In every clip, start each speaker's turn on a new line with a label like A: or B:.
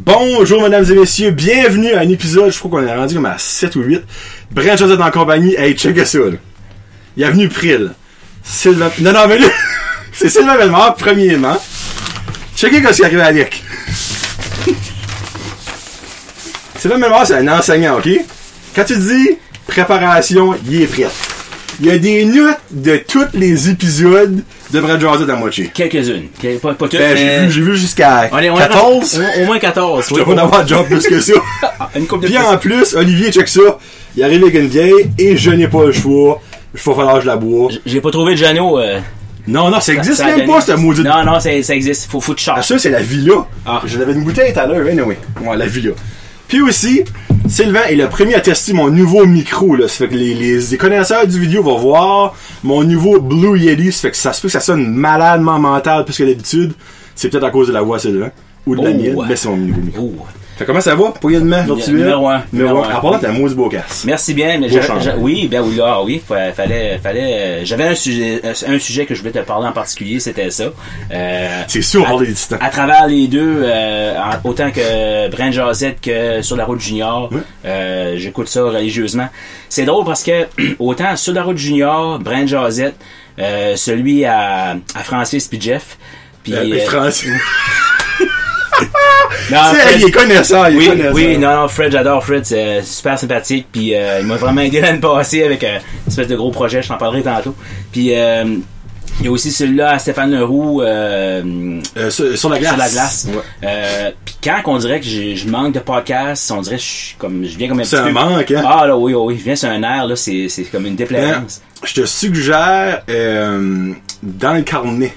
A: Bonjour mesdames et messieurs, bienvenue à un épisode, je crois qu'on est rendu comme à 7 ou 8. Brent Josette en compagnie, hey check ça là. Il a venu Pril. Sylvain... Non non mais là, c'est Sylvain Bellemare premièrement. Checkez ce qui arrive à Alec. Sylvain Bellemare c'est un enseignant, ok? Quand tu dis préparation, il est prêt. Il y a des notes de tous les épisodes de Brent Josette à moitié.
B: Quelques-unes. Quel- Pas, pas toutes,
A: Ben, j'ai
B: mais-
A: vu, j'ai vu jusqu'à
B: Euh, On est- on est-
A: 14.
B: au- Au moins 14.
A: Je devrais en avoir job plus que ça.
B: Ah, Une coupe de
A: Puis en plus, Olivier, check ça. Il arrive avec une vieille et je n'ai pas le choix. Il faut falloir que je la bois.
B: J'ai pas trouvé de Jano. euh,
A: Non, non, ça existe
B: ça a
A: même
B: donné-
A: pas, ce maudit.
B: Non, non, ça, ça existe. Faut foutre
A: Ah,
B: charge.
A: ça, c'est la villa.
B: Ah.
A: Je l'avais une bouteille tout à l'heure, anyway. Ouais, la villa. Puis aussi, Sylvain est le premier à tester mon nouveau micro, là. Ça fait que les, les, les connaisseurs du vidéo vont voir mon nouveau Blue Yeti. Ça fait que ça se peut que ça sonne maladement mental plus que d'habitude. C'est peut-être à cause de la voix, Sylvain. Ou de la
B: Oh,
A: mienne.
B: ouais.
A: Mais c'est mon nouveau micro.
B: Ouh.
A: Fait que comment ça va? Pour de main, virtuel?
B: numéro un.
A: Numéro
B: Numéro
A: un.
B: un.
A: À part là, t'as la mousse beau casse.
B: Merci bien. mais
A: Beau
B: j'a-
A: changement.
B: j'a- oui, ben oui, ah oui, fa- fallait, fallait. euh, J'avais un sujet, un sujet que je voulais te parler en particulier, c'était ça. Euh,
A: C'est sûr, on
B: à-
A: parlait des titans.
B: À travers les deux, euh, en- autant que Brent Josette que sur la route junior, euh, j'écoute ça religieusement. C'est drôle parce que autant sur la route junior, Brent Josette, euh, celui à, à Francis puis Jeff. Puis,
A: Euh,
B: euh,
A: Français.
B: non,
A: Tu sais,
B: Ah, Fred-
A: il est connaissant, il est
B: Oui,
A: connaissant.
B: oui, non, non, Fred, j'adore Fred, c'est euh, super sympathique, puis euh, il m'a vraiment aidé l'année passée avec euh, une espèce de gros projet, je t'en parlerai tantôt. Puis euh, il y a aussi celui-là à Stéphane Leroux euh,
A: Euh, sur, sur la glace.
B: sur la glace.
A: Ouais.
B: Euh, puis quand on dirait que j'ai- je manque de podcast, on dirait que je, suis comme, je viens comme un
A: C'est
B: petit
A: un
B: peu-
A: manque, hein?
B: Ah là, oui, oui, je viens sur un air, là, c'est c'est comme une
A: Hein,
B: déplaisance.
A: je te suggère euh, dans le carnet.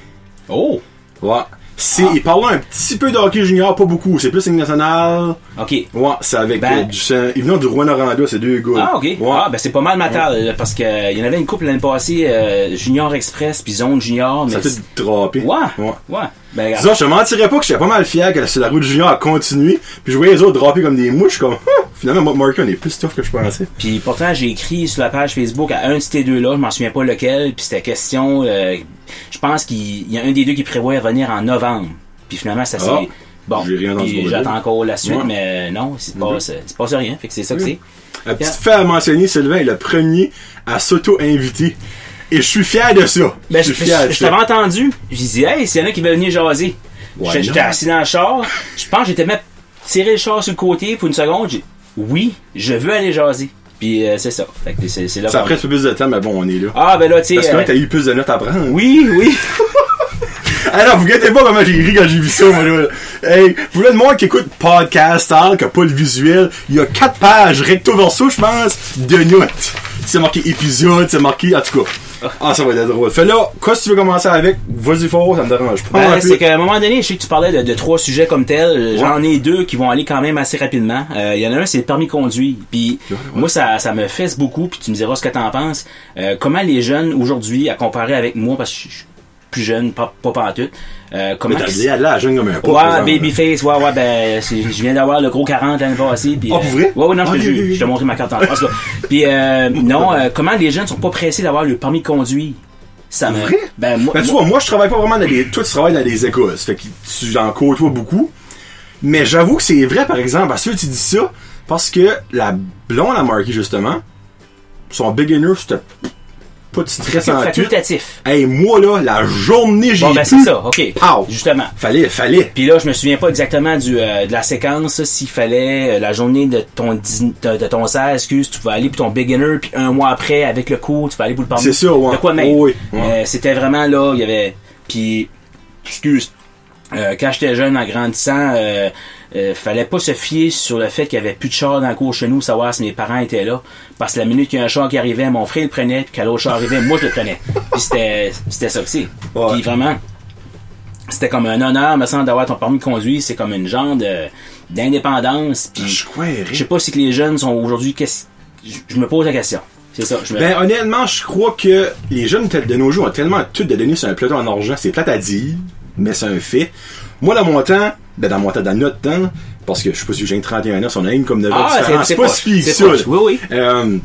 B: Oh! Ah.
A: Ouais. C'est, Il parle un petit peu de hockey junior, pas beaucoup. C'est plus une nationale.
B: OK.
A: Ouais, c'est avec.
B: Ben-
A: euh, du, c'est- ils venaient du Rouen Noranda, c'est deux gars.
B: Ah, ok.
A: Ouais.
B: Ah, ben c'est pas mal matal, là, parce que euh, il y en avait une couple l'année passée, euh, Junior Express, puis Zone Junior, mais...
A: ça a tout drapé.
B: Ouais,
A: ouais.
B: ouais. Ben, regarde.
A: Disons, je te mentirais pas que j'étais pas mal fier que sur la route junior a continué, puis je voyais les autres draper comme des mouches, comme Hum, finalement, moi, Marky, on est plus tough que je pensais.
B: Puis pourtant, j'ai écrit sur la page Facebook à un de ces deux-là, je m'en souviens pas lequel, puis c'était question, euh, je pense qu'il il y a un des deux qui prévoit revenir en novembre. Puis finalement, ça s'est...
A: Ah.
B: bon,
A: J'ai rien
B: puis
A: entendu.
B: j'attends encore la suite,
A: Ouais. Mm-hmm.
B: mais euh, non, il se passe, il se passe rien, fait que c'est ça que c'est.
A: Un petit fait à mentionner, Sylvain est le premier à s'auto-inviter. Et je suis fier de ça.
B: Ben,
A: je
B: je,
A: suis fier de
B: je
A: ça.
B: t'avais entendu. J'ai dit, hey, s'il y en a qui veulent venir jaser.
A: Ouais,
B: J'étais- J'étais
A: non.
B: assis dans le char. Je pense que j'étais même tiré le char sur le côté pour une seconde. J'ai dit, oui, je veux aller jaser. Puis euh, c'est ça. Fait que c'est c'est là
A: Ça
B: qu'on-
A: prend un peu plus de temps, mais bon, on est là.
B: Ah, ben là, tu
A: Parce
B: sais.
A: que là,
B: euh,
A: t'as eu plus de notes à prendre.
B: oui, oui.
A: Alors, vous guettez pas comment j'ai ri quand j'ai vu ça, moi, là. Hey, vous voulez de moi qui écoute podcast, hein, qui a pas le visuel, il y a quatre pages recto verso, je pense, de notes. C'est marqué épisode, c'est marqué, en tout cas. Ah, ça va être drôle. Fait là, quoi si tu veux commencer avec, vas-y fort, ça me dérange pas.
B: Ben,
A: un peu.
B: c'est qu'à un moment donné, je sais que tu parlais de, de trois sujets comme tels. J'en ai deux qui vont aller quand même assez rapidement. Euh, Il y en a un, c'est le permis de conduire. Puis moi, ça, ça me fesse beaucoup. Puis tu me diras ce que t'en penses. Euh, comment les jeunes aujourd'hui, à comparer avec moi, parce que je suis plus jeune, pas, pas pantoute, euh, comment...
A: Mais t'as
B: ils-
A: dit, là, jeune comme un pot, par exemple.
B: Ouais, babyface, ouais, ouais, ben, c'est- je viens d'avoir le gros 40 l'année passée. Pis,
A: Ah, pour vrai?
B: Ouais, ouais, non, je te
A: Ah, oui,
B: jure,
A: oui, oui.
B: je te montre ma carte en En tout cas. Puis, euh, non, euh, comment les jeunes sont pas pressés d'avoir le permis de conduire? Ça me...
A: Vrai?
B: Ben, moi,
A: Ben, tu vois, moi, je travaille pas vraiment dans les. Toi, tu travailles dans les écoles. Ça fait que tu en côtoies beaucoup. Mais j'avoue que c'est vrai, par exemple, à ceux qui disent ça, parce que la blonde à Marky, justement, son beginner, c'était pas de stress en tout.
B: facultatif.
A: Hey, moi, là, la journée, j'ai
B: Bon, ben,
A: pu-
B: c'est ça, ok.
A: Pow!
B: Justement.
A: Fallait, fallait.
B: Puis là, je me souviens pas exactement du, euh, de la séquence, là, s'il fallait euh, la journée de ton, dix- de, de ton 16, excuse, tu vas aller pour ton beginner, puis un mois après, avec le cours, tu vas aller pour le permis.
A: C'est ça, ouais.
B: De quoi même.
A: Oh oui, ouais.
B: Mais Euh, c'était vraiment là, il y avait... Puis, excuse, euh, quand j'étais jeune, en grandissant, euh, euh, fallait pas se fier sur le fait qu'il y avait plus de char dans le cours chez nous, savoir si mes parents étaient là. Parce que la minute qu'il y a un char qui arrivait, mon frère le prenait, puis quand l'autre char arrivait, moi je le prenais. Puis c'était c'était ça que c'est.
A: Ouais.
B: Puis vraiment c'était comme un honneur, me semble, d'avoir ton permis de conduire. C'est comme une genre de- d'indépendance. Puis
A: Ah, Je croirais.
B: je sais pas si que les jeunes sont aujourd'hui. qu'est-ce- Je je me pose la question. C'est ça. Je me...
A: Ben, honnêtement, je crois que les jeunes tel- de nos jours ont tellement tout de données sur un plateau en argent. C'est plate à dire, mais c'est un fait. Moi, dans mon temps, ben, dans mon temps, dans notre temps, parce que je sais pas si j'ai 31 ans, si on a une comme 9 ans
B: Ah,
A: différents,
B: c'est- c'est
A: pas
B: proche,
A: si pire que
B: c'est
A: ça,
B: proche.
A: là.
B: Oui, oui.
A: Euh,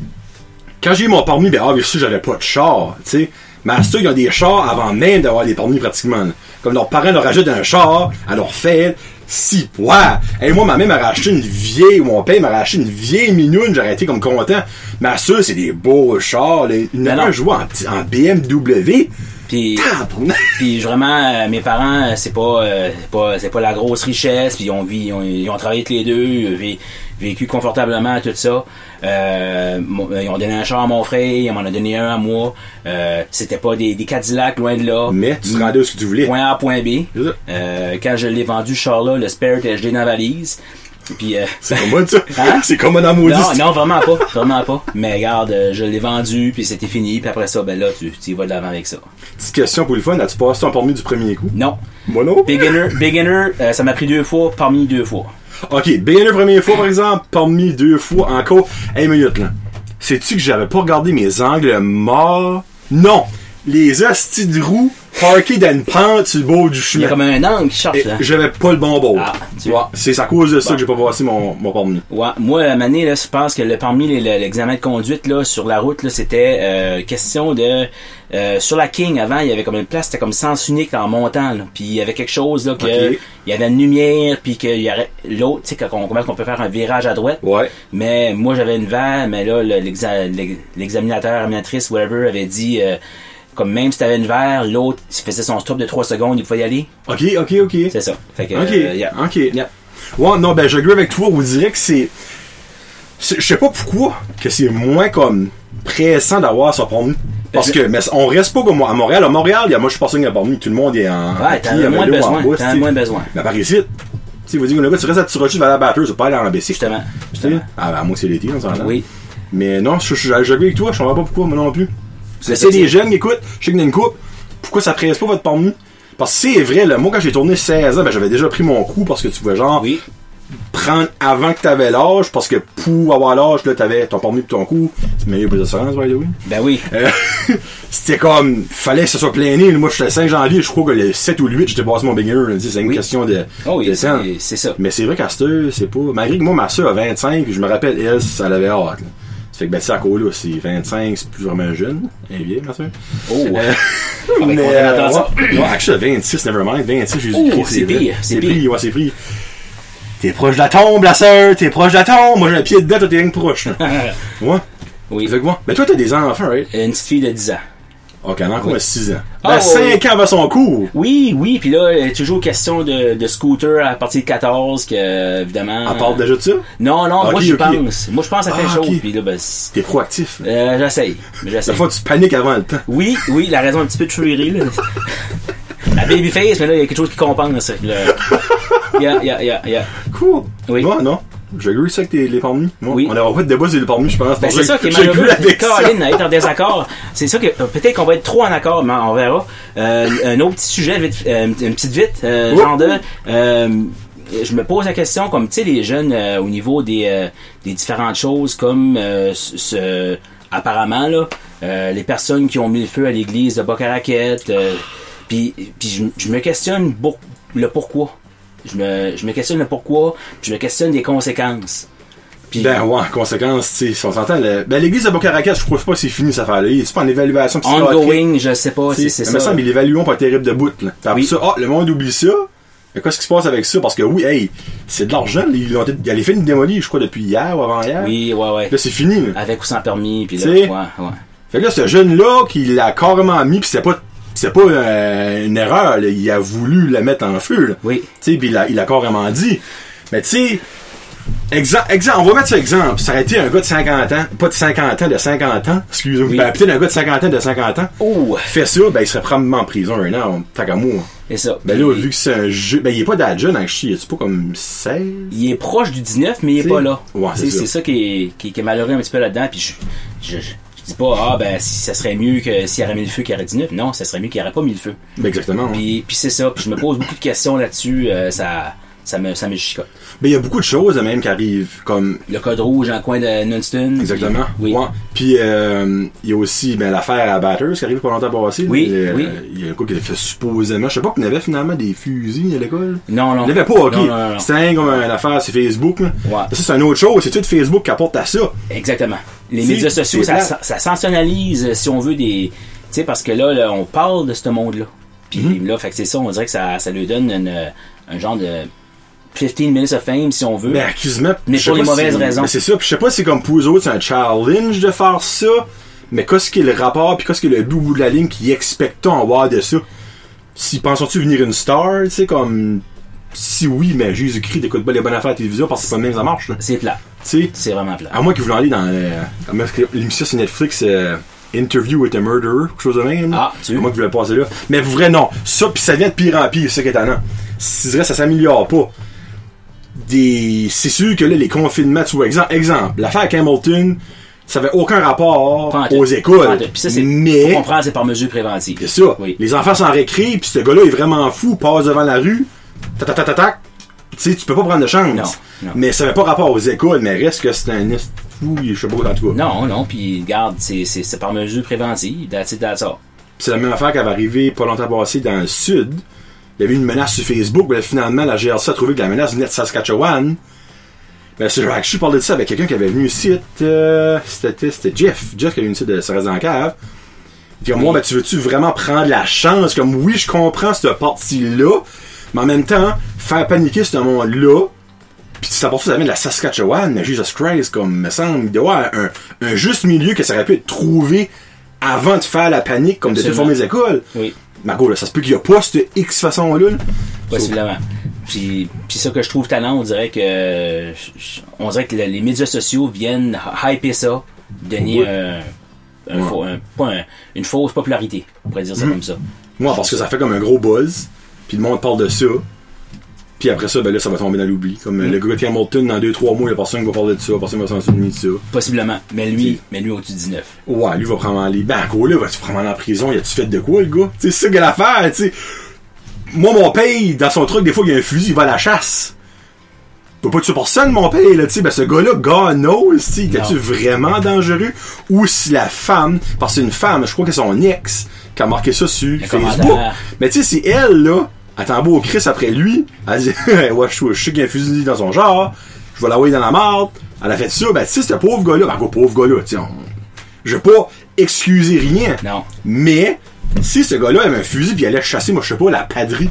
A: quand j'ai eu mon permis, ben, ah, bien sûr, j'avais pas de char, tu sais. Mais à ceux qui ont des chars avant même d'avoir les permis, pratiquement. là. Comme leurs parents leur rajoutent un char à leur fête, si poire. Et moi, ma mère m'a racheté une vieille, mon père m'a racheté une vieille minoune, j'aurais été comme content. Ma soeur, c'est des beaux chars, là. Il y en a
B: Ben
A: un
B: non.
A: joué en, en BMW.
B: Puis,
A: Tabarnak.
B: puis vraiment, euh, mes parents, euh, c'est pas, euh, c'est pas, c'est pas la grosse richesse. Puis on vit, on- ils ont travaillé tous les deux, euh, vé- vécu confortablement tout ça. Euh, mon- euh, ils ont donné un char à mon frère, ils m'en ont donné un à moi. Euh, C'était pas des, des Cadillac loin de là.
A: Mais tu te rendais où ce que tu voulais.
B: Point A, point B.
A: C'est ça.
B: Euh, quand je l'ai vendu, ce char-là, le spare était jeté dans la valise. Puis euh,
A: C'est comme moi, ça.
B: Hein?
A: C'est comme un amour
B: Non, non, vraiment pas. Vraiment pas. Mais regarde, euh, je l'ai vendu, puis c'était fini, puis après ça, ben là, tu, tu y vas de l'avant avec ça.
A: Petite question pour le fun, as-tu passé ton permis du premier coup?
B: Non.
A: Moi non.
B: Beginner, beginner euh, ça m'a pris deux fois, parmi deux fois.
A: Ok, bien le premier fois par exemple, parmi deux fois encore. Hey minute là. Sais-tu que j'avais pas regardé mes angles morts? Non! Les hosties de roues parkées dans une pente sur le bord du
B: Il y
A: chemin.
B: a comme un angle qui cherche, hein.
A: Et
B: là.
A: J'avais pas le bon bord.
B: Ah, tu-
A: Ouais, c'est à cause de ça que j'ai pas passé mon, mon permis.
B: Ouais, moi, à Mané, là, je pense que le, parmi les- le- l'examen de conduite, là, sur la route, là, c'était euh, question de... euh, sur la King, avant, il y avait comme une place, c'était comme sens unique en montant, là. Puis il y avait quelque chose, là, que...
A: Ok.
B: Il y avait une lumière, puis qu'il y aurait... L'autre, tu sais, quand on comment qu'on peut faire un virage à droite.
A: Ouais.
B: Mais moi, j'avais une vanne, mais là, le- l'exa- l'ex- l'examinateur, animatrice, whatever, avait dit, euh, comme même si t'avais une verre, l'autre, s'il faisait son stop de 3 secondes, il pouvait y aller.
A: Ok, ok, ok.
B: C'est ça. Fait que,
A: Ok,
B: euh, yeah.
A: ok.
B: Yeah.
A: Ouais, non, ben, j'agree avec toi. On dirait que c'est. c'est- Je sais pas pourquoi que c'est moins comme pressant d'avoir son permis. Parce que, mais on reste pas comme à Montréal. À Montréal, il y a- moi, je suis pas sûr qu'il y a un permis. Tout le monde est en.
B: Ouais, t'en
A: pied,
B: as
A: en
B: moins
A: vélo, en
B: besoin.
A: bas,
B: T'en as
A: t'sais.
B: moins besoin.
A: Mais par ici, tu sais, vous dites, le gars, tu restes à Tirochu, tu vas à la batteuse, tu vas pas aller en BC.
B: Justement. Justement.
A: Ah, ben, moi, c'est l'été, on s'en va.
B: Oui.
A: Mais non, je je- j'agree avec toi. Je comprends pas pourquoi, moi non plus.
B: Mais
A: C'est
B: c'est-
A: des jeunes qui écoutent, je sais qu'il y en a une coupe. Pourquoi ça presse pas votre permis? Parce que c'est vrai, là, moi quand j'ai tourné 16 ans, ben, j'avais déjà pris mon coup parce que tu pouvais genre
B: Oui.
A: prendre avant que t'avais l'âge, parce que pour avoir l'âge, là, t'avais ton permis pour ton coup. C'est meilleur pour les assurances, by the way.
B: Ben oui.
A: Euh, C'était comme, fallait que ça soit plein nez. Moi, j'étais le 5 janvier, je crois que le 7 ou le 8, j'étais passé mon banger. là. C'est une
B: Oui.
A: question de,
B: Oh
A: de
B: oui,
A: temps.
B: c'est c'est ça.
A: Mais c'est vrai qu'à cette heure, c'est pas. Malgré que moi, ma soeur a 25, puis je me rappelle, elle, ça l'avait hâte. Là. Ça fait que, ben, tu sais, à cause, là, c'est 25, c'est plus vraiment jeune. Elle est vieille, ma soeur.
B: Oh, ouais.
A: Mais,
B: on fait
A: euh,
B: attention.
A: ouais, ouais, actually, 26, nevermind, 26,
B: Ouh,
A: Jésus-Christ.
B: c'est
A: vrai.
B: pire, c'est
A: C'est
B: pire.
A: pire, ouais, c'est pire. T'es proche de la tombe, la sœur, t'es proche de la tombe. Moi, j'ai un pied dedans, toi, t'es rien que proche. là. ouais.
B: Oui.
A: Fait que, ouais. Mais toi, t'as des enfants, right? Ah,
B: Une petite fille de 10 ans.
A: Ok, elle a encore
B: Oui.
A: 6 ans.
B: Ah,
A: Ben,
B: ouais,
A: 5
B: ouais.
A: ans avant son cours.
B: Oui, oui, puis là, euh, toujours question de, de scooter à partir de 14, que, euh, évidemment...
A: Elle parle déjà de ça?
B: Non, non,
A: Ok,
B: moi, je
A: ok.
B: pense. Moi, je pense à quelque
A: Ah,
B: chose,
A: ok.
B: puis là, ben... c'est-
A: T'es proactif.
B: Euh, j'essaye. J'essaye.
A: Des fois, tu paniques avant le temps.
B: Oui, oui, la raison est un petit peu de là. La babyface, mais là, il y a quelque chose qui compense. Là. Yeah, yeah, yeah, yeah.
A: Cool.
B: Oui.
A: Moi, non. J'ai gru ça avec tes- les parmi. Moi,
B: Oui.
A: on n'aura pas de débat sur les parmi, je pense.
B: Ben,
A: Parce
B: c'est
A: que
B: ça qui est
A: j'ai gru
B: malheureux.
A: avec ça.
B: Caroline, à être en désaccord. C'est ça que euh, peut-être qu'on va être trop en accord, mais on verra. Euh, un autre petit sujet, vite, euh, une petite vite, euh,
A: Oui.
B: genre de. euh, je me pose la question, comme tu sais, les jeunes euh, au niveau des, euh, des différentes choses, comme euh, ce- ce- apparemment là, euh, les personnes qui ont mis le feu à l'église de Bocaraquette. Euh, puis puis je, je me questionne beaucoup le pourquoi. Je me, je me questionne le pourquoi, puis je me questionne des conséquences. Puis-
A: Ben ouais, en conséquence, tu sais, si on s'entend, le- ben l'église de Bocaracat, je trouve pas que c'est fini cette affaire-là. C'est pas en évaluation psychiatrique.
B: Ongoing, je sais pas, c'est
A: tu sais.
B: c'est ça.
A: Mais ça, mais l'évaluation pas terrible de bout, là. Puis après
B: Oui.
A: ça, ah, le monde oublie ça. Mais qu'est-ce qui se passe avec ça? Parce que oui, hey, c'est de l'argent. Ils ont été- ils fait une démolie, je crois, depuis hier ou avant hier.
B: Oui, ouais, ouais.
A: Là, c'est fini, là.
B: Avec ou sans permis, puis là,
A: Tu sais.
B: ouais, ouais.
A: Fait que là, ce jeune-là, qui l'a carrément mis, pis c'est pas, c'est pas euh, une erreur, là. il a voulu la mettre en feu, là.
B: Oui.
A: Tu sais, pis il a, il a carrément dit. Mais tu sais, exemple, on va mettre ça exemple. Ça aurait été un gars de 50 ans, pas de 50 ans, de 50 ans, excusez-moi.
B: Oui. Oh.
A: Ben, peut-être un gars de 50 ans, de 50 ans.
B: Ouh,
A: Fait ça, ben, il serait probablement en prison un an, tant qu'à moi.
B: c'est ça.
A: Ben là,
B: Il-
A: vu que c'est un jeu, ben, il est pas d'âge jeune, en chien, il est pas comme 16?
B: Il est proche du 19, mais il est
A: C'est-
B: pas là.
A: Ouais, c'est
B: Tu sais,
A: ça.
B: c'est ça qui est, qui, qui est malheureux un petit peu là-dedans, puis je, je, je, je dis pas, ah, ben, si ça serait mieux que s'il aurait mis le feu qu'il aurait 19. Non, ça serait mieux qu'il aurait pas mis le feu.
A: Ben, exactement. hein.
B: Puis, puis c'est ça, puis je me pose beaucoup de questions là-dessus, euh, ça, ça me, ça me chicote.
A: Ben, il y a beaucoup de choses, même, qui arrivent, comme,
B: Le code rouge en coin de Nunston. puis-
A: Exactement.
B: Oui.
A: Ouais. Puis euh, il y a aussi ben, l'affaire à Batters qui arrive pas longtemps passé.
B: Oui,
A: Le-
B: oui.
A: Il y a un coup qui a fait supposément. Je sais pas qu'on avait finalement des fusils à l'école.
B: Non, non.
A: Il n'y avait pas, ok.
B: Non, non, non, non.
A: C'était un comme une affaire sur Facebook. là.
B: Ouais.
A: Ça, c'est une autre chose. C'est tout Facebook qui apporte à ça.
B: Exactement. Les
A: C'est-
B: médias sociaux,
A: c'est
B: ça,
A: plate.
B: ça, ça sensationnalise, si on veut, des. Tu sais, parce que là, là, on
A: Mhm.
B: parle de ce monde-là. Puis là, fait que c'est ça, on dirait que ça, ça lui donne une, un euh, genre de. 15 minutes of fame si on veut.
A: Ben, accuse-moi.
B: Mais
A: je sais
B: pour les
A: pas
B: mauvaises
A: si-
B: raisons.
A: mais C'est ça, puis je sais pas si c'est comme pour eux autres, c'est un challenge de faire ça, mais qu'est-ce qui est le rapport, puis qu'est-ce qui est le but au bout de la ligne qu'ils expectent en voir de ça? Si pensons-tu venir une star, tu sais, comme. Si oui, mais Jésus-Christ, t'écoutes pas les bonnes affaires à la télévision parce que c'est pas de même que ça marche, là. Tu
B: c'est plat.
A: sais,
B: C'est vraiment plat.
A: à moins qu'ils voulaient aller dans. euh, comme est-ce que L'émission sur Netflix, euh, Interview with a Murderer, quelque chose de même. là.
B: Ah, tu-
A: À moins qu'ils voulaient passer là. Mais pour vrai, non. Ça, puis ça vient de pire en pire, c'est ça qui est étonnant. Si vrai, ça s'améliore pas. Des... C'est sûr que là, les confinements, tu vois, exemple, exemple l'affaire avec Hamilton, ça avait aucun rapport
B: Prends-le.
A: aux écoles.
B: Prends-le. Puis ça, c'est. Faut
A: mais.
B: comprendre, c'est par mesure préventive.
A: C'est ça.
B: Oui.
A: Les enfants sont en récré, puis ce gars-là est vraiment fou, passe devant la rue, tac, tac, tac, tac. Tu sais, tu peux pas prendre de chance.
B: Non, non.
A: Mais ça n'avait pas rapport aux écoles, mais reste que c'est un est fou, je sais pas, en tout cas.
B: Non, non, puis garde, c'est c'est- c'est par mesure préventive. That's it, that's all.
A: C'est la même affaire qu'elle va arriver pas longtemps passé dans le sud. Il y avait une menace sur Facebook, mais finalement, la GRC a trouvé que la menace venait de Saskatchewan. Ben, Mais sur Rack, je parlais de ça avec quelqu'un qui avait venu ici. euh, C'était c'était Jeff. Jeff qui avait venu ici de Sarah en cave. Puis moi, ben, tu veux-tu vraiment prendre la chance? Comme oui, je comprends cette partie-là, mais en même temps, faire paniquer ce monde-là, puis ça pour ça, ça vient de la Saskatchewan, mais Jesus Christ, comme me semble, il doit y avoir un, un juste milieu que ça aurait pu être trouvé avant de faire la panique, comme de
B: Absolument.
A: déformer les écoles.
B: Oui.
A: Mais gros, là, ça se peut qu'il n'y a pas cette X façon-là. là.
B: Possiblement. Puis, puis ça que je trouve talent, on dirait que euh, je- on dirait que le- les médias sociaux viennent hyper ça, donner
A: Oui.
B: un- un
A: Ouais. Mhm.
B: faux- un- pas un- une fausse popularité, on pourrait dire ça comme ça.
A: Moi, parce que ça fait comme un gros buzz, puis le monde parle de ça. Puis après ça, ben là, ça va tomber dans l'oubli. Comme euh, le gars de Hamilton, dans 2-3 mois, il y a personne qui va parler de ça, personne qui va s'en souvenir de ça.
B: Possiblement. Mais
A: Si.
B: lui, mais lui au-dessus de 19.
A: Ouais, lui va probablement aller. Ben, quoi, là, va-tu probablement en prison? Y a-tu fait de quoi, le gars? Tu sais, C'est ça que l'affaire, tu sais. Moi, mon paye, dans son truc, des fois, il y a un fusil, il va à la chasse. Peut pas tuer personne, mon paye, là, tu sais. Ben, ce gars-là, God knows, tu sais, était-tu
B: Non.
A: vraiment dangereux? Ou si la femme, parce que c'est une femme, je crois que c'est son ex, qui a marqué ça sur Facebook.
B: commentaire.
A: Mais tu sais, c'est elle, là, elle tambour au Chris après lui, elle dit, ouais, je suis- je sais qu'il y a un fusil dans son genre, je vais l'envoyer dans la marde. Elle a fait ça, ben, tu sais, ce pauvre gars-là, ben, quoi, pauvre gars-là, tu sais, on- je veux pas excuser rien.
B: Non.
A: Mais, si ce gars-là avait un fusil puis il allait chasser, moi, je sais pas, la padrie.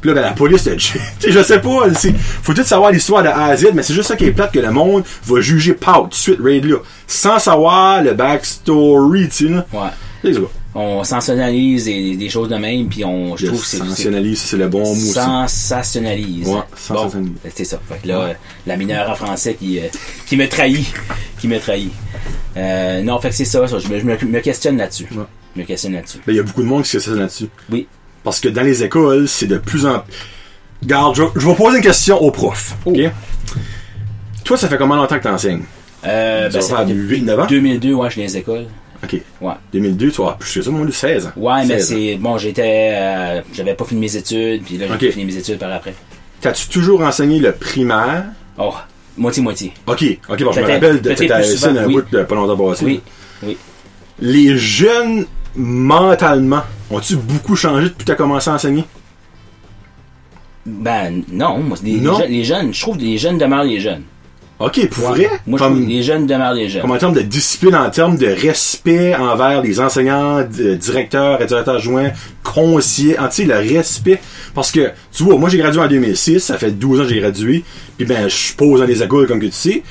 A: Puis là, ben, la police, elle- tu sais, je sais pas, c'est- faut tout savoir l'histoire de A à Z, mais c'est juste ça qui est plate que le monde va juger pow, tout de suite, raid là. Sans savoir le backstory, tu sais, là.
B: Ouais.
A: Tu sais, c'est quoi?
B: On sensationnalise des, des choses de même, puis on, je
A: Le
B: trouve que c'est- c'est
A: sensationnaliste, c'est le bon mot aussi.
B: sensationnalise.
A: Ouais, sensationnalise.
B: Bon, c'est ça. Fait que là, euh, la mineure en français qui, euh, qui me trahit. Qui me trahit. Euh, non, fait que c'est ça, ça. Je, me, je me- me questionne là-dessus.
A: Ouais.
B: Je me questionne là-dessus.
A: Ben, il y a beaucoup de monde qui se questionne là-dessus.
B: Oui.
A: Parce que dans les écoles, c'est de plus en Garde, je, vais- je vais poser une question au prof.
B: Oh.
A: ok? Toi, ça fait combien longtemps que t'enseignes? Ça
B: Euh, ben,
A: va
B: ça
A: faire
B: fait
A: du
B: depuis
A: 8-9 ans?
B: 2002, ouais, je suis dans les écoles.
A: OK.
B: Ouais.
A: 2002, tu vois, plus que ça, moi, 16 ans.
B: Ouais, mais
A: 16 ans.
B: c'est. Bon, j'étais. euh, J'avais pas fini mes études, puis là, j'ai
A: Ok.
B: fini mes études par après.
A: T'as-tu toujours enseigné le primaire?
B: Oh, moitié-moitié.
A: OK, OK, bon, je me
B: Peut-être-
A: rappelle de
B: peut-être
A: ta
B: plus souvent,
A: scène un
B: oui.
A: bout de pas longtemps passé.
B: Oui, oui.
A: Les jeunes, mentalement, ont-tu beaucoup changé depuis que t'as commencé à enseigner?
B: Ben, non. moi, les, les
A: Non.
B: jeunes- les jeunes, je trouve que les jeunes demeurent les jeunes.
A: OK, pour vrai?
B: Moi, je
A: Comme-
B: trouve que les jeunes demeurent les jeunes.
A: Comme en termes de discipline, en termes de respect envers les enseignants, d- directeurs, et directeurs adjoints, conseillers, en tu sais, le respect. Parce que, tu vois, moi j'ai gradué en 2006, ça fait 12 ans que j'ai gradué, puis ben, je pose dans les écoles comme que tu sais.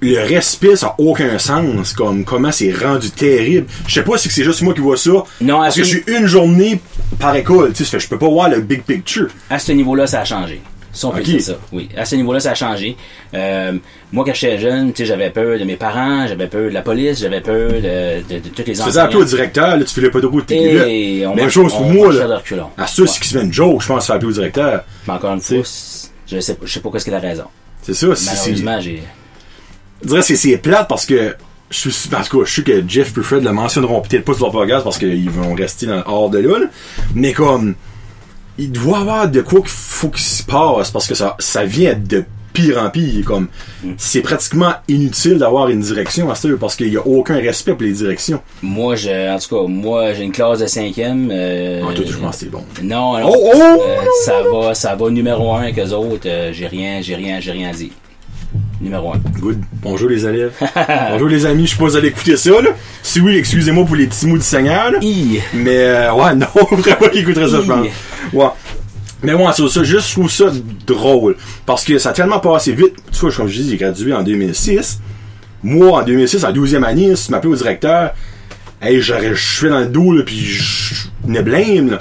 A: Le respect, ça n'a aucun sens, comme comment c'est rendu terrible. Je sais pas si c'est juste moi qui vois ça.
B: Non,
A: parce que je suis
B: absolument.
A: une journée par école, tu sais, ça fait que je peux pas voir le big picture.
B: à ce niveau-là, ça a changé. Ça, on peut
A: Ok.
B: dire ça. Oui, à ce niveau-là, ça a changé. Euh, moi, quand j'étais jeune, tu sais, j'avais peur de mes parents, j'avais peur de la police, j'avais peur de, de, de toutes les
A: Tu faisais un peu au
B: enseignants.
A: directeur, là, tu filais pas de route, t'es
B: Et
A: là.
B: Eh, on
A: Même
B: marche-
A: chose pour
B: on
A: moi,
B: marchait de
A: là. Ah,
B: reculons.
A: À ceux
B: Ouais.
A: qui se fait une joke, je pense, faire plus au directeur.
B: Mais encore une fois, c'est- je sais, pas- je sais pas qu'est-ce qu'il a raison.
A: C'est ça, c'est- c'est.
B: Malheureusement, j'ai...
A: Je dirais que c'est plate parce que je suis en tout cas, je sais que Jeff et Fred le mentionneront peut-être pas sur leur podcast parce qu'ils vont rester dans, hors de là, là. Mais comme il doit y avoir de quoi qu'il faut qu'il se passe parce que ça, ça vient de pire en pire. Comme c'est pratiquement inutile d'avoir une direction à ce stade, parce qu'il n'y a aucun respect pour les directions.
B: Moi, je, en tout cas, moi, j'ai une classe de cinquième. Euh,
A: Ah, toi, je pense que c'est bon.
B: Non, non.
A: Oh, oh!
B: Euh, ça va, ça va numéro un que les autres. euh, j'ai rien, j'ai rien, j'ai rien dit. Numéro un.
A: Good. Bonjour les élèves. Bonjour les amis, je suis pas vous allez écouter ça là. Si oui, excusez-moi pour les petits mots du Seigneur là.
B: I.
A: Mais euh, ouais, non, vraiment qu'il écouterait ça, je pense.
B: Hi.
A: Ouais. Mais ouais, c'est ça, juste je trouve ça drôle. Parce que ça a tellement passé vite. Tu vois, comme je dis, j'ai gradué en 2006. Moi, en 2006, en 12e année, si tu m'appelais au directeur, hey, j'aurais- je suis dans le dos, là, puis je je venais blême, là.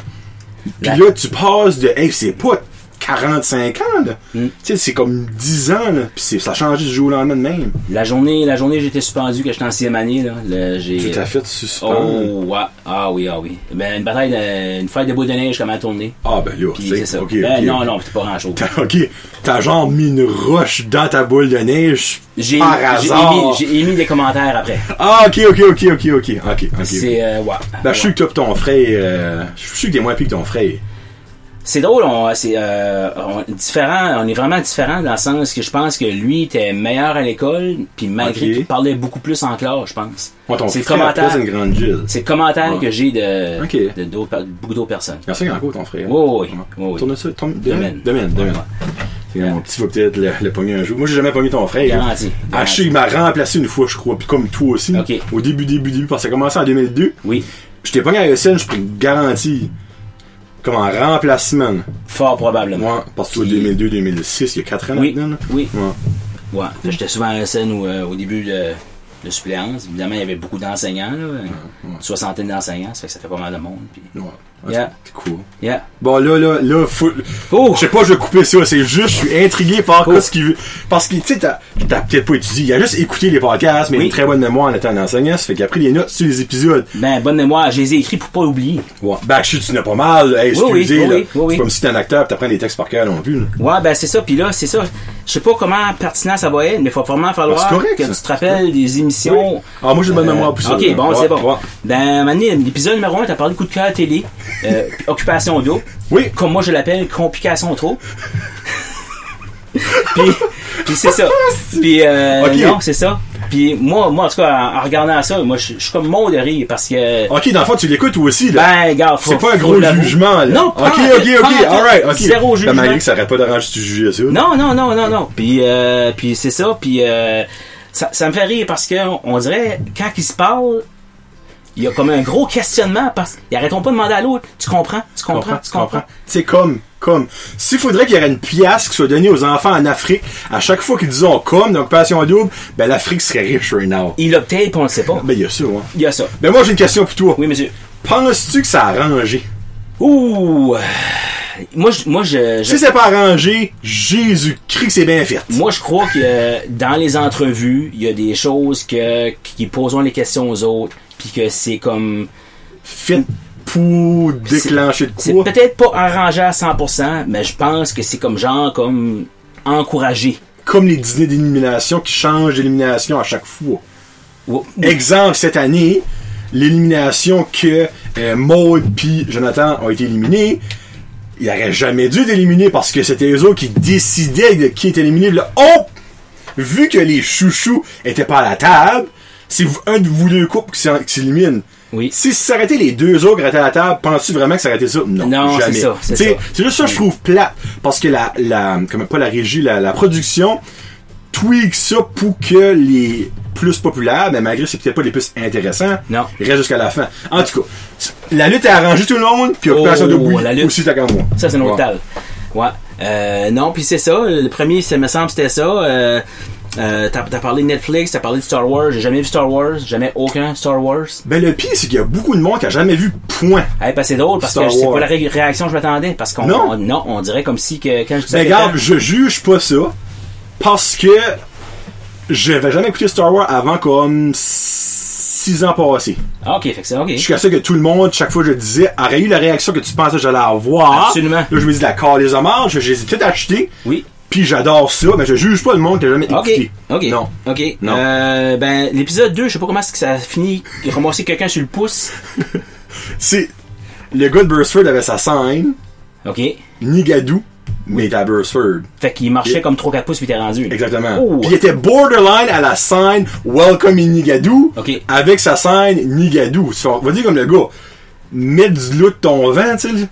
A: Puis
B: La-
A: là, tu passes de, hey, c'est pas 45 ans, là.
B: Hmm.
A: Tu sais, c'est comme 10 ans, là. Puis c'est- ça change du jour au lendemain de même.
B: La journée, la journée j'étais suspendu, que j'étais en sixième année, là, le- j'ai...
A: Tout à fait, tu suspends.
B: Oh, ouais. Ah oui, ah oui. Ben, une bataille, de- une fête de bout de neige, comment tourner.
A: Ah, ben là,
B: Puis
A: tu
B: c'est
A: sais,
B: ça.
A: ok,
B: ben,
A: ok.
B: non, non, c'est pas grand-chose.
A: T'as- Ok, t'as genre mis une roche dans ta boule de neige
B: J'ai
A: par
B: j'ai
A: hasard.
B: émis, j'ai émis des commentaires après.
A: Ah, ok, ok, ok, ok, ok, ok, ok.
B: C'est, euh, ouais.
A: Ben, je suis que toi pis ton frère, euh, je suis sûr que t'es moins pire que ton frère.
B: C'est drôle, on, c'est, euh, on- différent, on est vraiment différent dans le sens que je pense que lui était meilleur à l'école, puis malgré
A: Ok.
B: qu'il parlait beaucoup plus en classe, je pense.
A: Moi, ton
B: c'est le
A: frère,
B: commentaire,
A: après, c'est une grande gile.
B: c'est le commentaire
A: Ouais.
B: que j'ai de,
A: Ok.
B: de d'autres per- beaucoup d'autres personnes.
A: Il y en a encore, ton frère.
B: Oui, oui,
A: Ouais.
B: oui, oui.
A: Tourne ça, tourne,
B: Domaine.
A: domaine, domaine, domaine. C'est comme Mon petit va peut-être le, le pogner un jour. Moi, j'ai jamais pogné ton frère.
B: Garanti,
A: Ah, je sais, il m'a remplacé une fois, je crois, pis comme toi aussi.
B: Ok.
A: Au début, début, début, parce que ça a commencé en 2002.
B: Oui,
A: Je t'ai pogné à ESN, je pris garantie. Comme en remplacement.
B: fort probablement.
A: Ouais, parce que toi,
B: Puis-
A: 2002, 2006, il y a 4 ans
B: Oui,
A: maintenant. là.
B: oui.
A: Ouais.
B: Ouais. Fait que J'étais souvent à SN où, euh, au début de, de suppléance. Évidemment, il y avait beaucoup d'enseignants, là, une soixantaine d'enseignants, ça fait que ça fait pas mal de monde. puis-
A: Ouais. Ouais,
B: Yeah.
A: C'est cool.
B: Yeah.
A: Bon, là, là, là, faut...
B: Oh!
A: Je sais pas, je vais couper ça. C'est juste, je suis intrigué par
B: Oh.
A: ce qu'il veut. Parce que, tu sais, t'as t'as peut-être pas étudié. Il a juste écouté les podcasts, mais
B: Oui.
A: une très bonne mémoire en étant un enseignant. Ça fait qu'il a pris les notes sur les épisodes.
B: Ben, bonne mémoire, je les ai écrits pour pas oublier.
A: Ouais. Ben, je suis, tu n'as pas mal. Hey,
B: Oui, oui,
A: excusez,
B: oui,
A: là.
B: oui, oui, oui.
A: C'est comme si t'es un acteur pis t'apprends les textes par cœur non plus, là.
B: Ouais, ben c'est ça. Puis là, c'est ça. Je sais pas comment pertinent ça va être, mais il va vraiment falloir
A: Ben, c'est correct,
B: que
A: ça.
B: tu te rappelles des émissions.
A: Oui. Ah, moi, j'ai une bonne mémoire pour ça,
B: Euh, OK,
A: là.
B: bon,
A: Ouais,
B: c'est bon.
A: ouais.
B: Ben, Mané, l'épisode numéro 1, t'as parlé de coup de cœur à télé, euh, puis occupation d'eau.
A: Oui.
B: Comme moi, je l'appelle complication trop. puis, puis c'est ça. Puis, euh,
A: Ok.
B: non, c'est ça. Puis moi, moi, en tout cas, en, en regardant ça, moi, je je suis comme mort de rire parce que.
A: Ok, dans le fond, tu l'écoutes toi aussi, là.
B: Ben, gars, faut-
A: c'est pas un
B: faut
A: gros
B: l'avouer.
A: jugement, là.
B: Non,
A: ok,
B: pas en
A: ok,
B: tout,
A: ok,
B: pas en tout.
A: alright, ok.
B: Zéro
A: T'as
B: jugement.
A: malgré que ça arrête pas d'arranger si tu juges ça.
B: Non, non, non, non, non. Puis, euh, puis c'est ça. Puis euh, ça, ça me fait rire parce que on- on dirait quand ils se parlent, il y a comme un gros questionnement parce qu'ils arrêteront pas de demander à l'autre. Tu comprends, tu comprends, tu comprends.
A: C'est comme, comme. S'il faudrait qu'il y aurait une pièce qui soit donnée aux enfants en Afrique, à chaque fois qu'ils disent on comme, donc passion double, ben l'Afrique serait riche right now.
B: Il l'obtient puis on le sait pas.
A: Ben, il y a ça, ouais.
B: Il y a ça.
A: Ben, moi, j'ai une question pour toi.
B: Oui, monsieur.
A: Penses-tu que ça a arrangé?
B: Ouh. euh, Moi, je, moi, je, je-
A: Si c'est pas arrangé, Jésus-Christ, c'est bien fait.
B: moi, je crois que euh, dans les entrevues, il y a des choses que qui poseront les questions aux autres, puis que c'est comme
A: Fait pour déclencher de
B: C'est
A: quoi?
B: peut-être pas arrangé à 100%, mais je pense que c'est comme genre, comme encouragé.
A: Comme les dîners d'élimination qui changent d'élimination à chaque fois.
B: Ou- ou-
A: Exemple, cette année, l'élimination que euh, Maud puis Jonathan ont été éliminés, il n'aurait jamais dû être éliminé parce que c'était eux autres qui décidaient de qui était éliminé. Là, oh! Vu que les chouchous étaient pas à la table, c'est vous- un de vous deux couples qui s'en- qui s'élimine.
B: Oui.
A: Si ça aurait été les deux autres qui étaient à la table, penses-tu vraiment que ça aurait été ça? Non,
B: Non, c'est
A: jamais.
B: ça, c'est
A: T'sais,
B: ça.
A: C'est juste ça que je trouve plate. Parce que la, la, comme pas la régie, la, la production, tweak ça pour que les plus populaires, mais malgré que c'est peut-être pas les plus intéressants,
B: Non.
A: restent jusqu'à la fin. En tout cas, la lutte a arrangé tout le monde, puis Occupation
B: Oh,
A: de Bouillie
B: la lutte.
A: aussi, t'as qu'à moi.
B: Ça, c'est un
A: Ouais.
B: autre table. Ouais. Euh, non, puis c'est ça. Le premier, ça me semble, c'était ça. Euh, euh, t'as, t'as parlé de Netflix, t'as parlé de Star Wars. J'ai jamais vu Star Wars. Jamais aucun Star Wars.
A: Ben le pire, c'est qu'il y a beaucoup de monde qui a jamais vu point.
B: Hey, ben, c'est drôle parce
A: Star
B: que c'est
A: Wars.
B: pas la ré- réaction que je m'attendais. Parce qu'on
A: Non.
B: on, non, on dirait comme si que quand je disais.
A: Ben regarde,
B: que-
A: je juge pas ça, parce que j'avais jamais écouté Star Wars avant comme 6 ans passés.
B: Ah, ok, fait que c'est ok.
A: Je suis sûr que tout le monde, chaque fois que je le disais, aurait eu la réaction que tu pensais que j'allais avoir.
B: Absolument.
A: Là, je me dis, d'accord, les hommages, je je les ai peut-être achetés.
B: Oui.
A: Puis j'adore ça, mais je juge pas le monde qui a jamais
B: Ok,
A: écouté.
B: ok,
A: Non.
B: ok.
A: Non.
B: Euh, ben, l'épisode 2, je sais pas comment est-ce que ça a fini, ramasser quelqu'un sur le pouce.
A: C'est. Le gars de Burstford avait sa scène,
B: Ok.
A: Nigadou, mais il était à Burstford.
B: Fait qu'il marchait
A: Yeah.
B: comme 3-4 pouces puis t'es rendu.
A: Exactement.
B: Oh.
A: Puis il était borderline à la scène Welcome in Nigadou,
B: Ok.
A: avec sa scène Nigadou. On va dire comme le gars, mets du loup de ton vent, tu sais.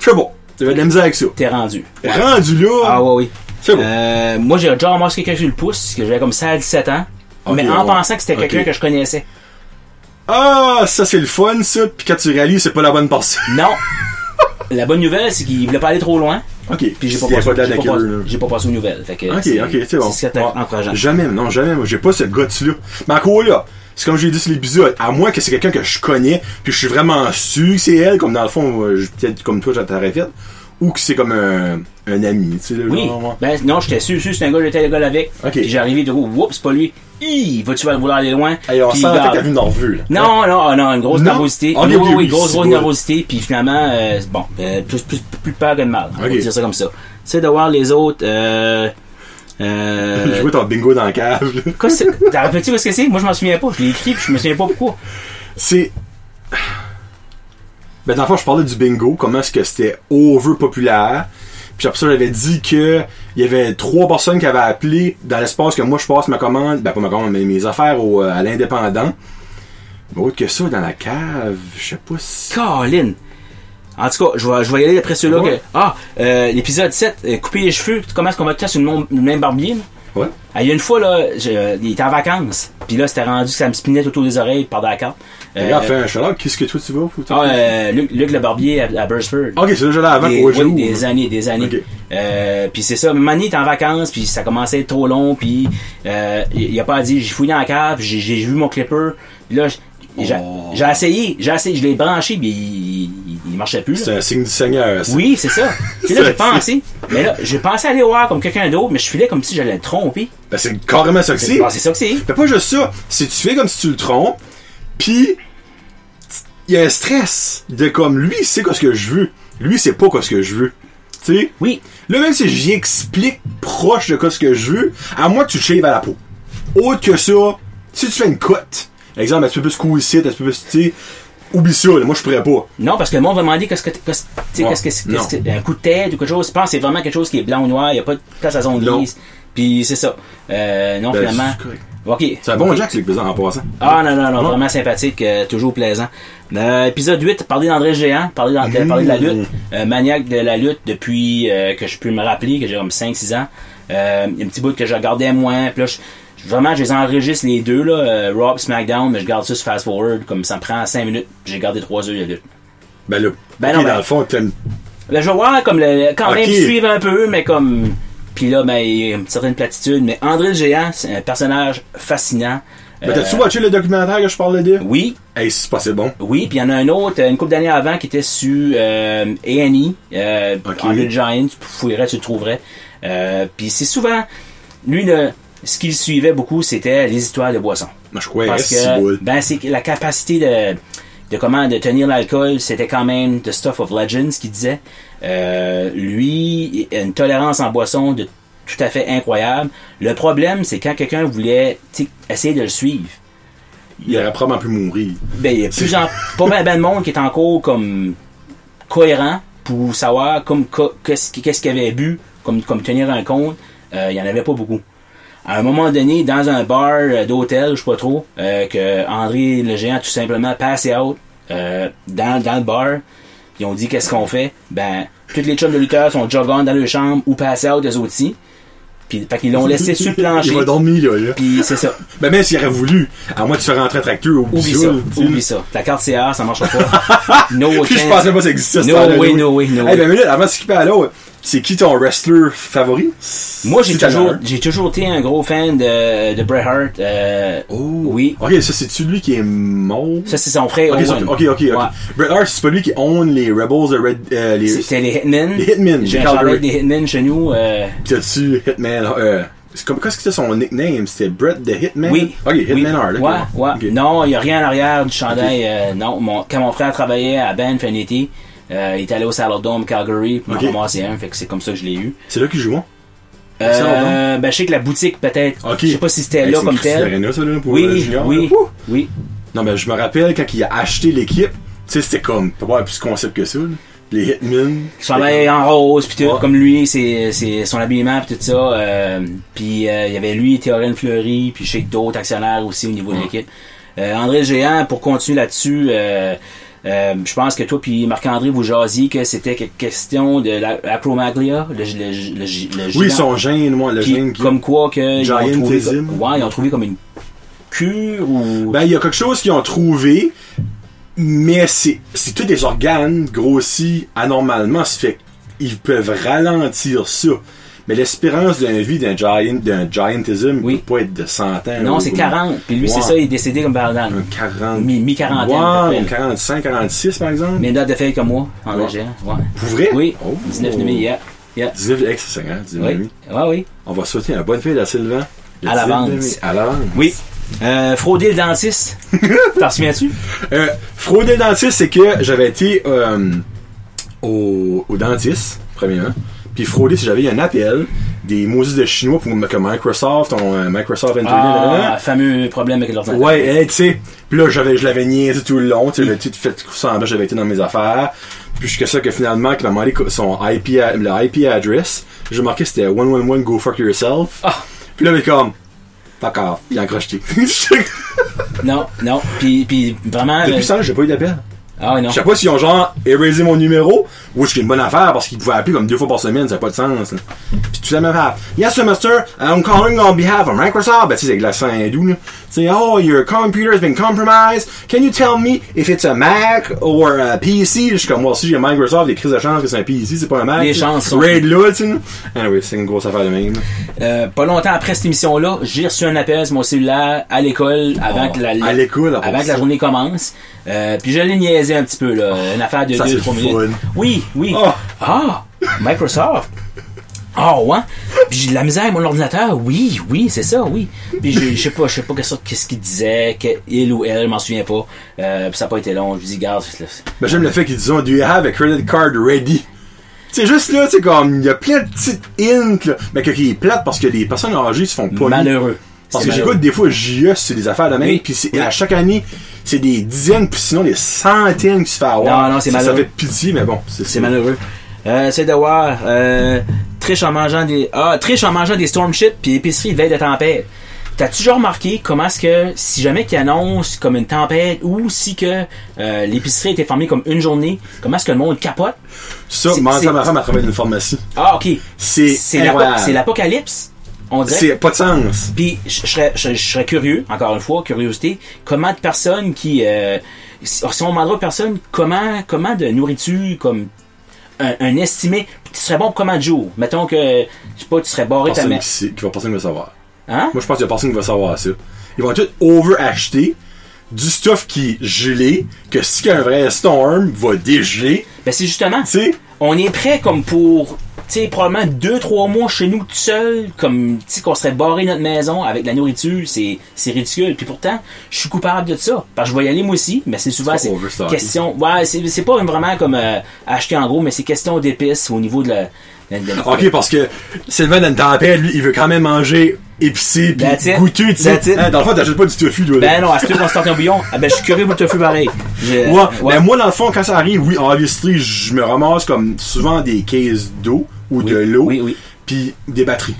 A: C'est bon. T'avais de la misère avec ça.
B: T'es rendu.
A: Rendu là,
B: Ah ouais, oui.
A: c'est bon.
B: Euh, moi, j'ai déjà ramassé quelqu'un sur le pouce, que j'avais comme ça à 17 ans.
A: Ok,
B: mais en
A: ouais.
B: pensant que c'était quelqu'un
A: Ok.
B: que je connaissais.
A: Ah, ça c'est le fun, ça. Puis quand tu réalises, c'est pas la bonne personne.
B: Non. la bonne nouvelle, c'est qu'il voulait pas aller trop loin.
A: Ok.
B: Puis j'ai pas,
A: S'il y a
B: passé-
A: pas de
B: j'ai
A: la
B: pas passé-
A: queue.
B: j'ai pas passé aux nouvelles. Fait que
A: Ok, ok, c'est bon.
B: C'est ce qui est
A: Ah,
B: encourageant.
A: Jamais, non, jamais. Moi, j'ai pas ce gars-là. Mais encore là, c'est comme je l'ai dit sur l'épisode, à moins que c'est quelqu'un que je connais, puis je suis vraiment sûr que c'est elle, comme dans le fond, euh, je- peut-être comme toi, j'attendrais fait, ou que c'est comme un, un ami, tu sais, là,
B: Oui.
A: genre, ouais.
B: Ben, non, j'étais sûr, sûr, c'est un gars, j'étais le gars avec.
A: Ok.
B: Puis j'ai arrivé, du coup, oups, c'est pas lui. Hi, va-tu vouloir aller loin?
A: Hey, on
B: Puis,
A: sent que
B: regarde.
A: t'as vu nerveux, là.
B: Non, non, ah, non, une grosse
A: Non?
B: nervosité.
A: Ah,
B: oui,
A: ok,
B: oui,
A: oui,
B: oui, grosse,
A: c'est
B: grosse
A: bon.
B: nervosité. Puis finalement, euh, bon, euh, plus, plus, plus peur que de mal. On va
A: Ok.
B: dire ça comme ça. C'est de voir les autres. Euh,
A: J'ai
B: euh,
A: joué ton bingo dans la cave, là.
B: quoi, c'est- T'as rappelé-tu ce que c'est? Moi, je m'en souviens pas. Je l'ai écrit, puis je me souviens pas pourquoi.
A: c'est. Ben, dans le fond, je parlais du bingo, comment est-ce que c'était over populaire. Puis après ça, j'avais dit que il y avait trois personnes qui avaient appelé dans l'espace que moi je passe ma commande, ben pas ma commande, mais mes affaires au, euh, à l'indépendant. Mais autre que ça, dans la cave, je sais pas si.
B: Colin! En tout cas, je vais, je vais y aller après ceux-là.
A: Ouais.
B: que- Ah, euh, l'épisode 7, euh, couper les cheveux, comment est-ce qu'on va te faire sur le nom- le même barbier? là?
A: Ouais.
B: Ah, il y a une fois, là, je- euh, il était en vacances. Puis là, c'était rendu que ça me spinait tout autour des oreilles par la carte. Euh,
A: Regarde, fais un shout qu'est-ce que toi tu vas pour
B: ah, euh, Luc, Luc Le Barbier à, à Burstford.
A: Ok, c'est là je l'ai avant
B: Des,
A: pour
B: oui,
A: jouer.
B: des années, des années.
A: hein. Ok.
B: Euh, puis c'est ça, Manny est en vacances, puis ça commençait à être trop long, puis euh, il il a pas dit, j'ai fouillé dans la cave, j'ai j'ai vu mon clipper, puis là, j'- j'ai
A: Oh.
B: j'ai essayé, j'ai essayé, je l'ai branché, puis il, il, il marchait plus.
A: C'est
B: là.
A: un signe du Seigneur, ça.
B: Oui, c'est ça. Puis là,
A: C'est-
B: j'ai pensé, mais là, j'ai pensé aller voir comme quelqu'un d'autre, mais je filais comme si j'allais le tromper.
A: Ben, c'est carrément ça que c'est.
B: Ah, c'est ça que c'est.
A: Mais pas juste ça, c'est que tu fais comme si tu le trompes, puis il y a un stress de comme lui, il sait quoi ce que je veux. Lui, il sait pas quoi ce que je veux. Tu sais?
B: Oui.
A: Là, même si j'y explique proche de quoi ce que je veux, à moi, tu te shaves à la peau. Autre que ça, si tu fais une cote, exemple, un petit peu plus cool-site, un petit peu plus, tu sais, oublie ça, là, moi, je pourrais pas.
B: Non, parce que le monde va demander qu'est-ce que t'es- qu'est-ce tu sais,
A: Ouais.
B: qu'est-ce que c'est-
A: Non.
B: qu'est-ce que- un coup de tête ou quelque chose. Je pense que c'est vraiment quelque chose qui est blanc ou noir, il n'y a pas de place à zone
A: Non.
B: grise. Puis c'est ça. Euh, non,
A: Ben,
B: finalement.
A: c'est correct.
B: OK.
A: C'est un bon Jack, c'est le plaisant en passant.
B: Ah non, non, non,
A: Ouais.
B: vraiment sympathique, euh, toujours plaisant. Euh, épisode 8, parler d'André Géant, parler, d'An-
A: Mmh.
B: de, parler de la lutte, euh, maniaque de la lutte depuis euh, que je peux me rappeler, que j'ai comme 5-6 ans. Euh, il y a un petit bout que je regardais moins, puis là, je- vraiment, je les enregistre les deux, là, euh, Rob, SmackDown, mais je garde ça sur Fast Forward, comme ça me prend 5 minutes, puis j'ai gardé 3 heures de lutte.
A: Ben là,
B: Ben
A: ok,
B: non, ben-
A: dans le fond, t'aimes
B: Là, je vais voir, comme, le, quand même,
A: Ok.
B: suivre un peu, mais comme... Puis là, ben, il y a une certaine platitude, mais André le Géant, c'est un personnage fascinant.
A: Ben, t'as-tu
B: Euh,
A: watché le documentaire que je parlais de?
B: oui,
A: Hey, c'est pas c'est bon.
B: Oui, puis il y en a un autre, euh, une couple d'années avant, qui était sur euh, A&E, euh,
A: Ok.
B: André Giant, tu fouillerais, tu le trouverais. Euh, puis c'est souvent, lui, le, ce qu'il suivait beaucoup, c'était les histoires de boissons.
A: Moi, je croyais,
B: Parce
A: c'est
B: que,
A: boule.
B: ben, c'est que la capacité de, de comment, de tenir l'alcool, c'était quand même the stuff of legends, qu'il disait. Euh, lui, il a une tolérance en boisson de tout à fait incroyable. Le problème, c'est quand quelqu'un voulait, tu sais, essayer de le suivre.
A: Il aurait probablement pu mourir.
B: Ben, il y a plus en, pas mal ben de monde qui est en cours comme cohérent pour savoir comme co- qu'est-ce qui- qu'est-ce qu'il avait bu, comme, comme tenir un compte. Euh, il y en avait pas beaucoup. À un moment donné, dans un bar euh, d'hôtel, je sais pas trop, euh, que André le géant tout simplement passé out euh, dans, dans le bar. Ils ont dit qu'est-ce qu'on fait? Ben, toutes les chums de lutteurs sont joggant dans leur chambre ou passé out des outils. Puis, fait qu'ils l'ont laissé sur le plancher.
A: Il va dormir, là. là.
B: Puis c'est ça.
A: Ben, même s'il aurait voulu, à moins de se faire rentrer un tracteur, oublie,
B: Oublie ça.
A: tu sais.
B: Oublie ça. Ta carte CA, ça marche pas. No
A: Puis je
B: chance.
A: pensais pas que ça existait, ce
B: No
A: temps-là,
B: way,
A: là.
B: no way, no
A: Hey,
B: way.
A: ben, minute, avant de skipper à l'autre, c'est qui ton wrestler favori?
B: Moi, j'ai
A: Si t'en as
B: toujours,
A: un.
B: j'ai toujours été un gros fan de, de Bret Hart. euh, Oui.
A: Oh. Ok, ça, c'est-tu lui qui est mort?
B: Ça, c'est son frère
A: Ok, ça-
B: Owen.
A: ok, ok, ok.
B: Ouais.
A: Bret Hart, c'est pas lui qui own les Rebels, de Red, euh, les...
B: C'était les Hitmen.
A: Les Hitmen,
B: J'ai un
A: Calgary.
B: chandail des Hitmen chez nous. euh,
A: T'as-tu Hitman, euh, c'est comme, qu'est-ce que c'était son nickname? C'était Bret the Hitman?
B: Oui.
A: Ok, Hitman
B: Oui.
A: Hart. ok,
B: Ouais, ouais.
A: ok.
B: Non, il n'y a rien en arrière du chandail. euh, non, mon, quand mon frère travaillait à Ben Fanity, euh, il est allé au Saladome Calgary pour
A: Ok.
B: m'en ramasser un. Fait que c'est comme ça que je l'ai eu.
A: C'est là qu'il joue, hein?
B: Euh, ben, je sais que la boutique, peut-être.
A: Ok.
B: Je sais pas si c'était
A: Hey,
B: là
A: c'est
B: comme
A: une petite
B: tel.
A: arena, ça, là, pour euh,
B: Oui,
A: Junior,
B: oui,
A: là. Ouh!
B: oui.
A: Non, mais je me rappelle quand il a acheté l'équipe, tu sais, c'était comme, pas avoir plus concept que ça, là. Les Hitmen.
B: Chandail en rose, puis tout,
A: Ouais.
B: comme lui, c'est, c'est son habillement, puis tout ça. euh, puis euh, il y avait lui, Théorène Fleury, puis je sais que d'autres actionnaires aussi au
A: Mm.
B: niveau de l'équipe. Euh, André Géant, pour continuer là-dessus, euh, euh, je pense que toi puis Marc-André, vous jasiez que c'était que- question de la, la Promaglia, le, le, le, le, le
A: Oui,
B: gigant.
A: son gène, moi, le
B: Puis
A: gène qui.
B: comme quoi que ils ont, trouvé,
A: Giantism.
B: comme- ouais, ils ont trouvé comme une cure ou...
A: Ben, il y a quelque chose qu'ils ont trouvé Mais c'est c'est tous des organes grossis anormalement, ce qui fait qu'ils peuvent ralentir ça. Mais l'espérance d'une vie d'un giant, d'un giantism
B: Oui.
A: peut pas être de 100 ans.
B: Non,
A: ou-
B: c'est 40. Puis lui,
A: Ouais.
B: c'est ça, il est décédé comme Bardan.
A: Un 40.
B: Mi- mi-quarantaine, à peu
A: Ouais,
B: près.
A: un 45, 46 par exemple.
B: Mais une date de feuille comme moi, en
A: Ouais.
B: ouais. Ouais.
A: Pour vrai?
B: Oui,
A: Oh.
B: 19,5, yeah. Yeah.
A: 19, hey, c'est hein, 50, 19
B: Oui, ouais, oui.
A: On va souhaiter un bonne fête à Sylvain. Le
B: À
A: 19,5.
B: l'avance.
A: À l'avance.
B: Oui. Euh, frauder le dentiste. T'en souviens-tu?
A: Euh, frauder le dentiste, c'est que j'avais été euh, au, au dentiste, premièrement. Puis frauder, c'est que j'avais eu un appel des maudits de chinois pour me- comme Microsoft, on, euh, Microsoft Internet.
B: Ah,
A: nanana.
B: fameux problème avec l'ordinateur.
A: Ouais, hey, tu sais. Puis là, j'avais, je l'avais niaisé tout le long. Tu sais, j'avais tout fait semblant, que j'avais été dans mes affaires. Puis jusqu'à ça que finalement, qu'il m'a demandé co- son IP, a- le IP address. J'ai marqué que c'était 111 go fuck yourself.
B: Ah.
A: Puis là, mais comme, fuck off, il a crocheté.
B: Non, non. Puis, puis vraiment. euh,
A: Depuis ça, j'ai pas eu d'appel.
B: Ah oui, non.
A: Je sais pas s'ils ont genre erasé mon numéro ou est-ce que c'est une bonne affaire parce qu'ils pouvaient appeler comme deux fois par semaine, ça n'a pas de sens. là. Puis tout la même affaire. Yes, sir, mister, I'm calling on behalf of Microsoft. Ben, tu sais, c'est avec l'accent hindou, là. Tu sais, oh, your computer has been compromised. Can you tell me if it's a Mac or a PC? Je suis comme, moi aussi, j'ai Microsoft, des crises de chance que c'est un PC, c'est pas un Mac.
B: Les
A: tu sais.
B: chances sont-
A: Raid là, tu sais. Anyway, c'est une grosse affaire de même. là.
B: Euh, pas longtemps après cette émission-là, j'ai reçu un appel sur mon cellulaire à l'école avant
A: Oh,
B: que la,
A: à l'école, après
B: avant que
A: ça.
B: la journée commence. Euh, puis je l'ai niaisé un petit peu là, une affaire de
A: Oh, ça, c'est
B: 2-3
A: le
B: minutes.
A: fun.
B: Oui, oui.
A: Oh.
B: Ah, Microsoft. Ah ouais. Puis j'ai de la misère avec mon ordinateur. Oui, oui, c'est ça, oui. Puis je je sais pas, je sais pas que sorte- qu'est-ce qu'il disait, que il ou elle, je m'en souviens pas. Euh, puis ça a pas été long. Je lui dis, garde.
A: Ben, j'aime le fait qu'ils disent, do you have a credit card ready? C'est juste là, c'est comme, il y a plein de petites hints, là. Mais que, qui est plate parce que les personnes âgées se font pas
B: Malheureux.
A: Parce
B: C'est
A: que
B: malheureux.
A: j'écoute des fois JE sur des affaires de même,
B: Oui.
A: puis c'est-
B: Oui.
A: à chaque année, c'est des dizaines, puis sinon des centaines qui se fait avoir.
B: Non, non, c'est
A: Ça,
B: malheureux.
A: Ça fait pitié, mais bon, c'est
B: C'est malheureux. Euh, c'est de voir. Euh, triche en mangeant des. Ah, triche en mangeant des storm chips puis épicerie veille de tempête. T'as-tu déjà remarqué comment est-ce que si jamais qu'ils annoncent comme une tempête ou si que euh, l'épicerie était fermée comme une journée, comment est-ce que le monde capote?
A: Ça,
B: C'est-
A: ma
B: c'est-
A: ma femme, elle travaille dans une pharmacie.
B: Ah ok.
A: C'est
B: C'est l'apo-
A: incroyable.
B: c'est l'apocalypse, on dirait.
A: C'est pas de sens.
B: Puis je je serais, je, je serais curieux, encore une fois, curiosité, comment de personnes qui... euh, si si on demandera aux personnes comment, comment de nourriture, comme un, un estimé, tu serais bon pour combien de jours? Mettons que, je sais pas, tu serais barré ta
A: Personne
B: main.
A: qui, sait- qui va personne qui va savoir.
B: Hein?
A: Moi, je pense qu'il y a personne qui va savoir ça. Ils vont tout over-acheter du stuff qui est gelé, que si qu'il y a un vrai storm, va dégeler.
B: Ben c'est justement,
A: Tu sais,
B: on est prêt comme pour, tu sais, probablement deux, trois mois chez nous tout seul, comme, tu sais, qu'on serait barré notre maison avec de la nourriture, c'est c'est ridicule. Puis pourtant, je suis coupable de ça. Parce que je vais y aller moi aussi, mais c'est souvent,
A: pas
B: c'est
A: overstocké.
B: question, ouais, c'est c'est pas vraiment comme euh, acheter en gros, mais c'est question d'épices au niveau de la... de- de-
A: Ok, parce que Sylvain, dans une tempête, lui, il veut quand même manger épicé
B: That's
A: pis
B: it.
A: goûteux, tu sais.
B: That's it.
A: Hein, Dans le fond, t'achètes pas du tofu, toi. là.
B: Ben non, à ce truc, on se tente un bouillon. Ah ben, je suis curieux pour le tofu pareil. Je-
A: Ouais,
B: ouais.
A: ben moi dans le fond quand ça arrive, oui, obviously, je me ramasse comme souvent des cases d'eau ou de l'eau,
B: Oui, oui.
A: puis des batteries.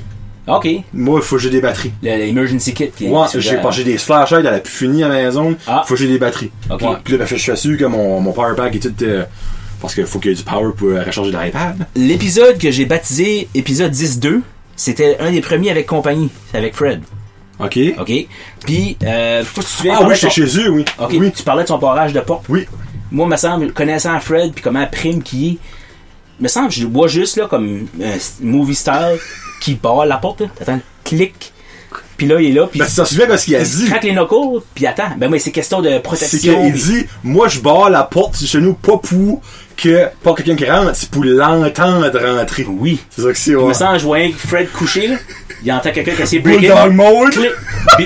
B: OK.
A: Moi, il faut que j'ai des batteries.
B: Le- L'emergency kit qui est...
A: Moi,
B: qui est-
A: j'ai pas- j'ai des flashlights à la plus finie à la maison,
B: Ah.
A: faut que j'ai des batteries.
B: Ok.
A: Ouais, Puis là, ben, je suis sûr que mon, mon power pack est tout euh, parce qu'il faut qu'il y ait du power pour euh, recharger l'iPad.
B: L'épisode que j'ai baptisé épisode 10-2, c'était un des premiers avec compagnie, c'est avec Fred.
A: OK.
B: OK? Puis, euh, je sais pas si tu te souviens,
A: Ah oui,
B: parlais de
A: j'étais
B: son-
A: chez eux, oui.
B: OK,
A: Oui.
B: tu parlais de son barrage de porte.
A: Oui.
B: Moi, me semble, connaissant Fred, puis comment prime qui est, me semble, je le vois juste, là, comme un s- movie star qui barre la porte, là. T'attends, clic. Puis là, il est là, puis
A: Ben, tu t'en souviens parce qu'il a
B: il se
A: dit.
B: craque les knuckles, puis attends. Ben oui, c'est question de
A: C'est
B: protection.
A: qu'il
B: puis-
A: dit, moi je barre la porte chez nous pas pour que pas quelqu'un qui rentre, c'est pour l'entendre rentrer.
B: Oui.
A: C'est ça que c'est.
B: Je
A: ouais.
B: me sens, je voyais Fred couché, là. Il entend quelqu'un qui s'est breaké.
A: Bulldog mode.
B: Clic.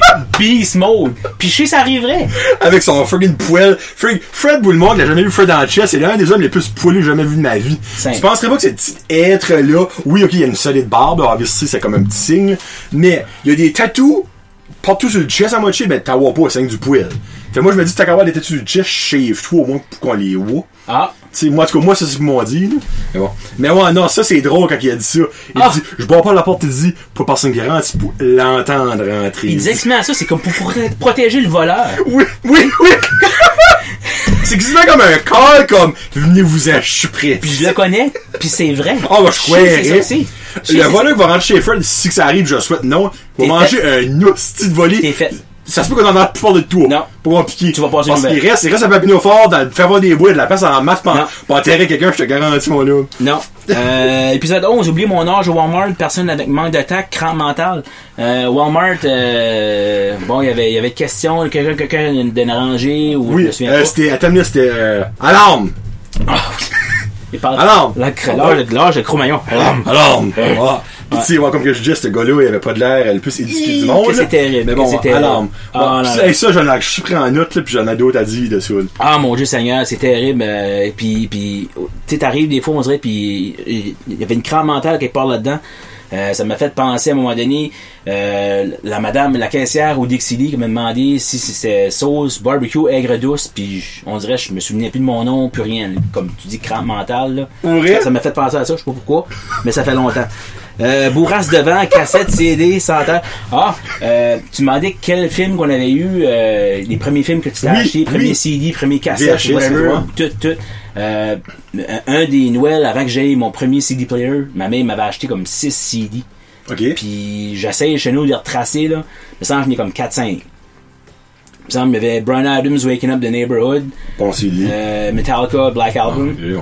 B: Be- Beast mode. Puis je sais, ça arriverait.
A: avec son friggin' poêle. Frig, Fred Boulemont, j'ai jamais vu Fred en chess, c'est l'un des hommes les plus poilus que j'ai jamais vu de ma vie.
B: Simple.
A: Tu penserais pas que ce petit être-là, oui, ok, il a une solide barbe, obviously, c'est comme un petit signe, mais il y a des tatous partout sur le chest à moitié, ben t'as vois pas, c'est rien que du poil. Fait que moi, je me dis, t'as qu'à avoir des tatous du chest, shave-toi au moins pour qu'on les voit.
B: Ah.
A: Tu sais, moi, en tout cas, moi, ça, c'est ce qu'ils m'ont dit. là. Mais bon. Mais ouais, non, ça, c'est drôle quand il a dit ça. Il
B: Ah!
A: dit, je bois pas la porte, il dit, pour personne qui rentre, c'est pour l'entendre rentrer.
B: Il disait que finalement, ça, c'est comme pour pro- protéger le voleur.
A: Oui, oui, oui! c'est exactement comme un call, comme, venez vous acheter.
B: Puis je le connais, puis c'est vrai.
A: Oh, bah, je
B: sais, c'est ça
A: croirais.
B: aussi. Je sais,
A: Le
B: c'est
A: voleur qui va rentrer chez Fred, si que ça arrive, je le souhaite non, va
B: T'es
A: manger un hostie de volée.
B: T'es fait.
A: ça se peut qu'on en a plus fort de tout.
B: Non.
A: Pour compliquer.
B: Tu vas passer
A: Parce
B: une
A: qu'il
B: belle.
A: reste, il reste un papineau fort, dans, faire voir des bouées, de la place en masse pour,
B: Non.
A: pour enterrer quelqu'un, je te garantis, mon loup.
B: Non. Euh, épisode 11, oubliez mon âge au Walmart, personne avec manque d'attaque, crampe mentale. Euh, Walmart, euh, bon, il y avait- il y avait une question, quelqu'un quelqu'un dérangé ou je
A: Oui,
B: me souviens
A: euh,
B: pas. Ah,
A: c'était, attends, une minute, c'était, euh, alarme!
B: Il parle-
A: Alors?
B: La cra- L'âge de- l'âge de Cro-Magnon. Alors,
A: Alarme! Ah. Puis tu sais, moi, comme que je disais, ce gars-là, il avait pas de l'air euh, le plus éduqué du monde.
B: Que c'est
A: là.
B: terrible,
A: Mais
B: que c'est
A: bon,
B: terrible.
A: alarme.
B: Ah,
A: Bon,
B: non,
A: puis
B: non.
A: ça, hey, ça, j'en ai, je suis pris en note, là, puis j'en ai d'autres à dire dessus. là.
B: Ah mon Dieu Seigneur, c'est terrible. euh, puis puis tu sais, t'arrives des fois on dirait puis il y avait une crampe mentale quelque part là-dedans. Euh, ça m'a fait penser à un moment donné euh, la madame la caissière au Dixie Lee qui m'a demandé si c'était sauce barbecue aigre douce puis je- on dirait je me souvenais plus de mon nom plus rien comme tu dis crampe mentale là.
A: Pour vrai?
B: Ça- Ça m'a fait penser à ça, je sais pas pourquoi, mais ça fait longtemps. Euh, bourrasse de vent, cassette, CD, centaire. Ah, euh, tu demandais quel film qu'on avait eu, euh, les premiers films que tu t'as
A: Oui,
B: acheté, premier
A: oui.
B: CD, premier cassette,
A: VHS,
B: whatever,
A: ouais.
B: tout, tout. Euh, un des Noëls, avant que j'aie mon premier CD player, ma mère m'avait acheté comme 6 CD.
A: OK?
B: Puis j'essaye chez nous de les retracer, là. Mais ça, j'en ai comme 4-5. Il me semble qu'il y avait Brian Adams, Waking Up the Neighborhood,
A: Bon, c'est lui.
B: euh, Metallica, Black Album.
A: Oui, ouais.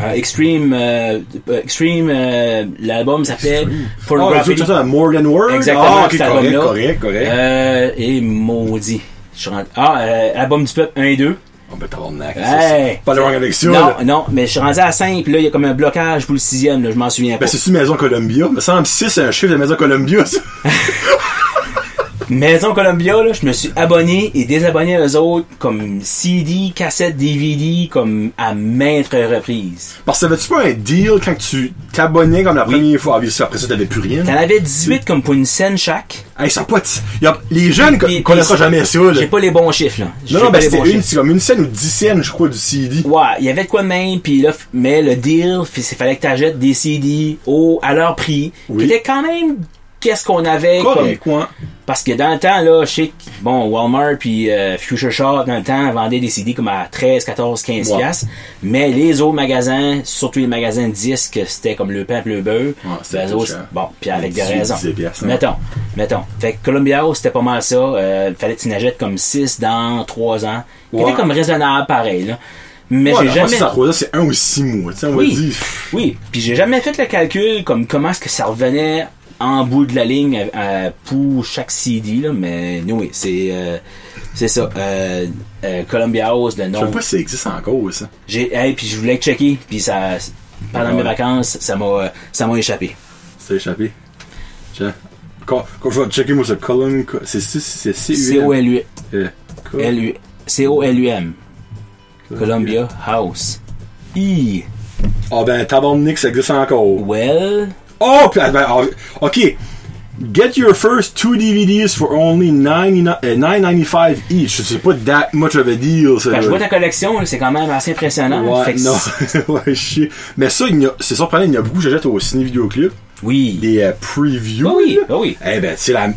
B: Euh, Extreme, euh, euh, Extreme, euh, l'album s'appelle
A: Ah, mais tu
B: Pornography.
A: veux ça, More Than Words?
B: Exactement,
A: Ah, ok,
B: cet
A: correct,
B: album-là.
A: correct, correct.
B: Euh, et maudit. Je suis rendu- Ah, euh, album du peuple 1 et 2.
A: On peut t'avoir
B: Hey.
A: Pas de wrong avec ça.
B: Non,
A: là.
B: non, mais je suis rendu à 5, là, il y a comme un blocage pour le 6 là, je m'en souviens pas.
A: Ben, c'est-tu Maison Columbia? Me semble 6 c'est un chiffre de Maison Columbia, ça.
B: Maison Columbia, là, je me suis abonné et désabonné aux autres comme CD, cassette, DVD, comme à maintes reprises.
A: Parce que t'avais-tu pas un deal quand tu t'abonnais comme la première fois? Ah, oui, ça, Après ça, t'avais plus rien.
B: T'en avais 18 comme pour une scène chaque.
A: Hey, ça a pas de- y a- Les jeunes
B: Puis-
A: ne connaîtront
B: puis-
A: jamais ça, là.
B: J'ai pas les bons chiffres, là. J'ai
A: Non, non,
B: pas
A: ben,
B: les bons
A: c'était une,
B: chiffres.
A: c'est comme une scène ou 10 scènes, je crois, du CD.
B: Ouais, il y avait de quoi de même, puis là, f- mais le deal, f- c'est fallait que t'achètes des CD au, à leur prix.
A: Oui.
B: Qui était quand même qu'est-ce qu'on avait.
A: Correct,
B: comme-
A: ouais.
B: Parce que dans le temps, là, je sais que, bon, Walmart puis euh, Future Shop, dans le temps, vendaient des CD comme à 13, 14, 15
A: Ouais.
B: piastres. Mais les autres magasins, surtout les magasins de disques, c'était comme le pain et le beurre.
A: c'était
B: les
A: plus
B: autres,
A: cher.
B: bon, puis avec des
A: 18,
B: raisons.
A: 18 piastres, hein.
B: Mettons, mettons. Fait que Columbia House, c'était pas mal ça. Euh, fallait que tu n'achètes comme 6 dans 3 ans. Qui
A: Ouais.
B: était comme raisonnable, pareil, là. Mais
A: Ouais,
B: j'ai
A: la fois,
B: jamais...
A: c'est en trois ans, c'est un ou six mois, tu sais, on va
B: Oui,
A: dire.
B: oui. Puis j'ai jamais fait le calcul comme comment est-ce que ça revenait en bout de la ligne euh, pour chaque CD là, mais oui, c'est euh, c'est ça. Euh, euh, Columbia House, le
A: Je sais
B: nom.
A: pas si ça existe encore, ça.
B: J'ai, hey, puis je voulais checker, puis ça pendant
A: Ouais.
B: mes vacances, ça m'a euh, ça m'a échappé.
A: C'est échappé. Tiens. Quand, quand je vais checker, moi, ce column, c'est c'est- c'est
B: C O
A: C-U-L.
B: L U
A: Euh,
B: L U C O L U M Columbia House. I
A: Ah ben, tabarnak, ça existe encore.
B: well
A: Oh, puis, ah, ben, ah, ok. Get your first two DVDs for only 99 euh, 9.95 each. C'est pas that much of a deal, ça.
B: Quand Ben, je
A: là.
B: vois ta collection, là, c'est quand même assez impressionnant. Hein? Fait
A: Euh, Ouais,
B: que c'est-
A: non. ouais, chier. Mais ça, il y a- c'est surprenant, il y a beaucoup que j'achète au ciné vidéoclub.
B: Oui.
A: Des euh, previews.
B: Ah oui,
A: là.
B: ah oui.
A: Eh ben, c'est la.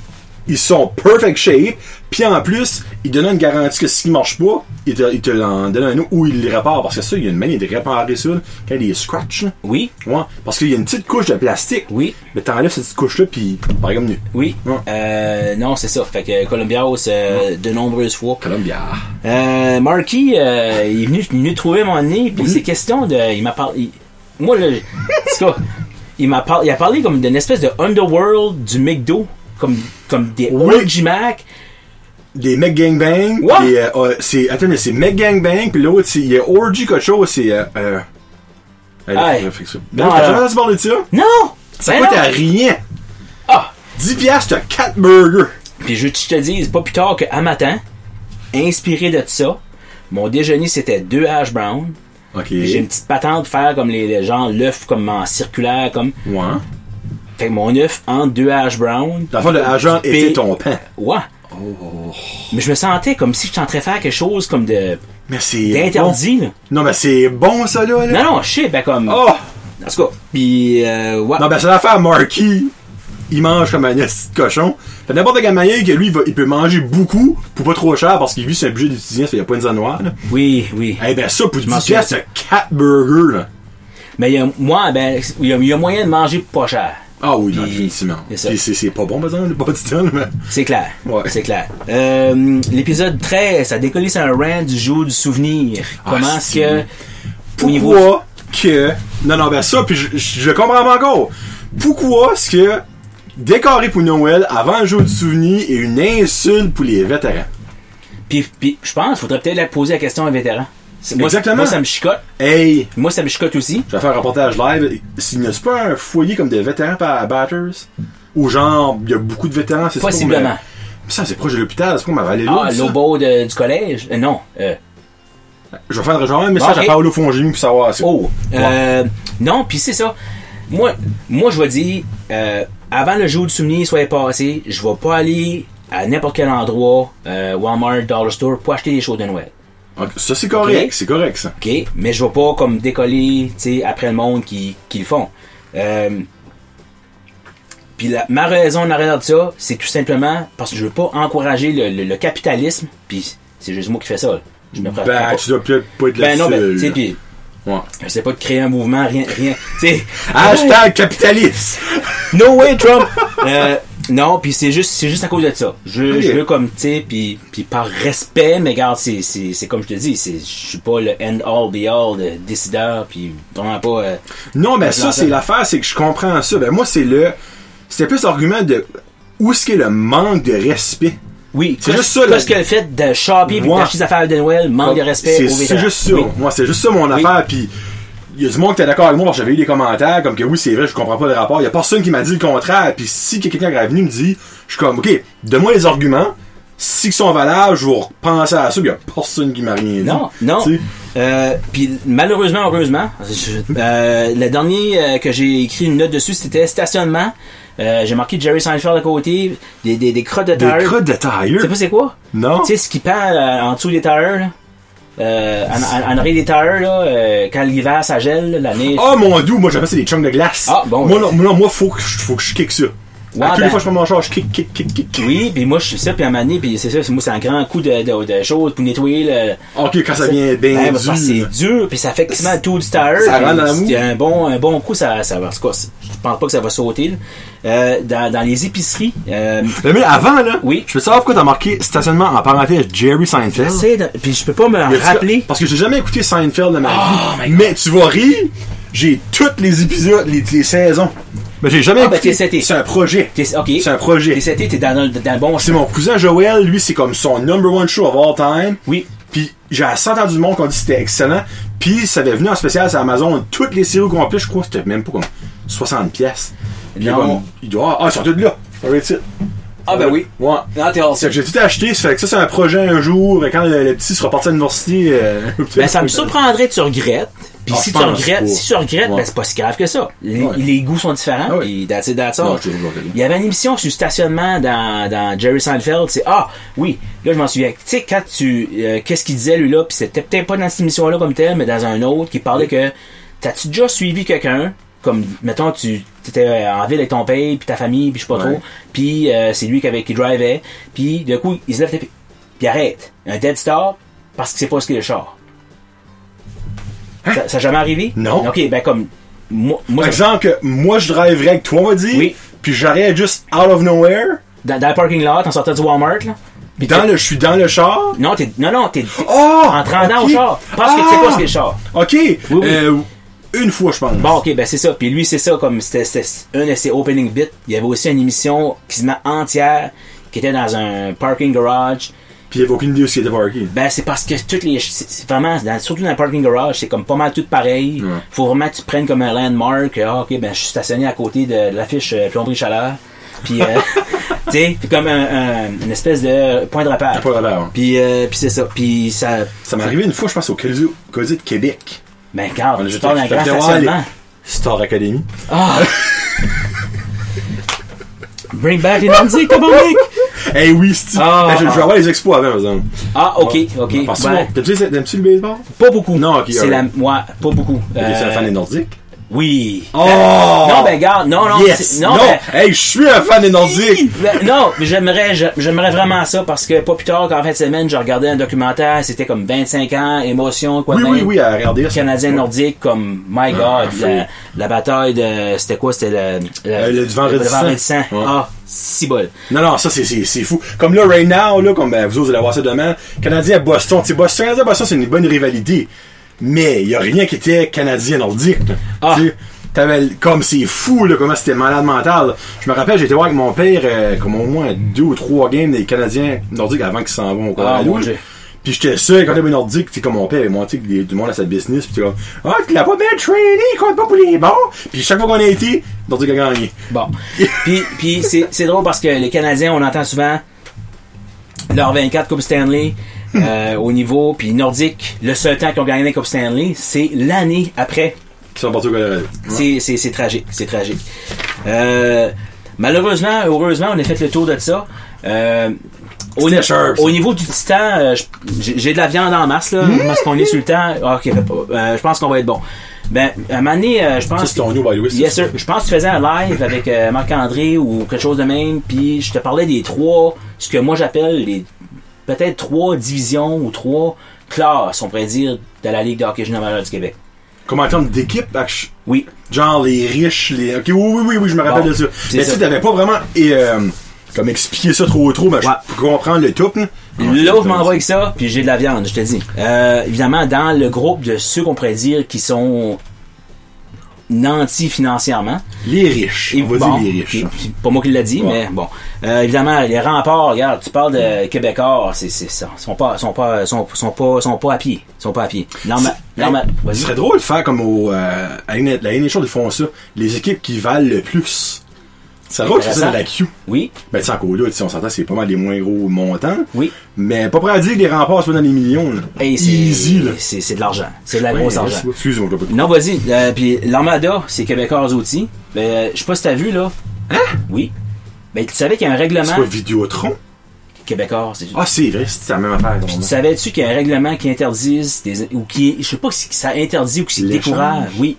A: Ils sont perfect shape. Puis en plus, ils donnent une garantie que s'il marche pas, ils te, ils te l'en donnent un autre ou ils les réparent. Parce que ça, il y a une manière de réparer ça là, quand il est scratch. là.
B: Oui.
A: Ouais. Parce qu'il y a une petite couche de plastique.
B: Oui.
A: Mais t'enlèves cette petite couche-là, puis par exemple, nu.
B: Oui.
A: Ouais.
B: Euh, non, c'est ça. Fait que Columbia House, euh, de nombreuses fois.
A: Columbia.
B: Euh, Marky, euh, il est venu, il est venu trouver mon nez,
A: Mhm.
B: puis c'est question de. Il m'a parlé. il- Moi, là, en tout cas, il m'a parlé. Il a parlé comme d'une espèce de underworld du McDo, comme, comme des
A: Oui.
B: OG Mac.
A: Des Meg Gangbang.
B: Ouais.
A: Et, euh, euh, c'est, attends, mais c'est Meg Gangbang, puis l'autre, c'est, il y a Orgy quelque chose, c'est. Euh, euh,
B: Aïe.
A: Non, ça.
B: Non,
A: t'as
B: euh,
A: jamais entendu parler de ça?
B: Non!
A: Ça
B: Ben
A: coûte
B: non!
A: à rien.
B: Ah!
A: 10 piastres, t'as 4 burgers.
B: Puis je veux que je te dise, pas plus tard qu'à matin, inspiré de ça, mon déjeuner c'était deux hash browns.
A: Ok.
B: J'ai une petite patente de faire comme les, les gens, l'œuf comme en circulaire, comme.
A: Ouais.
B: Fait que mon œuf entre deux hash browns.
A: Dans le Oh. fond, le agent
B: P-
A: était ton pain.
B: Ouais. Mais je me sentais comme si je suis en train de faire quelque chose comme de
A: Mais c'est.
B: d'interdit. là.
A: bon. Non, mais c'est bon, ça, là. là.
B: Non, non, je sais, ben comme.
A: Oh!
B: En tout cas, pis euh, ouais.
A: Non, ben, c'est l'affaire Marky. Il mange comme un esti de cochon. Fait n'importe quel moyen que lui, il, va- il peut manger beaucoup pour pas trop cher parce qu'il vit sur un budget d'étudiant, ça fait qu'il y a pas une zone noire, là.
B: Oui, oui.
A: Eh ben, ça, pour 10
B: m'en
A: piastres, t'as 4 burgers, là.
B: Mais il y a, moi, ben, il y a, il y a moyen de manger pas cher.
A: Ah oui, non,
B: Puis-
A: définitivement.
B: c'est ça.
A: Puis C'est c'est pas bon, par exemple, le bodytone, mais.
B: C'est clair.
A: Ouais.
B: C'est clair. Euh, L'épisode 13, ça décollé sur un rant du jour du souvenir.
A: Ah,
B: Comment est-ce
A: si.
B: que. Au niveau.
A: Pourquoi que. Non, non, ben ça, puis je, je, je comprends pas encore. Pourquoi est-ce que décorer pour Noël avant le jour du souvenir est une insulte pour les vétérans?
B: Puis, puis je pense, faudrait peut-être la poser la question à un vétéran. C'est- Moi,
A: Exactement.
B: Moi, ça me chicote.
A: Hey,
B: Moi, ça me chicote aussi.
A: je vais faire un reportage live. S'il n'y a pas un foyer comme des vétérans par Batters, ou genre, il y a beaucoup de vétérans, c'est ça,
B: Possiblement.
A: mais- mais ça, c'est proche de l'hôpital, c'est pas ma vallée
B: Ah,
A: là. ça.
B: l'obo de- du collège? Euh, non. Euh,
A: Je vais faire genre un message
B: Bon,
A: à
B: ok.
A: Paolo Fongini pour savoir. si-
B: Oh!
A: Ouais.
B: Euh, non, puis c'est ça. Moi, moi je vais dire, euh, avant le jour du souvenir soit passé, je vais pas aller à n'importe quel endroit, euh, Walmart, Dollar Store, pour acheter des choses de Noël.
A: Ok, Ça, c'est correct,
B: Ok.
A: c'est correct, ça.
B: OK? Mais je vais pas comme décoller, tu sais, après le monde qui, qui le font. Euh, puis la- ma raison en arrière de ça, c'est tout simplement parce que je veux pas encourager le, le- le capitalisme, puis c'est juste moi qui fais ça. là. Je me prends-
A: Ben, tu dois peut-être pas être
B: ben non, ben,
A: là-dessus,
B: tu sais,
A: là.
B: puis
A: Ouais. Ah,
B: je sais pas de créer un mouvement, rien, rien. Tu sais,
A: Hashtag capitaliste!
B: No way, Trump! Euh, non, puis c'est juste, c'est juste à cause de ça. Je,
A: Ok.
B: je veux comme, tu sais, puis puis par respect, mais regarde, c'est, c'est, c'est comme je te dis, c'est, je suis pas le end all be all de décideur, puis vraiment pas. euh,
A: Non, mais ça,
B: L'antenne.
A: c'est l'affaire, c'est que je comprends ça. Ben, moi, c'est le. C'était plus l'argument de où est-ce qu'est le manque de respect.
B: Oui,
A: C'est
B: qu'est-ce-
A: juste ça, là.
B: Qu'est-ce que le fait de shopper puis
A: Ouais.
B: d'acheter des affaires de Noël manque de respect
A: C'est
B: aux
A: c'est
B: vétérans?
A: juste ça.
B: Oui.
A: Moi, c'est juste ça mon affaire. Puis, il y a du monde qui est d'accord avec moi parce que j'avais eu des commentaires comme que oui, c'est vrai, je comprends pas le rapport. Il y a personne qui m'a dit le contraire. Puis, si quelqu'un qui est venu me dit, je suis comme, OK, donne-moi les arguments. Si ils sont valables, je vais repenser à ça. Puis, il y a personne qui m'a rien dit.
B: Non, non.
A: Tu sais.
B: Euh, puis malheureusement, heureusement, je- euh, le dernier euh, que j'ai écrit une note dessus, c'était stationnement. Euh, j'ai marqué Jerry Seinfeld à côté, des, des, des crottes de
A: Des
B: terre.
A: crottes de
B: Tu sais
A: tailleur.
B: pas c'est quoi?
A: Non.
B: Tu sais, ce qui pend euh, en dessous des tailleurs, là. Euh, en, en, en arrière des tailleurs, là, euh, quand l'hiver ça gèle, là, la neige.
A: Oh mon dieu, moi j'appelle ça des chunks de glace.
B: Ah, bon,
A: Moi,
B: ben.
A: non, moi, non, moi, faut que je, faut que je kick ça. à toutes
B: ben.
A: les fois que je prends mon char, je kick, kick, kick, kick. kick.
B: Oui, puis moi je suis ça, puis à un moment donné, puis c'est ça, c'est- moi c'est un grand coup de, de, de choses pour nettoyer le.
A: Ok, quand ça vient bien
B: Ben,
A: dur.
B: parce que c'est dur, puis ça fait quasiment le tour du tire.
A: Ça rentre dans la
B: Il y a un bon, un bon coup, ça, ça va. En tout cas, je pense pas que ça va sauter. là. Euh, dans, dans les épiceries, euh,
A: Mais, mais avant là,
B: Oui.
A: je veux savoir pourquoi t'as marqué stationnement en parenthèse Jerry Seinfeld.
B: j'essaie de- puis je peux pas me
A: Ah. Y a-tu-
B: rappeler.
A: Parce que j'ai jamais écouté Seinfeld de ma
B: Oh
A: vie.
B: my God.
A: mais tu vas rire, j'ai tous les épisodes, les, les saisons. Mais j'ai jamais
B: Ah, ben,
A: écouté.
B: t'es seté.
A: c'est un projet.
B: T'es- ok.
A: C'est un projet.
B: T'es seté, t'es dans, le- dans le bon
A: C'est
B: chemin.
A: mon cousin Joël, lui c'est comme son number one show of all time.
B: Oui.
A: Puis j'ai assez entendu du monde qu'on dit que c'était excellent. Puis ça avait venu en spécial sur Amazon. Toutes les séries qu'on plus, je crois que c'était même pas comme 60 pièces. Puis
B: Non.
A: comme, il doit ah, ils sont toutes là. Alright, it.
B: Ah, ben oui.
A: Ouais.
B: Non, t'es hors
A: C'est que j'ai tout acheté, ça fait que ça c'est un projet un jour, et quand le, le petit sera parti à l'université. euh,
B: Ben, ça me surprendrait que tu regrettes. Puis
A: Ah,
B: si,
A: je
B: tu
A: pense
B: regrettes,
A: pas.
B: si tu regrettes,
A: Ouais.
B: ben c'est pas si grave que ça. Les,
A: Ouais.
B: les goûts sont différents.
A: Ah ouais.
B: Puis that's it, that's all.
A: Non, je te jure, je te jure.
B: Il y avait une émission sur le stationnement dans, dans Jerry Seinfeld. C'est ah oui, là je m'en souviens. Tu sais quand tu euh, qu'est-ce qu'il disait lui là, puis c'était peut-être pas dans cette émission là comme telle, mais dans un autre qui parlait que t'as-tu déjà suivi quelqu'un comme mettons tu étais en ville avec ton père puis ta famille puis je sais pas
A: Ouais.
B: trop, puis euh, c'est lui qui avait qui drivait, puis de coup il se lève puis il arrête un dead stop parce qu'il sait pas ce qu'est le char. Ça, ça a jamais arrivé?
A: Hein? Non.
B: Ok, ben comme. Moi, moi,
A: Par
B: ça-
A: exemple, que moi je driverais avec toi, on va dire.
B: Oui.
A: Puis j'arrête juste out of nowhere.
B: dans, dans le parking lot, en sortant du Walmart, là. Puis
A: Dans
B: t'es-
A: le, je suis dans le char.
B: Non, t'es, non, non, t'es
A: Oh!
B: en te rendant
A: ok.
B: au char. Parce que tu sais
A: Ah!
B: pas ce qu'est le char.
A: Ok.
B: oui.
A: Euh, une fois, je pense.
B: Bon, ok, ben c'est ça. Puis lui, c'est ça, comme c'était, c'était un de ses opening bits. Il y avait aussi une émission quasiment entière qui était dans un parking garage.
A: Puis il n'y avait aucune idée où c'était parké.
B: Ben, c'est parce que toutes les. C'est c'est vraiment, dans- surtout dans le parking garage, c'est comme pas mal tout pareil. Faut vraiment que tu prennes comme un landmark. Ah, ok, ben, je suis stationné à côté de, de l'affiche euh, plomberie chaleur. Puis, euh, tu sais, c'est comme un, un- une espèce de point de repère.
A: Pas là hein.
B: Puis, euh, puis c'est ça. Puis ça.
A: Ça m'est arrivé une fois, je pense, au Colisée Colisée de Québec.
B: Ben, regarde, je
A: J'étais-
B: parle d'un
A: j'étais
B: grand
A: voir
B: stationnement.
A: les- Star Academy.
B: Ah! Bring back les Nordiques, Dominique!
A: Eh oui, c'est
B: Ah,
A: je, je vais
B: ah.
A: avoir les expos avant, par exemple.
B: Ah, ok, ok.
A: Parce que
B: Ben,
A: moi, T'aimes-tu les- t'aimes-tu le baseball?
B: pas beaucoup.
A: Non, E. ok,
B: C'est
A: alright.
B: la. Ouais, pas beaucoup.
A: T'es
B: Euh,
A: un fan des Nordiques?
B: Oui.
A: Oh!
B: Non, ben garde, non, non,
A: yes!
B: c'est-
A: Non,
B: non, ben-
A: hey, je suis un fan des Nordiques!
B: Ben, non, mais j'aimerais, j'a- j'aimerais vraiment ça parce que pas plus tard qu'en fin de semaine, je regardais un documentaire, c'était comme 25 ans, émotion, quoi de
A: Oui, oui,
B: même.
A: Ah, oui, à regarder.
B: Canadien nordique comme my god
A: fou.
B: la, la bataille de c'était quoi c'était le le,
A: Euh, le vent redissant.
B: redissant.
A: Ouais.
B: ah si bol
A: Non, non, ça, c'est- c'est c'est fou. Comme là, right now, là, comme ben, vous autres allez voir ça demain, Canadien à Boston. Tu sais, Boston, Canadien à Boston, c'est une bonne rivalité. Mais il n'y a rien qui était Canadien nordique. là.
B: Ah.
A: Tu sais, t'avais le- comme c'est fou, là, comment c'était malade mental. Je me rappelle, j'étais voir avec mon père, euh, comme au moins deux ou trois games des Canadiens nordiques avant qu'ils s'en vont. au
B: Ah,
A: Colorado,
B: mon
A: là.
B: Dieu.
A: Puis j'étais seul quand j'avais nordique, tu sais, comme mon père avait monté que les- tout le monde à sa business, pis t'es comme, ah, tu l'as pas bien trainé, il compte pas pour les bons. Puis chaque fois qu'on a été, nordique a gagné.
B: bon puis puis c'est c'est drôle parce que les Canadiens on entend souvent leur 24 Coupe Stanley euh,
A: Hmm.
B: au niveau puis nordique le seul temps qu'ils ont gagné la Coupe Stanley c'est l'année après
A: Qui sont partis au Colorado.
B: C'est- C'est c'est tragique, c'est tragique. Euh, malheureusement, heureusement, on a fait le tour de ça. Euh, au,
A: C'était sharp, ça.
B: au niveau du titan, euh, je- j'ai j'ai de la viande en masse là,
A: Hmm?
B: parce qu'on est sur le temps. Ah, Ok, euh, je pense qu'on va être bon. Ben, à un moment donné, euh, je pense.
A: Ça, c'est ton nom, by the way. ça.
B: Yes, sir. Je pense que tu faisais un live avec euh, Marc-André ou quelque chose de même, puis je te parlais des trois, ce que moi j'appelle les peut-être trois divisions ou trois classes, on pourrait dire, de la Ligue de hockey junior majeur du Québec.
A: Comme en termes d'équipe, act-
B: Oui.
A: genre les riches, les. Ok, oui, oui, oui, oui je me rappelle
B: Bon,
A: de ça.
B: c'est
A: Mais tu
B: ça.
A: sais, t'avais pas vraiment. Et, euh, comme expliqué ça trop trop, mais
B: Ouais.
A: je comprends le tout. hein.
B: Là, je m'envoie avec ça, puis j'ai de la viande, je te dis. Euh, évidemment, dans le groupe de ceux qu'on pourrait dire qui sont nantis financièrement.
A: Les riches.
B: Et
A: on va
B: bon,
A: dire les riches.
B: c'est Pas moi qui l'a dit, mais bon. Euh, évidemment, les remparts, regarde, tu parles de
A: Mm.
B: Québécois, c'est c'est ça. Ils sont pas, sont pas, sont, sont pas, sont pas à pied. Ils sont pas à pied. Normal,
A: Hey,
B: normal.
A: Ce
B: Vas-y.
A: serait drôle de faire comme au. Euh, à une- la NHL, ils font ça. Les équipes qui valent le plus. Ça drôle de faire ça dans la Q.
B: Oui.
A: Ben, tu sais, encore là, tu sais, on s'entend, c'est pas mal les moins gros montants.
B: Oui.
A: Mais pas prêt à dire que les remparts sont dans les millions, là.
B: Hey, c'est-
A: Easy, là.
B: C'est c'est de l'argent. C'est de la grosse
A: Ouais,
B: argent.
A: Excuse-moi, je vais pas te
B: Non, vas-y. Euh, puis l'Armada, c'est Québécois outils. Ben, je sais pas si t'as vu, là. Hein? Oui. Ben, tu savais qu'il y a un
A: C'est
B: règlement
A: quoi Vidéotron?
B: Québécois. c'est-
A: Ah, c'est vrai, c'est la même affaire. normalement.
B: Tu savais-tu qu'il y a un règlement qui interdise des- ou qui, je sais pas si ça interdit ou qui
A: L'échange.
B: décourage. Oui.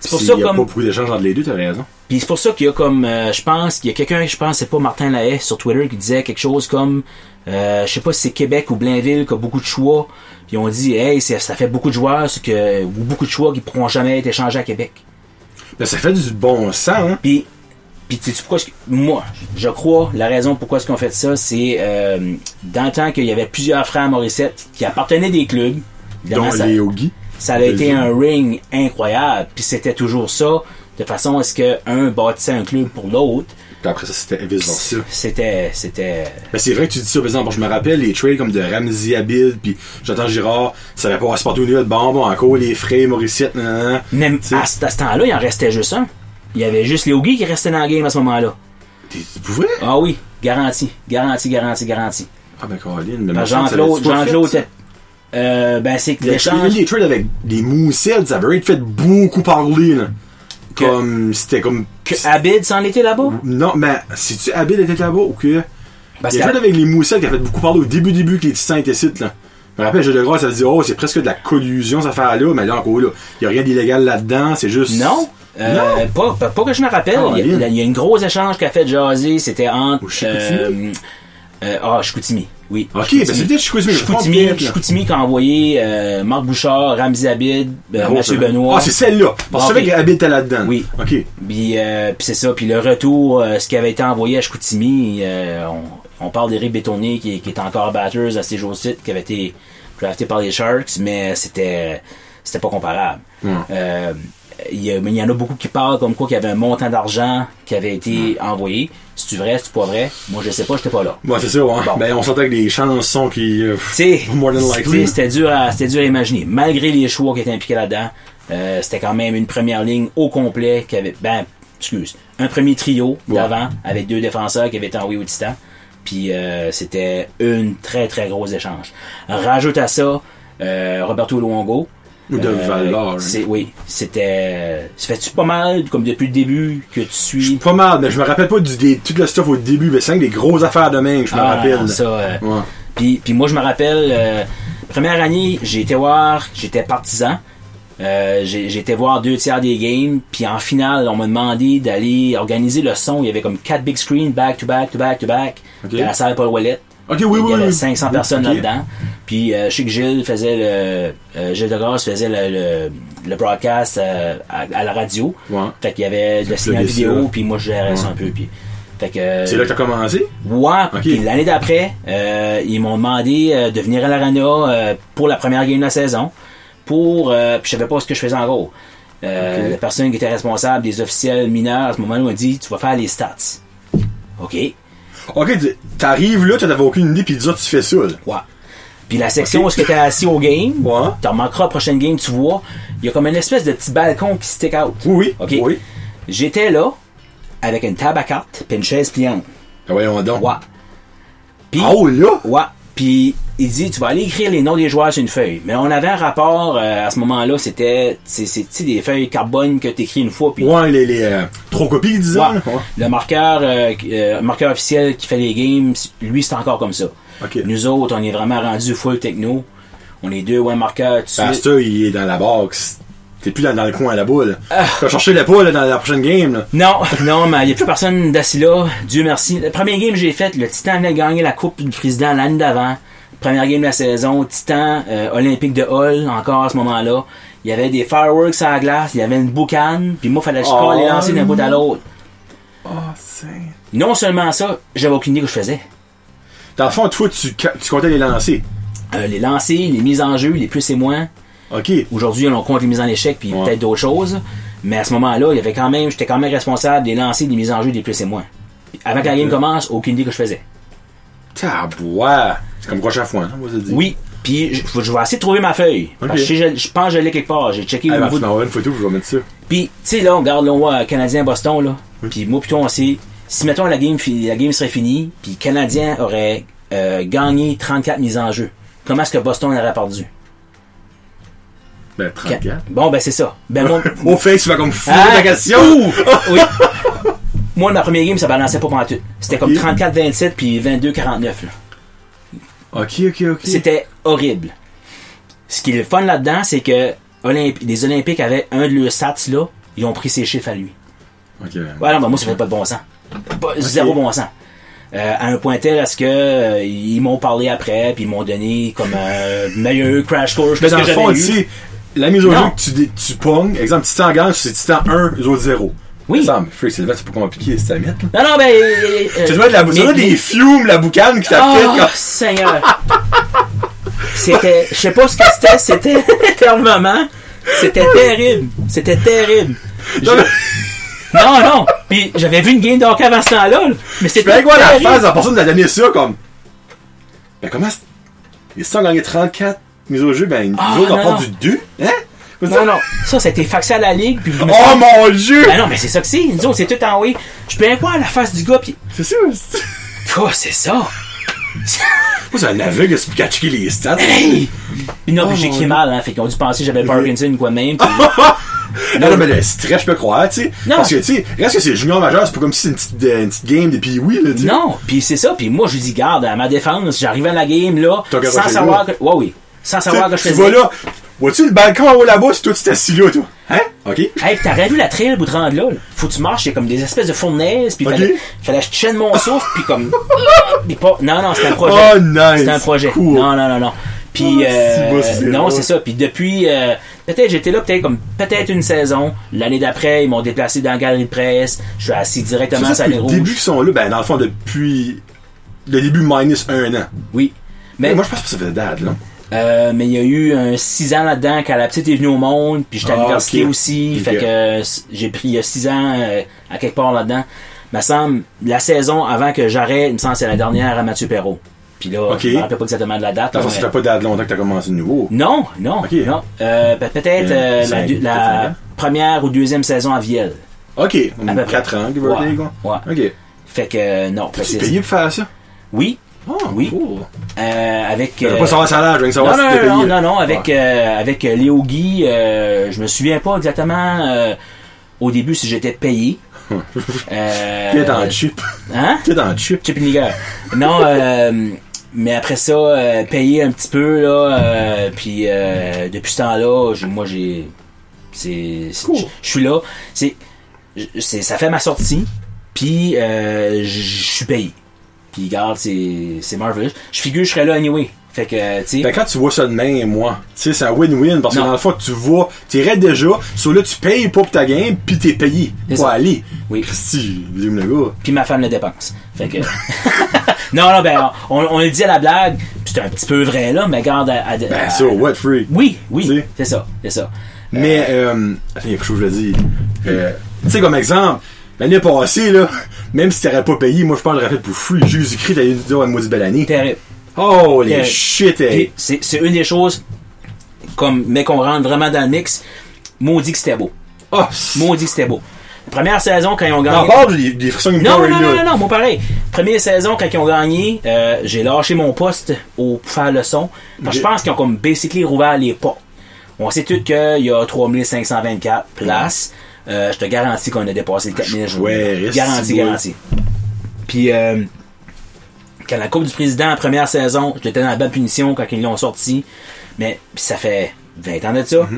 B: C'est pour
A: S'il
B: ça
A: y a
B: comme
A: pas beaucoup d'échanges entre les deux, t'as raison.
B: Puis c'est pour ça qu'il y a comme, euh, je pense, qu'il y a quelqu'un, je pense, c'est pas Martin Lahaye sur Twitter qui disait quelque chose comme, euh, je sais pas si c'est Québec ou Blainville qui a beaucoup de choix. Puis on dit, hey, c'est- ça fait beaucoup de joueurs, ce que, ou beaucoup de choix qui pourront jamais être échangés à Québec.
A: Ben, ça fait du bon sens, hein?
B: Puis, puis tu sais pourquoi est-ce que- moi, je crois la raison pourquoi est-ce qu'on fait ça, c'est euh, dans le temps qu'il y avait plusieurs frères Morissette qui appartenaient des clubs. Évidemment,
A: Dont
B: ça,
A: les Yogi.
B: ça a été un ring incroyable. Puis c'était toujours ça, de façon à ce que un bâtissait un club pour l'autre.
A: Puis après ça, c'était vice versa.
B: C'était, c'était.
A: Ben, c'est vrai que tu dis ça, par exemple. Je me rappelle les trades comme de Ramsey Abil, puis j'entends Girard, ça va pas se porter au niveau de bon, bon, encore les frais, Morissette, nan, nan, nan.
B: Même
A: Tu sais,
B: à, ce- à ce temps-là, il en restait juste un. Il y avait juste Léogi qui restait dans le game à ce moment-là.
A: t'es- Tu pouvais?
B: Ah oui, garanti, garanti, garanti, garanti.
A: Ah, ben, Caroline, mais
B: Parce que
A: me semble que ça
B: Jean-Claude,
A: avait-tu pas
B: Jean-Claude,
A: fait,
B: était- euh, ben c'est que
A: ça? Les-
B: l'échange.
A: Les trades avec les Moussels, ça avait fait beaucoup parler, là.
B: Que-
A: Comme, c'était comme.
B: Que Abid s'en était là-bas?
A: Non, mais si tu Abil était là-bas ou que.
B: Parce
A: Il y a
B: que-
A: joué avec les Moussels qui a fait beaucoup parler au début début que les Titans étaient sites là. Je me rappelle, Gilles Legras, ça dit Oh, c'est presque de la collusion cette affaire-là, mais là encore là, il n'y a rien d'illégal là-dedans, c'est juste.
B: Non. Euh, Pas, pas, pas que je me rappelle.
A: Ah,
B: il, y a,
A: Lynn.
B: il y a une grosse échange qu'a fait Jazzy. C'était entre.
A: Au Chicoutimi?
B: euh, euh, ah, Chicoutimi. Oui.
A: Ok, ben c'est peut-être Chicoutimi, je me trompe
B: Chicoutimi,
A: peut-être, là.
B: Chicoutimi qui a envoyé euh, Marc Bouchard, Ramzi Abid, euh,
A: Oh, c'est-
B: Mathieu Benoît.
A: Ah, c'est celle-là. Parce que
B: Ah,
A: c'est vrai
B: ok.
A: qu'il habite là-dedans.
B: Oui.
A: Ok.
B: Puis, euh, puis c'est ça. Puis le retour, euh, ce qui avait été envoyé à Chicoutimi, euh, on, on parle d'Éric Bétonnier qui, qui est encore batters à ces jours-ci, qui avait été drafté par les Sharks, mais c'était c'était pas comparable. Euh, il y a- mais il y en a beaucoup qui parlent comme quoi qu'il y avait un montant d'argent qui avait été envoyé. C'est-tu vrai, c'est-tu pas vrai? Moi, je sais pas, j'étais pas là.
A: Bon, c'est ça, ouais.
B: Bon.
A: Ben, on s'entend que les chansons qui. euh,
B: Tu sais,
A: more than likely.
B: c'était- c'était dur, à- c'était dur à imaginer. Malgré les choix qui étaient impliqués là-dedans, euh, c'était quand même une première ligne au complet qui avait, ben, excuse, un premier trio d'avant avec deux défenseurs qui avaient été envoyés au Titan. Puis euh, c'était une très très grosse échange. Rajoute à ça euh, Roberto Luongo. Euh,
A: Ou de hein. Valor.
B: c'est- Oui, c'était. Ça fait-tu pas mal, comme depuis le début, que tu suis.
A: Pas mal, mais je me rappelle pas du, des, tout le stuff au début, mais c'est vrai que des grosses affaires de main, que je me
B: Ah,
A: rappelle.
B: ça, euh,
A: Ouais.
B: Puis, puis moi, je me rappelle, euh, première année, j'ai été voir, j'étais partisan. Euh, j'ai j'ai été voir deux tiers des games, puis en finale, on m'a demandé d'aller organiser le son. Il y avait comme quatre big screens, back to back to back to back,
A: Ok.
B: dans la salle Paul Ouellet.
A: Ok, oui, oui,
B: Il y avait
A: oui.
B: 500
A: Oui,
B: personnes
A: ok.
B: là-dedans. Puis euh, je sais que Gilles faisait le euh, Gilles Degrasse faisait le, le, le broadcast euh, à, à la radio.
A: Ouais.
B: Fait qu'il y avait de la
A: pluguais
B: vidéo,
A: ça.
B: puis moi je gérais ça
A: Ouais.
B: un peu. Puis fait que
A: C'est là que t'as commencé?
B: Ouais,
A: Ok.
B: puis l'année d'après, euh, ils m'ont demandé euh, de venir à l'Arena euh, pour la première game de la saison. Pour, euh, puis je savais pas ce que je faisais en gros. Euh,
A: Ok.
B: La personne qui était responsable des officiels mineurs à ce moment-là m'a dit Tu vas faire les stats. OK. Ouais.
A: Ok, tu- t'arrives là, t'en avais aucune idée, pis dis tu fais ça, là.
B: Puis la section où est-ce que t'es assis au game,
A: Ouais.
B: t'en manqueras la prochaine game, tu vois, il y a comme une espèce de petit balcon qui stick out.
A: Oui, oui.
B: OK.
A: Oui.
B: J'étais là avec une table à cartes puis une chaise pliante.
A: Ah, voyons donc.
B: Ouais. Puis-
A: Ah, Oh, là!
B: Ouais. Puis il dit tu vas aller écrire les noms des joueurs sur une feuille. Mais on avait un rapport euh, à ce moment-là, c'était c'est c'est tu sais, des feuilles carbone que t'écris une fois puis
A: Ouais, les, les euh, trois copies, disons.
B: Ouais.
A: là. Ouais.
B: le marqueur euh, euh, marqueur officiel qui fait les games, lui c'est encore comme ça.
A: Ok.
B: Nous autres, on est vraiment rendu full techno. On est deux ouais marqueurs tout de suite.
A: Pasteur, il est dans la box. T'es plus dans, dans le coin à la boule.
B: Ah.
A: T'as cherché la poule dans la prochaine game. Là.
B: Non, non, mais il n'y a plus personne d'assis là. Dieu merci. Le premier game que j'ai fait, le Titan venait de gagner la Coupe du Président l'année d'avant. Première game de la saison, Titan euh, Olympique de Hall, encore à ce moment-là. Il y avait des fireworks à la glace, il y avait une boucane, puis moi, fallait juste
A: Oh.
B: les lancer d'un bout à l'autre.
A: Ah, c'est...
B: Non seulement ça, j'avais aucune idée que je faisais.
A: Dans le fond, toi, tu, ca- tu comptais les lancer.
B: Euh, les lancers, les mises en jeu, les plus et moins.
A: OK.
B: Aujourd'hui, on compte les mises en échec, puis
A: Ouais.
B: peut-être d'autres choses. Mais à ce moment-là, il y avait quand même, j'étais quand même responsable des lancers, des mises en jeu, des plus et moins. Puis Avant que la game commence, aucune idée que je faisais.
A: Tabouah. C'est comme prochain fois, hein, on va se dire.
B: Oui, puis je, je vais essayer de trouver ma feuille. Parce que
A: Ok.
B: je, sais- je pense que je l'ai quelque part. J'ai checké
A: Ah,
B: au
A: bah,
B: niveau
A: tu
B: de-
A: m'envoies une photo, je vais mettre ça.
B: Puis, tu sais, là, on regarde, là, on voit euh, Canadien-Boston, là. Puis moi, plutôt, on sait... Si, mettons, la game, fi- la game serait finie, puis le Canadien aurait euh, gagné 34 mises en jeu, comment est-ce que Boston aurait perdu?
A: Ben, 34.
B: Bon, ben, c'est ça. Ben, moi...
A: Au face, tu vas comme fou
B: Ah!
A: ta question.
B: Ouh! oui. Moi, ma première game, ça balançait pas pantoute. C'était comme
A: Ok.
B: 34-27 puis 22-49, là.
A: OK, OK, OK.
B: C'était horrible. Ce qui est le fun là-dedans, c'est que Olymp- les Olympiques avaient un de leurs sats là, ils ont pris ses chiffres à lui.
A: OK.
B: Ouais, non, ben moi, ça fait pas de bon sens. Pas- Zéro bon sens. Euh, à un point tel à ce que euh, ils m'ont parlé après, puis ils m'ont donné comme un meilleur crash course que
A: Mais
B: ce
A: dans
B: que
A: le fond,
B: j'avais eu.
A: tu sais, la mise au jeu
B: Non.
A: que tu, dé- tu pognes, exemple, Titan gagne, c'est Titan 1, les autres 0.
B: Oui.
A: Sam, Freak, c'est vrai, c'est pas compliqué, c'est ta miette, là.
B: Non, non, ben... euh, euh,
A: Ça doit être la, ça
B: mais-
A: doit être des
B: mais-
A: fumes, la boucane qui t'a fait
B: Oh,
A: quand-
B: Seigneur! C'était. Je sais pas ce que c'était, c'était éternuement. C'était terrible. C'était terrible. Je-
A: Non,
B: Non,
A: mais-
B: non. Puis j'avais vu une game d'hockey avant ce temps-là, là, mais
A: Ben,
B: c'était.
A: quoi, la
B: terrible.
A: phase, la personne t'a donné ça, comme. Ben, comment c'est. Les Suns ont gagné 34 mises au jeu, ben, nous
B: Ah,
A: autres, on
B: non,
A: prend
B: non.
A: du 2. Hein? Faut
B: Non,
A: dire-
B: non. Ça, c'était faxé à la ligue, puis je me
A: Oh
B: suis-
A: mon dieu!
B: Ben non, mais c'est ça que c'est. Nous autres, c'est tout en oui. Je peux quoi à la face du gars, puis.
A: C'est ça, c'est ça.
B: Quoi, c'est ça?
A: Moi, c'est un aveugle, c'est plus qu'à checker les stats.
B: Hey! Puis non,
A: Oh,
B: puis j'ai
A: mon Dieu.
B: crié mal, hein. Fait qu'ils ont dû penser que j'avais Parkinson ou quoi de même. puis-
A: Non, non, mais le stress, je peux croire, tu sais.
B: Ah! Euh, Non.
A: Parce que, tu sais, reste que c'est junior majeur, c'est pas comme si c'est une petite, euh, une petite game de oui, là, tu sais.
B: Non, puis c'est ça, puis moi je lui dis garde à ma défense, j'arrive à la game là
A: T'as
B: sans
A: garoché
B: savoir que ouais oui, sans savoir que je
A: Tu
B: faisais.
A: vois là, vois-tu le balcon en haut là-bas, c'est toi, tu t'assis là, toi. Hein? Ok.
B: Hey, puis t'aurais vu la trail pour te rendre là, là. Faut que tu marches, c'est comme des espèces de fournaises, puis
A: Ok.
B: fallait, fallait que je tienne mon souffle, puis comme puis pas non non, c'était un projet.
A: Oh, nice.
B: C'était Ah, un projet.
A: Cool.
B: Non non non non. Puis
A: Oh,
B: euh,
A: c'est beau, c'est
B: non,
A: beau.
B: c'est ça, puis depuis euh, peut-être j'étais là peut-être comme peut-être une saison, l'année d'après, ils m'ont déplacé dans la galerie de presse, je suis assis directement
A: C'est ça,
B: sur
A: depuis
B: les
A: le
B: rouges.
A: début qu'ils sont là, ben, dans le fond, depuis le début minus un an.
B: Oui. Mais
A: Mais moi, je pense pas que ça faisait date, là.
B: Euh, mais il y a eu un 6 ans là-dedans quand la petite est venue au monde, puis j'étais à
A: Ah,
B: l'université
A: ok.
B: aussi.
A: Ok.
B: Fait que euh, j'ai pris il y a 6 ans euh, à quelque part là-dedans. Me semble, la saison avant que j'arrête, il me semble que c'est la dernière à Mathieu Perrault. Puis là,
A: Ok.
B: je me rappelle pas exactement de la date.
A: Dans le
B: là,
A: fond, ça fait
B: mais-
A: pas date longtemps que t'as commencé de nouveau.
B: Non, non,
A: Ok.
B: non. Euh, ben, Peut-être
A: Euh,
B: euh, la,
A: cinq,
B: deux- la
A: quatre ans.
B: première ou deuxième saison à Vielle.
A: Ok.
B: À peu près.
A: 4 ans, give or
B: Ouais,
A: take, quoi.
B: ouais.
A: Ok.
B: Fait que euh, non. Fait que
A: Tu
B: c'est-
A: payé pour faire ça?
B: Oui,
A: Oh,
B: Oui.
A: cool.
B: euh, avec...
A: T'as
B: euh,
A: pas savoir le salaire, je viens de
B: Non,
A: savoir si
B: non,
A: t'es payé.
B: non, non,
A: là.
B: non, non, avec,
A: Ouais.
B: euh, avec euh, Léo Guy, euh, je me souviens pas exactement euh, au début si j'étais payé. Euh,
A: T'es dans le chip.
B: Hein?
A: T'es dans le chip.
B: Chip Nigger. Non, euh, mais après ça, euh, payé un petit peu, là, euh, puis euh, depuis ce temps-là, je- moi j'ai C'est, c'est-
A: Cool.
B: je- Je suis là. C'est, je- c'est, ça fait ma sortie. Puis euh, je je suis payé. Puis regarde, c'est, c'est marvelous. Je figure, je serais là anyway. Fait que, tu sais.
A: Ben, quand tu vois ça de même, moi, tu sais, c'est un win-win parce que
B: Non.
A: dans le fond, tu vois, t'irais déjà, sur là, tu payes pour ta game, puis t'es payé
B: C'est
A: pour
B: ça.
A: aller.
B: Oui.
A: Si, le gars.
B: puis ma femme le dépense. Fait que. non, non, ben, on, on le dit à la blague, puis c'est un petit peu vrai, là, mais regarde. à- à-
A: Ben,
B: à-
A: ça, what free. Tu
B: Oui, oui,
A: sais.
B: c'est ça, c'est ça.
A: Mais, euh, attends, il y a quelque chose que je voulais dire. Euh, tu sais, comme exemple, l'année passée, là, même si t'aurais pas payé, moi, je pense que j'aurais fait pour free. Jésus-Christ, t'as eu une une maudite belle année.
B: Terrible.
A: Oh, les
B: Terrible.
A: shit, hey.
B: Puis C'est c'est une des choses, comme, mais qu'on rentre vraiment dans le mix, maudit que c'était beau.
A: Oh,
B: Maudit que c'était beau. La première saison, quand ils ont
A: en
B: gagné.
A: bord les, les frissons
B: Non, non,
A: Glory,
B: non,
A: là.
B: non, non, non, moi pareil. Première saison, quand ils ont gagné, euh, j'ai lâché mon poste au, pour faire le son. Parce que je
A: Ok.
B: pense qu'ils ont comme basically rouvert les portes. On sait tous qu'il y a 3524 places. Euh, je te garantis qu'on a dépassé le 4000 jours.
A: Ouais, reste-
B: Garanti,
A: ouais.
B: garanti. Puis, euh, quand la Coupe du Président, la première saison, j'étais dans la belle punition quand ils l'ont sorti. Mais ça fait 20 ans de ça.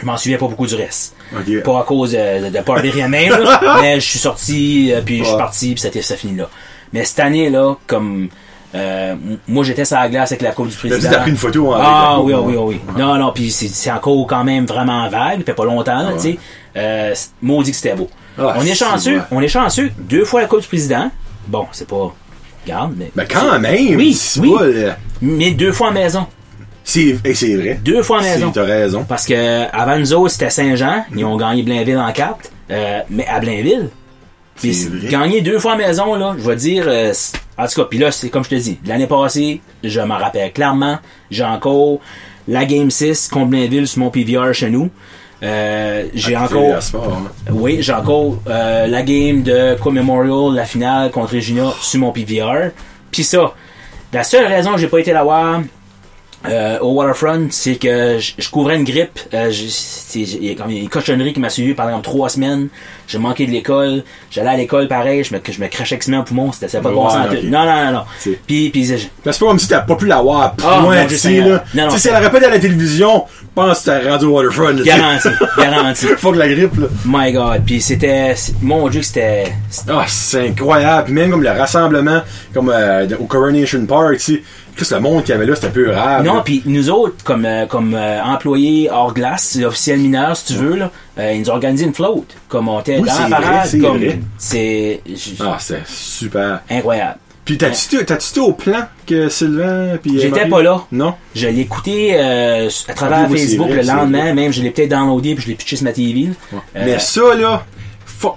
B: Je m'en souviens pas beaucoup du reste.
A: Mhm. Ok.
B: Pas à cause euh, de, de party, rien de même, là. mais je suis sorti, euh, puis je suis
A: Ouais.
B: parti, puis c'était ça finit là. Mais cette année-là, comme. euh, m- moi, j'étais sur la glace avec la Coupe du
A: T'as
B: Président.
A: dit, t'as pris une photo, hein, avec la
B: Ah
A: coupe,
B: oui,
A: hein.
B: oui, oui, oui. Non, non, puis c'est- c'est encore quand même vraiment vague. Il fait pas longtemps, là, tu sais. Euh, c'est- maudit que c'était beau.
A: Ah,
B: on est
A: si,
B: chanceux,
A: ouais.
B: on est chanceux. Deux fois la Coupe du Président. Bon, c'est pas. Garde, mais.
A: Ben, quand même.
B: Oui,
A: c'est
B: oui.
A: pas, euh,
B: Mais deux fois en maison.
A: C'est, et c'est vrai.
B: Deux fois en maison.
A: Si, T'as raison.
B: Parce que avant nous autres, c'était Saint-Jean. Ils ont gagné Blainville en 4. mais à Blainville. Puis
A: C'est vrai.
B: gagner deux fois à maison, là, je vais dire. euh, c'est- en tout cas, puis là, c'est comme je te dis, l'année passée, je m'en rappelle clairement. J'ai encore la Game 6 contre Blainville sur mon PVR chez nous. Euh, j'ai encore.
A: C'est sport, hein.
B: Oui, j'ai encore euh, la game de Co-Memorial, la finale contre Regina sur mon PVR. Puis ça, la seule raison que j'ai pas été la voir euh, au Waterfront, c'est que je je couvrais une grippe. Euh, j'ai- c'est- j'ai- Il y a comme une cochonnerie qui m'a suivi pendant trois semaines. J'ai manqué de l'école. J'allais à l'école pareil. Je me, que je me crachais que au poumon. C'était ça pas de bon
A: Ouais,
B: sens.
A: ok.
B: Non, non, non, non.
A: C'est-
B: Puis, puis je-
A: Ben, c'est pas comme si t'as pas pu l'avoir
B: Ah,
A: point,
B: mon Dieu
A: tu sais,
B: Seigneur.
A: là.
B: Non, non,
A: Tu sais, si
B: c'est-
A: elle aurait pas été à la télévision, je pense que t'as rendu au Waterfront, là, tu sais.
B: garanti, garanti.
A: Faut que la grippe, là.
B: My God. Puis c'était, c'est- mon Dieu, que c'était. c'était-
A: Ah, c'est incroyable. Puis même comme le rassemblement, comme euh, de- au Coronation Park, tu sais. Chris, le monde qu'il y avait là, c'était un peu rare.
B: Non,
A: là.
B: puis nous autres, comme, euh, comme euh, employés hors glace, officiels mineurs, si tu veux, là, euh, ils nous ont organisé une flotte. Comme on était
A: Oui,
B: dans
A: c'est
B: la
A: vrai,
B: parade.
A: c'est
B: comme-
A: vrai.
B: C'est j-
A: Ah, c'est super.
B: incroyable.
A: Puis t'as-tu été- t'as-tu été au plan que Sylvain puis euh,
B: J'étais
A: Marie-
B: pas là.
A: Non?
B: Je l'ai écouté euh, s- à
A: Ah
B: travers
A: oui, oui, c'est
B: Facebook
A: vrai,
B: le
A: c'est vrai.
B: lendemain, même je l'ai peut-être downloadé puis je l'ai pitché sur ma TV. là. Euh,
A: Mais ça, là, fuck.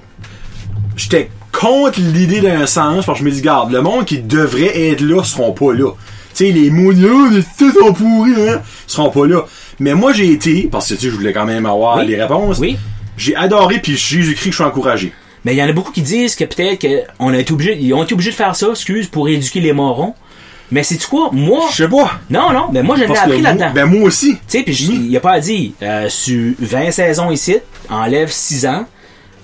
A: J'étais contre l'idée d'un sens, parce que je me dis, garde, le monde qui devrait être là seront pas là. Tu sais, les moules là, les têtes sont pourries, hein, seront pas là. Mais moi, j'ai été, parce que tu sais, je voulais quand même avoir
B: Oui.
A: les réponses.
B: Oui.
A: J'ai adoré, puis Jésus-Christ, je suis encouragé.
B: Mais il y en a beaucoup qui disent que peut-être qu'on a été obligé, ils ont été obligés de faire ça, excuse, pour éduquer les morons. Mais c'est quoi, moi,
A: Je sais pas.
B: non, non, mais moi Oh. je l'ai
A: Parce que
B: appris
A: moi-
B: là-dedans.
A: ben, moi aussi.
B: Tu sais, puis je- il n'y a pas à dire. Euh, sur 20 saisons ici, enlève 6 ans.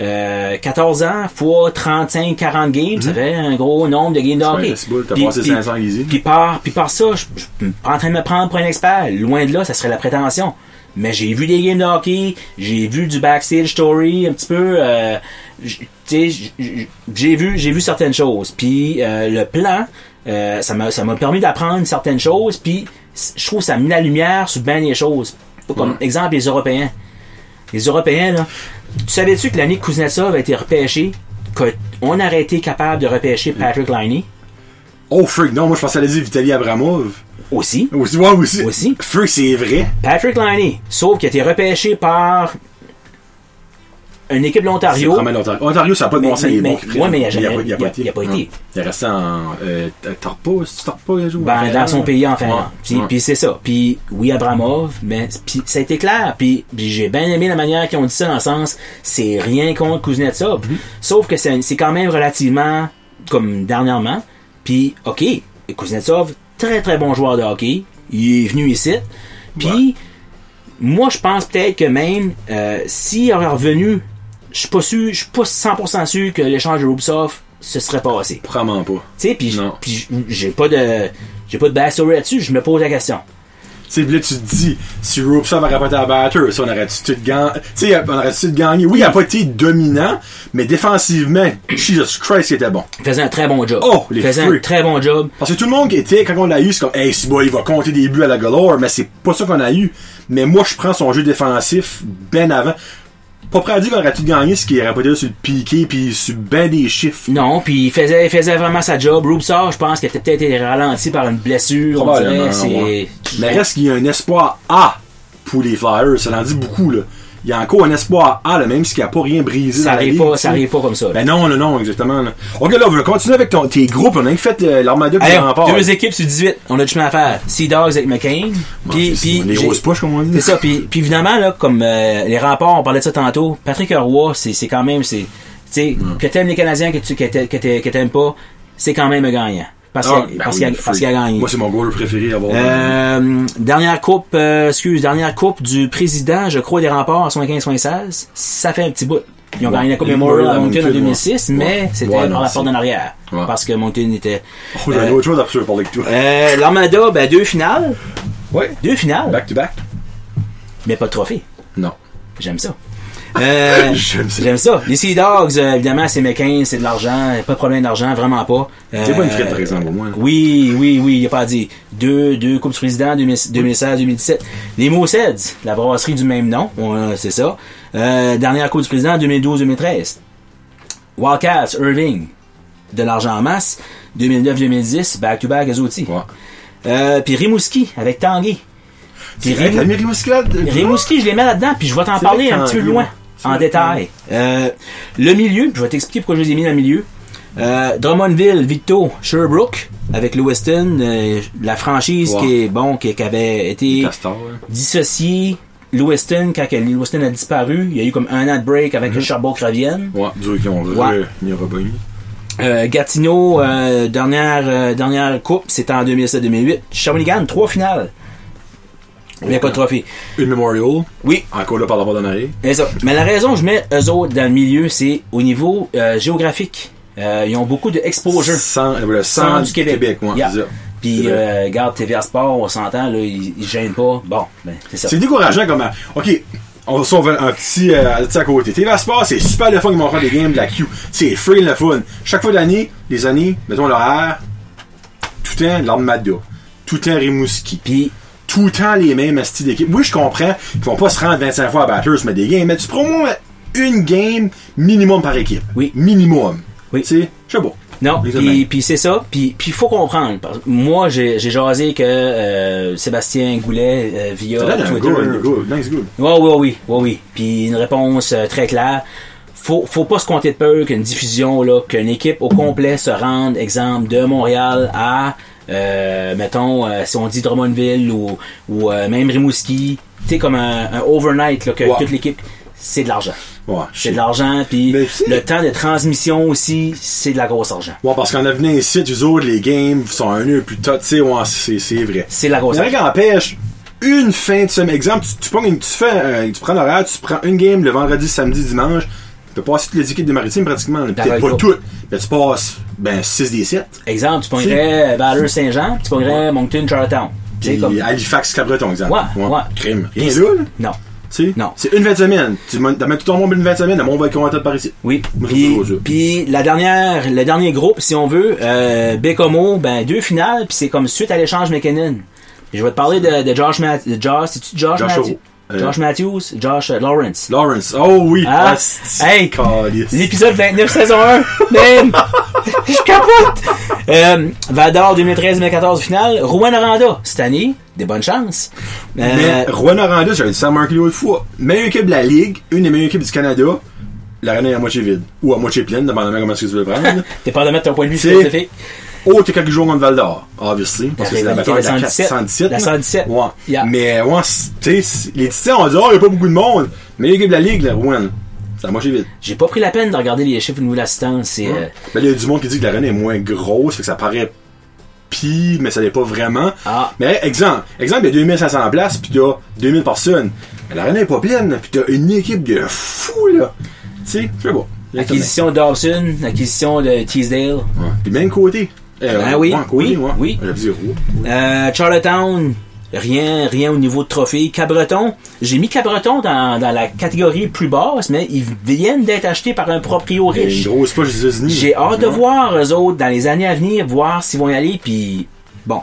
B: euh, 14 ans fois 35 40 games ça fait un gros nombre de games de hockey
A: Ouais, Mhm. c'est beau, t'as
B: Ah, Puis-
A: passé
B: puis-
A: 500 easy.
B: puis par puis par ça je je suis pas en train de me prendre pour un expert loin de là ça serait la prétention mais j'ai vu des games de hockey j'ai vu du backstage story un petit peu euh, j- tu sais, j- j- j'ai vu j'ai vu certaines choses puis euh, le plan euh, ça m'a ça m'a permis d'apprendre certaines choses puis c- je trouve que ça a mis la lumière sur bien des choses Pas comme exemple les européens les Européens, là, tu savais-tu que l'année que Kuznetsov a été repêché, qu'on aurait été capable de repêcher Patrick Liney
A: Oh, freak, non, moi, je pensais aller dire Vitaly Abramov.
B: aussi?
A: Aussi, ouais, aussi.
B: Aussi.
A: Freak, c'est vrai.
B: Patrick Liney, sauf qu'il a été repêché par une équipe de
A: C'est
B: l'Ontario.
A: vraiment l'Ontario. Ontario, ça n'a pas de
B: Mais-
A: bon sens.
B: mais-
A: il est
B: mais-
A: bon qu'il prenne.
B: ouais, mais il a
A: a
B: jamais-
A: pas- il a
B: il a-
A: pas été.
B: il a pas
A: Non.
B: été.
A: Il est resté en. Euh, Tarpa, c'est Tarpa, il a joué.
B: Ben, dans son pays en Finlande.
A: Ouais.
B: Puis,
A: Ouais.
B: puis c'est ça. Puis oui, Abramov, mais puis ça a été clair. Puis, puis j'ai bien aimé la manière qu'ils ont dit ça dans le sens, c'est rien contre Kuznetsov.
A: Mhm.
B: Sauf que c'est c'est quand même relativement comme dernièrement. Puis ok, Kuznetsov, très très bon joueur de hockey. Il est venu ici. Puis
A: Ouais.
B: moi, je pense peut-être que même euh, s'il aurait revenu, je suis pas sûr, je suis pas 100% sûr que l'échange de Rubsoff se serait passé.
A: Probablement pas.
B: Tu sais, puis
A: Non.
B: puis j'ai pas de j'ai pas de backstory là-dessus, je me pose la question.
A: sais, pis là, tu te dis, si Robson va rapporter à batteur, ça, on aurait-tu tout gagné? Tu sais, on aurait-tu tout gagné? Oui, il a pas été dominant, mais défensivement, Jesus Christ, il était bon.
B: Il faisait un très bon job.
A: Oh, les
B: il faisait un
A: fruits.
B: très bon job.
A: Parce que tout le monde qui était, quand on l'a eu, c'est comme, hey, c'est bon, il va compter des buts à la galore, mais c'est pas ça qu'on a eu. Mais moi, je prends son jeu défensif ben avant. Pas prêt à dire qu'on aurait tout gagné, ce qui aurait pas été sur le piqué, puis sur ben des chiffres.
B: Non, puis il faisait, il faisait vraiment sa job. Roubsar, je pense qu'il était peut-être été ralenti par une blessure. On dirait,
A: Probablement,
B: c'est...
A: ouais. Mais reste qu'il y a un espoir A pour les Flyers, ça en dit beaucoup, là. Il y a encore un espoir A, là, même s'il n'y a pas rien brisé. dans la
B: Ça arrive
A: ligue,
B: pas,
A: tu sais.
B: ça arrive pas comme ça. là.
A: Ben non, non, non, exactement. là. Ok, là, on va continuer avec ton, tes groupes. On a rien que fait euh, l'armada qui
B: Allez,
A: en part.
B: deux équipes sur 18, on a du chemin à faire. Sea Dogs avec McCain. Puis, puis,
A: Les
B: j'ai-
A: roses poches, comme on dit.
B: C'est ça, puis, puis évidemment, là, comme euh, les remparts, on parlait de ça tantôt, Patrick Roy, c'est c'est quand même, c'est, tu sais,
A: Mm.
B: que t'aimes les Canadiens, que tu que t'a- que t'a- que t'aimes pas, c'est quand même un gagnant. Parce
A: Ah,
B: qu'il
A: ben
B: parce
A: oui,
B: qu'il a,
A: free.
B: parce qu'il a gagné.
A: Moi, c'est mon goal préféré à avoir.
B: Euh, dernière coupe, euh, excuse, dernière coupe du président, je crois, des remparts en 75-76. Ça fait un petit bout. Ils ont
A: Ouais.
B: gagné la Coupe
A: Le
B: Memorial à
A: Memorial
B: Moncton en
A: Moncton,
B: 2006,
A: ouais.
B: mais
A: Ouais.
B: c'était
A: Ouais,
B: par
A: non,
B: la
A: c'est-
B: porte en arrière.
A: Ouais.
B: Parce que Moncton était...
A: Oh, j'en ai
B: euh,
A: autre chose à faire parler que toi.
B: euh, L'Armada, ben, deux finales.
A: Ouais.
B: Deux finales.
A: Back to back?
B: Mais pas de trophée.
A: Non.
B: J'aime ça. Euh,
A: J'aime ça.
B: J'aime ça. Les Sea Dogs, euh, évidemment, c'est mécain, c'est de l'argent, pas de problème d'argent, vraiment pas. Euh,
A: C'est pas une frite, par exemple, au moins.
B: Oui, oui, oui, il a pas dit. Deux, deux Coupes Président 2016-2017. Les Mooseheads, la brasserie du même nom, on, euh, c'est ça. Euh, dernière Coupe du Président 2012-2013. Wildcats, Irving, de l'argent en masse. 2009-2010, back-to-back, les outils.
A: Ouais.
B: Euh, Puis Rimouski, avec Tanguy. Puis
A: Hey,
B: Rimou-
A: T'as mis Rimouskilade?
B: Rimouski, je les mets là-dedans, puis je vais t'en
A: C'est
B: parler
A: vrai
B: un
A: que
B: petit peu
A: t'en-
B: loin,
A: c'est
B: en
A: vrai que t'en-
B: détail. Euh, le milieu, puis je vais t'expliquer pourquoi je les ai mis dans le milieu. Euh, Drummondville, Victo, Sherbrooke, avec Lewiston, euh, la franchise
A: Ouais.
B: qui est bon, qui, qui avait été
A: Castor, hein.
B: dissociée. Lewiston, quand que Lewiston a disparu, il y a eu comme un an de break avec que Sherbrooke revienne.
A: Ouais, dur qu'on veut.
B: Ouais.
A: euh, Il y aura pas eu.
B: Euh, Gatineau, euh, dernière, euh, dernière coupe, c'était en 2007-2008. Shawinigan, trois finales. Mais pas de trophée.
A: Une Memorial.
B: Oui,
A: Encore là par la bas d'en arrière.
B: C'est ça. Mais la raison que je mets eux autres dans le milieu, c'est au niveau euh, géographique. Euh, ils ont beaucoup de exposure.
A: Sans, euh, le
B: Centre
A: sang du Québec. ouais,
B: Yeah.
A: c'est ça.
B: Puis,
A: C'est vrai.
B: euh, regarde, TVA Sport, on s'entend, là, ils, ils gênent pas. Bon, ben, c'est ça.
A: C'est décourageant comme. un- Ok, on se un, un petit euh, un petit à côté. TV Sport, c'est super le fun qu'ils vont faire des games de la Q. C'est free le fun. Chaque fois d'année, les années, mettons l'horaire, tout le temps l'Armada, tout le temps Rimouski,
B: Puis,
A: tout le temps les mêmes styles d'équipe. Oui, je comprends qu'ils vont pas se rendre 25 fois à Batters, mais des games. Mais tu prends au moins une game minimum par équipe.
B: Oui.
A: Minimum.
B: Oui.
A: Tu sais, je sais pas.
B: non,
A: Les
B: puis
A: humains.
B: puis c'est ça. Puis il faut comprendre. Parce que moi, j'ai j'ai jasé que euh, Sébastien Goulet, euh, via
A: Ça donne un
B: Twitter,
A: good, un good, nice good.
B: Oui, oui, oui, oui, oui. Puis une réponse euh, très claire. Faut, faut pas se compter de peur qu'une diffusion, là, qu'une équipe au complet se rende, exemple, de Montréal à, euh, mettons, euh, si on dit Drummondville ou, ou euh, même Rimouski, tu sais, comme un, un overnight, là, que
A: Ouais.
B: toute l'équipe, c'est de l'argent.
A: Ouais, je
B: C'est
A: sais.
B: de l'argent, puis
A: Mais c'est-
B: le temps de transmission aussi, c'est de la grosse argent.
A: Ouais, parce qu'en avenant ici, eux autres, les games sont un nœud plus tôt, tu sais, ouais, c'est c'est vrai.
B: C'est de la grosse
A: Mais rien
B: argent.
A: qu'empêche, une fin de semaine, exemple, tu, tu, pognes une- tu fais, euh, tu prends l'horaire, tu prends une game le vendredi, samedi, dimanche, tu peux passer toutes les équipes des maritimes pratiquement, là. peut-être
B: D'accord.
A: pas toutes, mais tu passes, ben, 6 des 7.
B: Exemple, tu pognerais Valeur-Saint-Jean, tu pognerais Moncton, Charlottetown. Tu sais,
A: Puis
B: comme...
A: Halifax, Cabreton, exemple.
B: Ouais, ouais.
A: Crime. Rien là, là.
B: Non.
A: Tu sais,
B: Non.
A: c'est une fin de semaine. Tu mon- t'amènes tout ton monde une fin de semaine, le monde va être content par ici.
B: Oui.
A: Moi, je
B: Puis,
A: trouve ça.
B: puis la dernière, le dernier groupe, si on veut, euh, Bécomo, ben deux finales, puis c'est comme suite à l'échange McKinnon. Je vais te parler de, de Josh Matthews. Josh, c'est-tu Josh,
A: Josh
B: Matthews?
A: Ho- euh,
B: Josh Matthews? Josh euh, Lawrence.
A: Lawrence. Oh oui.
B: Ah,
A: c'est-
B: hey.
A: Calisse.
B: L'épisode 29, saison 1. Même! Je capote! Euh, Vador 2013-2014 finale. Rouen Aranda, cette année, des bonnes chances. Euh,
A: Mais Rouen Aranda, j'avais dit ça à Mark l'autre fois. Meilleure équipe de la Ligue, une des meilleures équipes du Canada, l'arène est à moitié vide. Ou à moitié pleine, dépendamment comment est-ce que tu veux le prendre.
B: T'es pas de mettre ton point de vue
A: C'est-
B: philosophique.
A: Oh, t'as quelques jours contre Val d'Or, obviously. Parce que c'est la
B: rivalité
A: bataille de
B: de
A: la
B: 117.
A: 117.
B: La 117.
A: Ouais.
B: Yeah.
A: Mais, ouais, c'est- tu sais, c'est- les Titans, on dit, oh, y a pas beaucoup de monde. Meilleure équipe de la Ligue, la Rouen. C'est à moitié vide.
B: J'ai pas pris la peine de regarder les chiffres au niveau de l'assistance. C'est, euh,
A: Hein? Mais il y a du monde qui dit que l'arène est moins grosse, fait que ça paraît pis, mais ça l'est pas vraiment.
B: Ah.
A: Mais exemple, exemple, il y a 2500 places, puis t'as 2000 personnes. Mais l'arène est pas pleine, puis t'as une équipe de fous, là. Tu sais, je sais pas.
B: euh, Acquisition de Dobson, acquisition de Teasdale.
A: Ouais. Puis même côté. Euh,
B: Ah oui,
A: ouais, côté,
B: oui,
A: ouais.
B: oui.
A: J'avais dit roux.
B: Euh, Charlottetown, Rien, rien au niveau de trophée. Cabreton, j'ai mis Cabreton dans, dans la catégorie plus basse, mais ils viennent d'être achetés par un proprio
A: Une
B: riche.
A: grosse poche des États-Unis.
B: J'ai hâte de voir eux autres dans les années à venir, voir s'ils vont y aller, puis bon.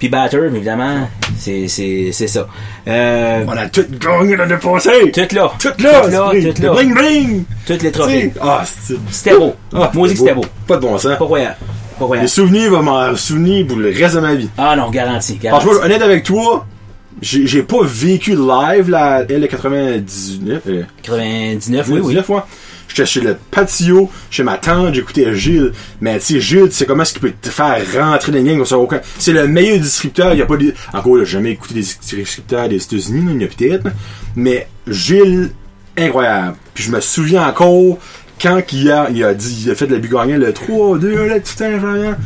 B: Puis Batter, évidemment, c'est c'est- c'est ça. Euh,
A: On a tout gagné l'année passée.
B: tout là.
A: Tout là,
B: Tout là,
A: c'est-
B: tout là.
A: Bling bling.
B: Toutes les trophées.
A: T'sais, Ah, c'est.
B: C'était beau.
A: Ah,
B: Moi aussi que c'était beau.
A: Pas de bon sens.
B: Pas royal. Pas royal.
A: Les souvenirs vont m'en souvenir pour le reste de ma vie.
B: Ah non, garanti. garanti.
A: Franchement, honnête avec toi, j'ai j'ai pas vécu live la L99. Euh,
B: 99, oui,
A: oui,
B: oui.
A: J'étais chez le patio, chez ma tante, j'écoutais Gilles. Mais tu sais, Gilles, tu sais comment est-ce qu'il peut te faire rentrer dans les gangs, on sait aucun. C'est le meilleur distributeur, il y a pas des. Encore, j'ai jamais écouté des distributeurs des États-Unis, là, il y en a peut-être. là. Mais Gilles, incroyable. Puis je me souviens encore quand il a, il a dit, il a fait de la bugagnée, le 3, 2, 1, là, tout un genre. hein.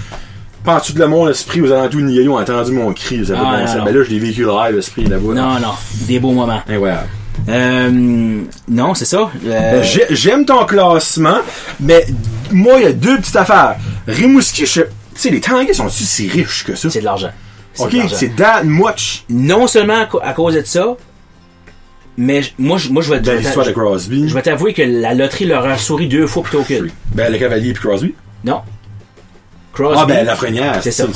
A: Penses-tu de le monde, l'esprit aux alentours de Niayo, ont entendu mon cri, ça fait
B: Ah,
A: bon
B: non,
A: sens.
B: non.
A: Mais là, je l'ai vécu live, l'esprit là-bas.
B: Non, non. Des beaux moments.
A: Incroyable.
B: Euh, non, c'est ça. Euh,
A: Euh, j'ai- J'aime ton classement, mais moi, il y a deux petites affaires. Rimouski, je... tu sais, les Tanguais sont-ils si riches que ça?
B: c'est de l'argent. C'est
A: Ok,
B: de l'argent.
A: c'est that much
B: Non seulement à, co- à cause de ça, mais je- moi, je- moi, je vais, je
A: de
B: vais
A: Ben, l'histoire de
B: t'a-
A: Crosby.
B: je vais t'avouer que la loterie leur a souri deux fois plutôt qu'une.
A: Ben, le Cavalier puis Crosby.
B: Non. Crosby.
A: Ah, ben, la Frenière.
B: C'est ça.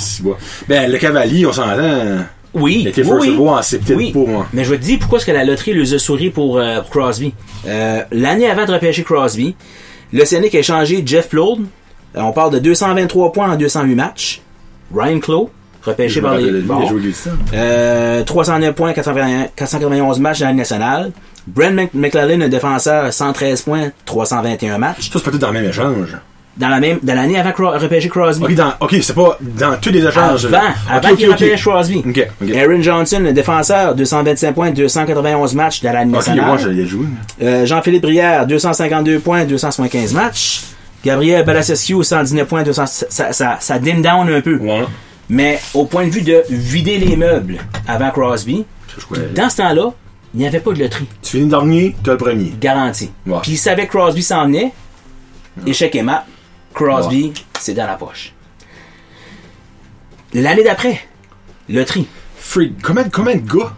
A: Ben, le Cavalier, on s'entend.
B: Oui.
A: Mais t'es
B: oui,
A: first
B: oui.
A: of all, c'est peut-être
B: Oui.
A: pour hein. moi.
B: Mais je vais te dire pourquoi est-ce que la loterie les a souri pour, euh, pour Crosby. Euh, L'année avant de repêcher Crosby, l'Océanique a échangé Jeff Plourde. Euh, On parle de 223 points en 208 matchs. Ryan Clow, repêché
A: Je me
B: par
A: rappelle de
B: les...
A: lui, il
B: bon.
A: a joué des cents.
B: Euh, 309 points, 481 491 matchs dans la Ligue nationale. Brent Mc- McLaren, un défenseur, 113 points, 321 matchs.
A: Ça, c'est peut-être dans le même échange.
B: Dans la même, dans l'année avant Cro- repêcher Crosby.
A: Ok, dans... ok, c'est pas dans tous les
B: Avant,
A: échanges. là.
B: avant
A: Ok,
B: qu'il
A: ok, ok.
B: repêche Crosby.
A: Ok, ok.
B: Aaron Johnson, le défenseur, 225 points, 291 matchs dans la Ligue
A: Ok, moi, je
B: nationale.
A: l'ai joué.
B: Euh, Jean-Philippe Brière, 252 points, 275 matchs. Gabriel Balassescu, 119 points, 200, ça, ça, ça dim down un peu.
A: Ouais.
B: Mais au point de vue de vider les meubles avant Crosby,
A: Je crois-
B: dans ce temps-là, il n'y avait pas de loterie
A: Tu finis dernier, t'as le premier.
B: garanti.
A: Ouais.
B: Puis il savait que Crosby s'en venait. Échec et mat. Crosby, c'est dans la poche. L'année d'après, le tri.
A: Freak, combien, combien de gars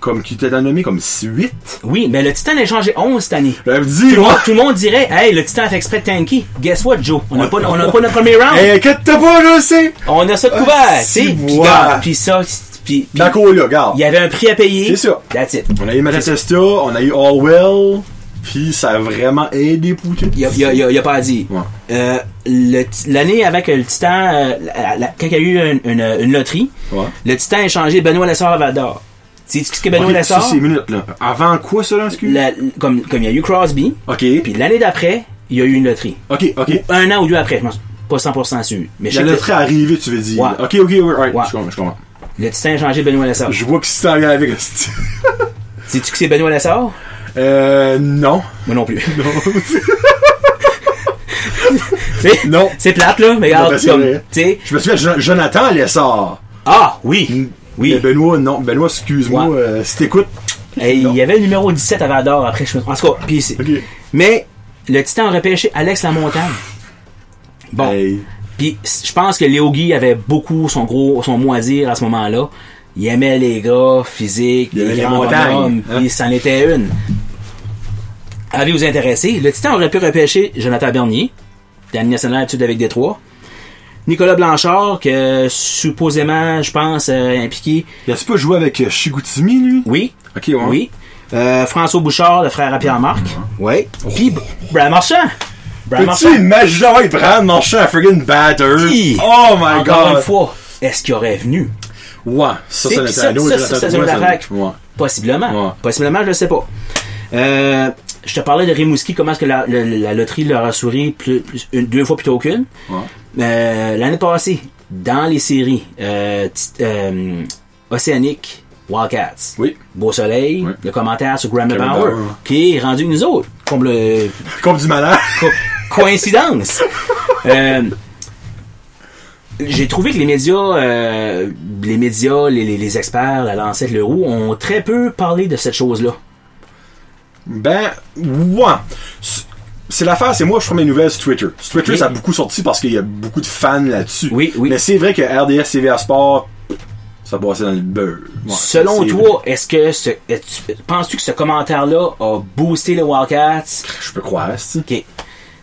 A: comme qui t'étaient nommé comme 8
B: Oui, mais le Titan a échangé 11 cette année.
A: J'avais dit, ouais!
B: Tout le monde dirait, hey, le Titan a fait exprès de tanky. Guess what, Joe? On n'a pas, on a pas notre premier round.
A: Hey, Eh, inquiète-toi pas, je le sais!
B: On a ça de couvert, tu
A: Euh, si,
B: sais. Puis
A: ouais.
B: garde, Puis ça, c'est- puis puis
A: D'accord, là, regarde.
B: il y avait un prix à payer.
A: C'est ça.
B: That's it.
A: On a eu Matatesta, on a eu Orwell, puis ça a vraiment aidé Poutine.
B: Il a, il a- il a- il a pas dit.
A: Ouais.
B: Euh, le ti- L'année avec le Titan, euh, la- la- quand il y a eu une, une- une loterie,
A: Ouais.
B: le Titan a échangé Benoît Lessard à Valdor. Sais-tu ce que Benoît
A: Ok, ça,
B: Lessard?
A: c'est une minute, là. Avant quoi, ça, là, excuse?
B: La- comme, comme il y a eu Crosby,
A: Ok,
B: puis l'année d'après, il y a eu une loterie.
A: ok, ok.
B: Un an ou deux après, je pense. Pas 100% sûr. Mais je
A: La
B: sais que
A: lettre est arrivée, tu veux dire.
B: Ouais.
A: Ok, ok, ouais, right,
B: Ouais.
A: je comprends, je comprends.
B: le Titan a échangé Benoît Lessard.
A: Je vois que tu t'en viens avec ce
B: Sais-tu que c'est Benoît Lessard?
A: Euh, non.
B: Moi non plus.
A: Non.
B: C'est plate, là, mais
A: Non,
B: regarde,
A: ben, c'est
B: comme,
A: vrai.
B: tu sais.
A: Je me souviens, Jo- Jonathan Lessard.
B: Ah, oui! Oui.
A: Mais Benoît, non. Benoît, excuse-moi,
B: Ouais.
A: euh, si t'écoutes.
B: Et il y avait le numéro 17 à Valdor après. Je... me- En tout cas, puis c'est-
A: Ok.
B: Mais le Titan a repêché Alex Lamontagne. Bon.
A: Hey.
B: Puis c- je pense que Léo Guy avait beaucoup son gros son mot à dire à ce moment-là. Il aimait les gars physiques,
A: Il aimait
B: les
A: les
B: grands
A: montagnes,
B: hommes,
A: hein.
B: puis c'en était une. Avez-vous intéressé? Le Titan aurait pu repêcher Jonathan Bernier, dernier national étude avec Détroit. Nicolas Blanchard, que supposément, je pense, euh, impliqué.
A: Il a-tu pas joué avec euh, Chigoutimi, lui?
B: Oui.
A: Ok, ouais.
B: Oui. Euh, François Bouchard, le frère à Pierre-Marc. Oui. Oh. Puis Brian Marchand. Brian
A: Peux-tu imaginer, ouais, Brad Marchand à friggin' batter?
B: Hi.
A: Oh my
B: Encore
A: god!
B: une fois, est-ce qu'il aurait venu?
A: Ouais, ça,
B: Tu sais,
A: c'est
B: puis ça,
A: Nintendo.
B: ça, ça, ça, c'est une attaque.
A: Ouais.
B: Possiblement.
A: Ouais.
B: Possiblement, je ne sais pas. Euh, je te parlais de Rimouski, comment est-ce que la, la- la loterie leur a souri plus, plus- une- deux fois plutôt qu'une.
A: Ouais.
B: Euh, L'année passée, dans les séries, euh, ti- euh, Océanique, Wildcats,
A: Oui.
B: Beau Soleil,
A: Oui.
B: le commentaire sur Graham
A: Graham
B: Power,
A: Bauer.
B: qui est rendu nous autres. Comble,
A: Coupe du malheur.
B: Co- coïncidence. Euh, j'ai trouvé que les médias, euh, les médias, les, les- les experts, la lancette, le roux, ont très peu parlé de cette chose-là.
A: Ben, ouais. C'est- C'est l'affaire, c'est moi, je prends mes nouvelles sur Twitter. Sur Twitter,
B: Oui.
A: ça a beaucoup sorti parce qu'il y a beaucoup de fans là-dessus.
B: Oui, oui.
A: Mais c'est vrai que RDS, CVR Sport, Ça passait dans le beurre. Ouais,
B: Selon
A: c'est-
B: toi, est-ce que ce, est-ce- penses-tu que ce commentaire-là a boosté les Wildcats?
A: Je peux croire, c'est.
B: Ok.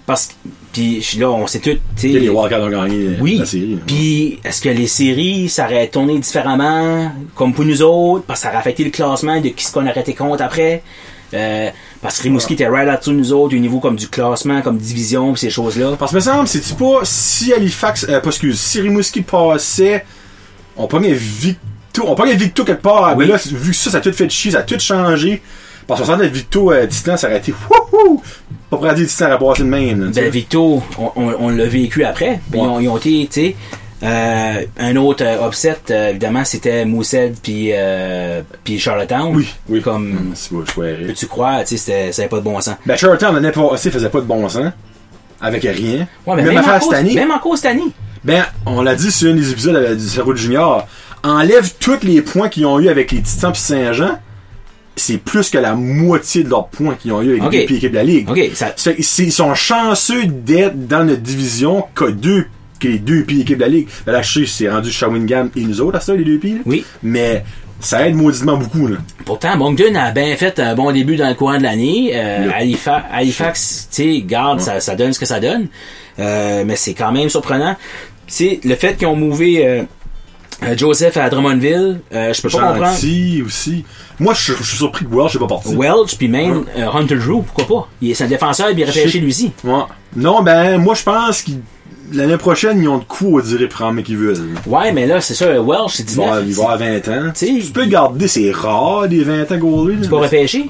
B: Parce que, puis je- là, on sait tout, tu sais.
A: Les Wildcats ont gagné
B: Oui.
A: la série. hein. là.
B: Puis, est-ce que les séries, ça aurait tourné différemment, comme pour nous autres, parce que ça aurait affecté le classement de qui ce qu'on aurait été contre après? Euh, parce que Rimouski était right là-dessus nous autres, au niveau comme du classement, comme division, pis ces choses-là.
A: Parce que me semble, c'est-tu pas si Halifax, euh, pas excuse, si Rimouski passait, on prenait Victo, on prenait Victo quelque
B: Ah
A: part, mais là, vu que ça, ça a tout fait chier, ça a tout changé. Parce qu'on s'en est Victo euh, Titan, ça aurait été wouhou! Pas prêt à dire Titan aurait passé de même, là, tu
B: Ben,
A: sais.
B: Victo, on, on- on l'a vécu après. Ben,
A: Ouais.
B: Ils, ont, ils ont été, tu sais. euh, un autre euh, upset, euh, évidemment, c'était Moosehead puis euh, puis Charlottetown.
A: Oui, oui.
B: Comme,
A: Mm, C'est pas, je crois, rire.
B: peux-tu croire, tu sais, c'était- ça n'avait pas de bon sens.
A: Ben, Charlton, l'année passée, faisait pas de bon sens. Avec rien.
B: Ouais, mais
A: même,
B: en
A: affaire
B: cause-
A: cette année.
B: Même en cause cette année.
A: Ben, on l'a dit sur un des épisodes avec- du Cerveau du Junior. Enlève tous les points qu'ils ont eu avec les Titans pis Saint-Jean. C'est plus que la moitié de leurs points qu'ils ont eu avec
B: Ok.
A: les équipes de la Ligue.
B: OK, ça,
A: Ça fait que c'est- ils sont chanceux d'être dans notre division qu'à deux, que les deux pires équipes de la Ligue. Ben là, je sais, c'est rendu Shawingham et nous autres à ça, les deux pires. là.
B: Oui.
A: Mais ça aide mauditement beaucoup, là.
B: Pourtant, Moncton a bien fait un bon début dans le courant de l'année. Euh,
A: Le-
B: Halifa- Halifax, tu sais, garde, ça, ça donne ce que ça donne. Euh, mais c'est quand même surprenant. Tu sais, le fait qu'ils ont mouvé euh, euh, Joseph à Drummondville, euh, je peux pas comprendre.
A: Gentil aussi. Moi, je, je suis surpris que Welsh n'est pas parti.
B: Welch, puis même euh, Hunter Drew, pourquoi pas? Il est c'est un défenseur, puis il
A: Je-
B: repêché lui aussi.
A: Ouais. Non, ben, moi, je pense que l'année prochaine, ils ont de coups, on dirait, pour un mec qu'ils veulent.
B: Ouais, mais là, c'est ça, euh, Welch, c'est
A: Il va,
B: 19.
A: il va à 20 ans.
B: Tu sais,
A: tu peux le garder, c'est rare, des 20 ans goalés.
B: C'est pas repêché?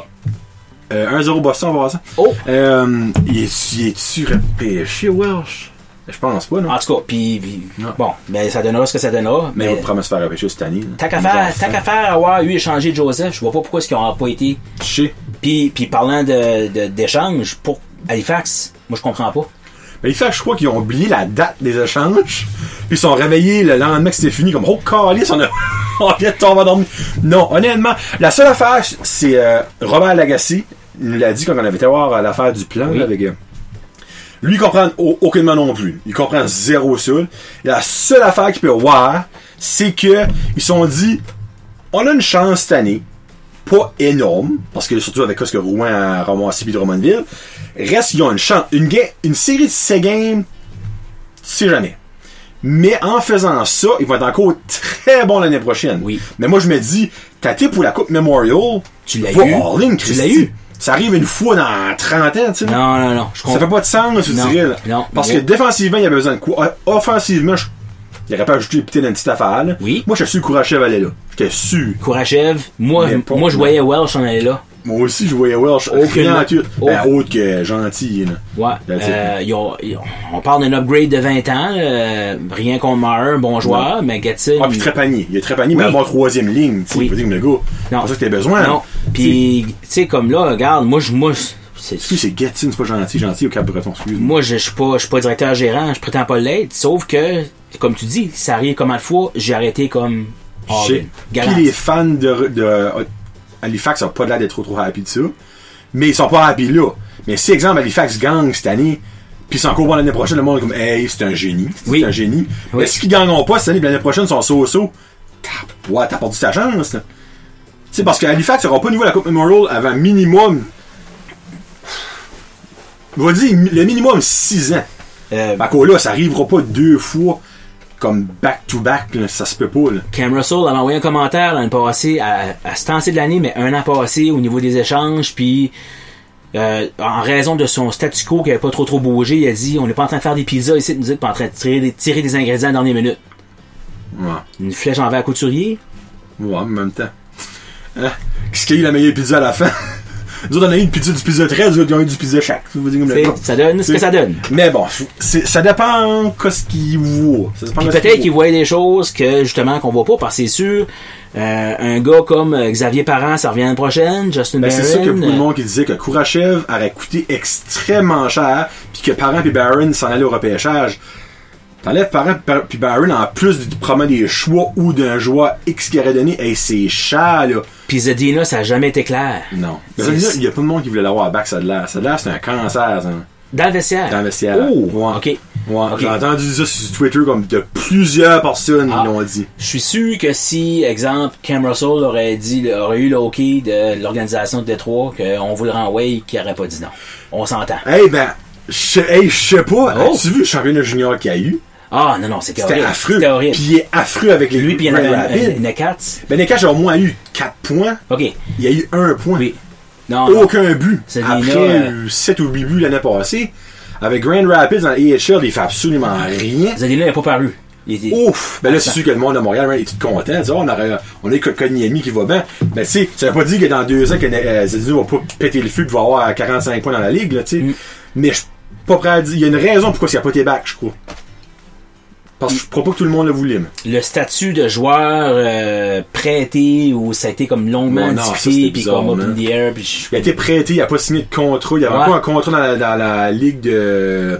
A: Euh, 1-0 Boston, on va voir ça.
B: Oh!
A: Euh, il est- il est-tu repêché, Welsh? Je pense pas, non?
B: En tout cas, puis, puis-
A: Non.
B: bon, ben, ça donnera ce que ça donnera.
A: mais
B: mais-
A: on va probablement se faire repêcher cette année. là.
B: T'as qu'à
A: Nous
B: faire,
A: enfants.
B: t'as qu'à faire avoir eu échangé Joseph, je vois pas pourquoi est-ce qu'ils ont pas été
A: Je sais.
B: Puis, puis parlant de, de- d'échanges pour Halifax, moi je comprends pas.
A: Mais il fait, je crois qu'ils ont oublié la date des échanges. Puis ils sont réveillés le lendemain que c'était fini, comme, oh, calice, on, a... on vient de tomber dormir. Non, honnêtement, la seule affaire, c'est euh, Robert Lagacy il nous l'a dit quand on avait été voir euh, l'affaire du plan
B: Oui.
A: là, avec. euh, Lui, il comprend au- aucunement non plus. Il comprend zéro sur. La seule affaire qu'il peut voir, c'est que ils sont dit, on a une chance cette année pas énorme, parce que surtout avec ce que Rouen a ramassé puis Drummondville, reste, ils ont une chance. Une, ga- une série de 6 games, tu sais jamais. Mais en faisant ça, ils vont être encore très bons l'année prochaine.
B: Oui.
A: Mais moi, je me dis, t'as été pour la Coupe Memorial,
B: Tu l'as
A: va
B: eu.
A: all in,
B: Tu
A: Christy.
B: l'as eu.
A: Ça arrive une fois dans 30 ans, tu sais.
B: Non, non, non, je
A: Ça fait
B: comprends.
A: pas de sens, tu
B: Non,
A: dirais. là.
B: non,
A: Parce
B: non.
A: que défensivement, il y avait besoin de quoi O- Offensivement, je... il aurait pas ajouté peut-être une petite affaire. là.
B: Oui.
A: Moi, je suis sûr que Kourachev allait là. J'étais sûr.
B: Couragev, moi,
A: Mais pas-
B: moi je voyais Welsh en aller là.
A: Moi aussi, je voyais Welsh.
B: Aucunement.
A: rien en tout. Ben,
B: Aucun-
A: autre que gentil. Là.
B: Ouais.
A: That's it.
B: Euh, ils ont- ils ont- on parle d'un upgrade de 20 ans, euh, rien contre Maher, bon joueur, mais Gatson.
A: Ah, puis Trépanier. Il y a Trépanier, mais
B: Oui.
A: avant troisième ligne. Tu sais,
B: Oui.
A: il veut dire que le gars, c'est
B: Non.
A: pas ça que t'as besoin.
B: non. Puis, tu sais, comme là, regarde, moi je. Moi, c'est,
A: Tu sais, c'est Gatine, c'est pas gentil. Gentil au Cap-Breton, excuse-moi.
B: moi je, je suis pas, je suis pas directeur gérant, je prétends pas l'être, sauf que, comme tu dis, ça arrive comme de fois, j'ai arrêté comme. all
A: Je
B: in.
A: sais. Puis
B: Galant.
A: les fans de, de euh, Halifax ont pas l'air d'être trop trop happy de ça. Mais ils sont pas happy là. Mais si, exemple, Halifax gagne cette année, puis c'est encore bon l'année prochaine, le monde est comme, hey, c'est un génie. C'est
B: Oui.
A: un génie.
B: Oui.
A: Mais si qu'ils gagneront pas cette année, puis l'année prochaine, ils sont so-so, t'as ouais, t'as perdu ta chance. là. Tu sais, parce que Halifax n'aura pas niveau à la Coupe Memorial avant minimum. On va dire le minimum 6 ans.
B: Euh,
A: Fait que là, ça arrivera pas deux fois comme back-to-back, là, ça se peut pas. Là.
B: Cam Russell avait envoyé un commentaire l'année passée, à, à ce temps-ci de l'année, mais un an passé, au niveau des échanges, puis euh, en raison de son statu quo qui n'avait pas trop trop bougé, il a dit « On n'est pas en train de faire des pizzas ici, nous êtes pas en train de tirer, des- tirer des ingrédients dans les minutes.
A: Ouais. »
B: Une flèche envers couturier?
A: Ouais, en même temps. Hein? Qu'est-ce qu'il y a eu la meilleure pizza à la fin? Nous autres, on a eu une pizza du pizza 13, nous autres, ils ont eu du pizza chaque. Ça veut dire comme le Ah,
B: T'sais,
A: con.
B: Ça donne ce que ça donne.
A: Mais bon, c'est- ça dépend de ce qu'ils voient. Ça dépend
B: Puis
A: de ce
B: peut-être qu'il
A: qu'ils voient.
B: voyait des choses que justement qu'on voit pas, parce que c'est sûr, euh, un gars comme euh, Xavier Parent, ça revient l'année prochaine, Justin
A: Ben,
B: Barron...
A: c'est ça que beaucoup de
B: euh,
A: monde qui disait que Kourachev aurait coûté extrêmement cher, puis que Parent et Barron s'en allaient au repêchage. T'enlèves Parent puis Barron en plus du promet des choix ou d'un joueur X qui aurait donné, hey, c'est cher là.
B: Puis Zedina, ça n'a jamais été clair.
A: Non.
B: C'est-
A: Il y a pas de monde qui voulait l'avoir à bac, ça de l'air. Ça de l'air, c'est un cancer, ça.
B: Dans le vestiaire.
A: Dans le vestiaire.
B: Ah. Oh,
A: Ouais.
B: ok.
A: Ouais,
B: Ok.
A: j'ai entendu ça sur Twitter comme de plusieurs personnes
B: Ah.
A: l'ont dit.
B: Je suis sûr que si, exemple, Cam Russell aurait dit, aurait eu le OK de l'organisation de Détroit, qu'on voulait renvoyer, qu'il n'aurait pas dit non. On s'entend.
A: Eh ben, je hey, je sais pas,
B: Oh.
A: as-tu vu le championnat junior qu'il y a eu?
B: Ah, non, non, c'était
A: C'était
B: horrible.
A: affreux.
B: C'était horrible.
A: Puis il est affreux avec les
B: Lui, puis il y en
A: Grand
B: a
A: Rapids.
B: une quatre.
A: Ben, Nekash a au moins eu 4 points.
B: OK.
A: Il y a eu 1 point.
B: Oui. Non, non.
A: Aucun but.
B: Ce euh,
A: Après
B: Nina,
A: 7 ou 8 buts l'année passée. Avec Grand Rapids en AHL, il fait absolument rien.
B: Zadina n'est pas paru. Il était...
A: Ouf! Ben là, c'est sûr que le monde de Montréal ben, est tout content. Tu sais, on, aurait, on est que Konyemi qui va bien. Ben, tu sais, ça veut pas dire que dans deux ans, que euh, Zidane va pas péter le feu et va avoir 45 points dans la ligue, là, tu sais. Mais je suis pas prêt à dire. Il y a une raison pourquoi il n'y a pas tes bacs, je crois. Parce que je crois pas que tout le monde le voulait. mais-
B: le statut de joueur euh, prêté où ça a été comme longuement
A: Ouais, non, ça,
B: discuté
A: c'était
B: puis
A: bizarre, hein.
B: comme up in
A: man.
B: the air puis je-
A: Il a été prêté, il a pas signé de contrat. Il n'y avait
B: Ouais.
A: pas un contrat dans la, dans la ligue de. euh,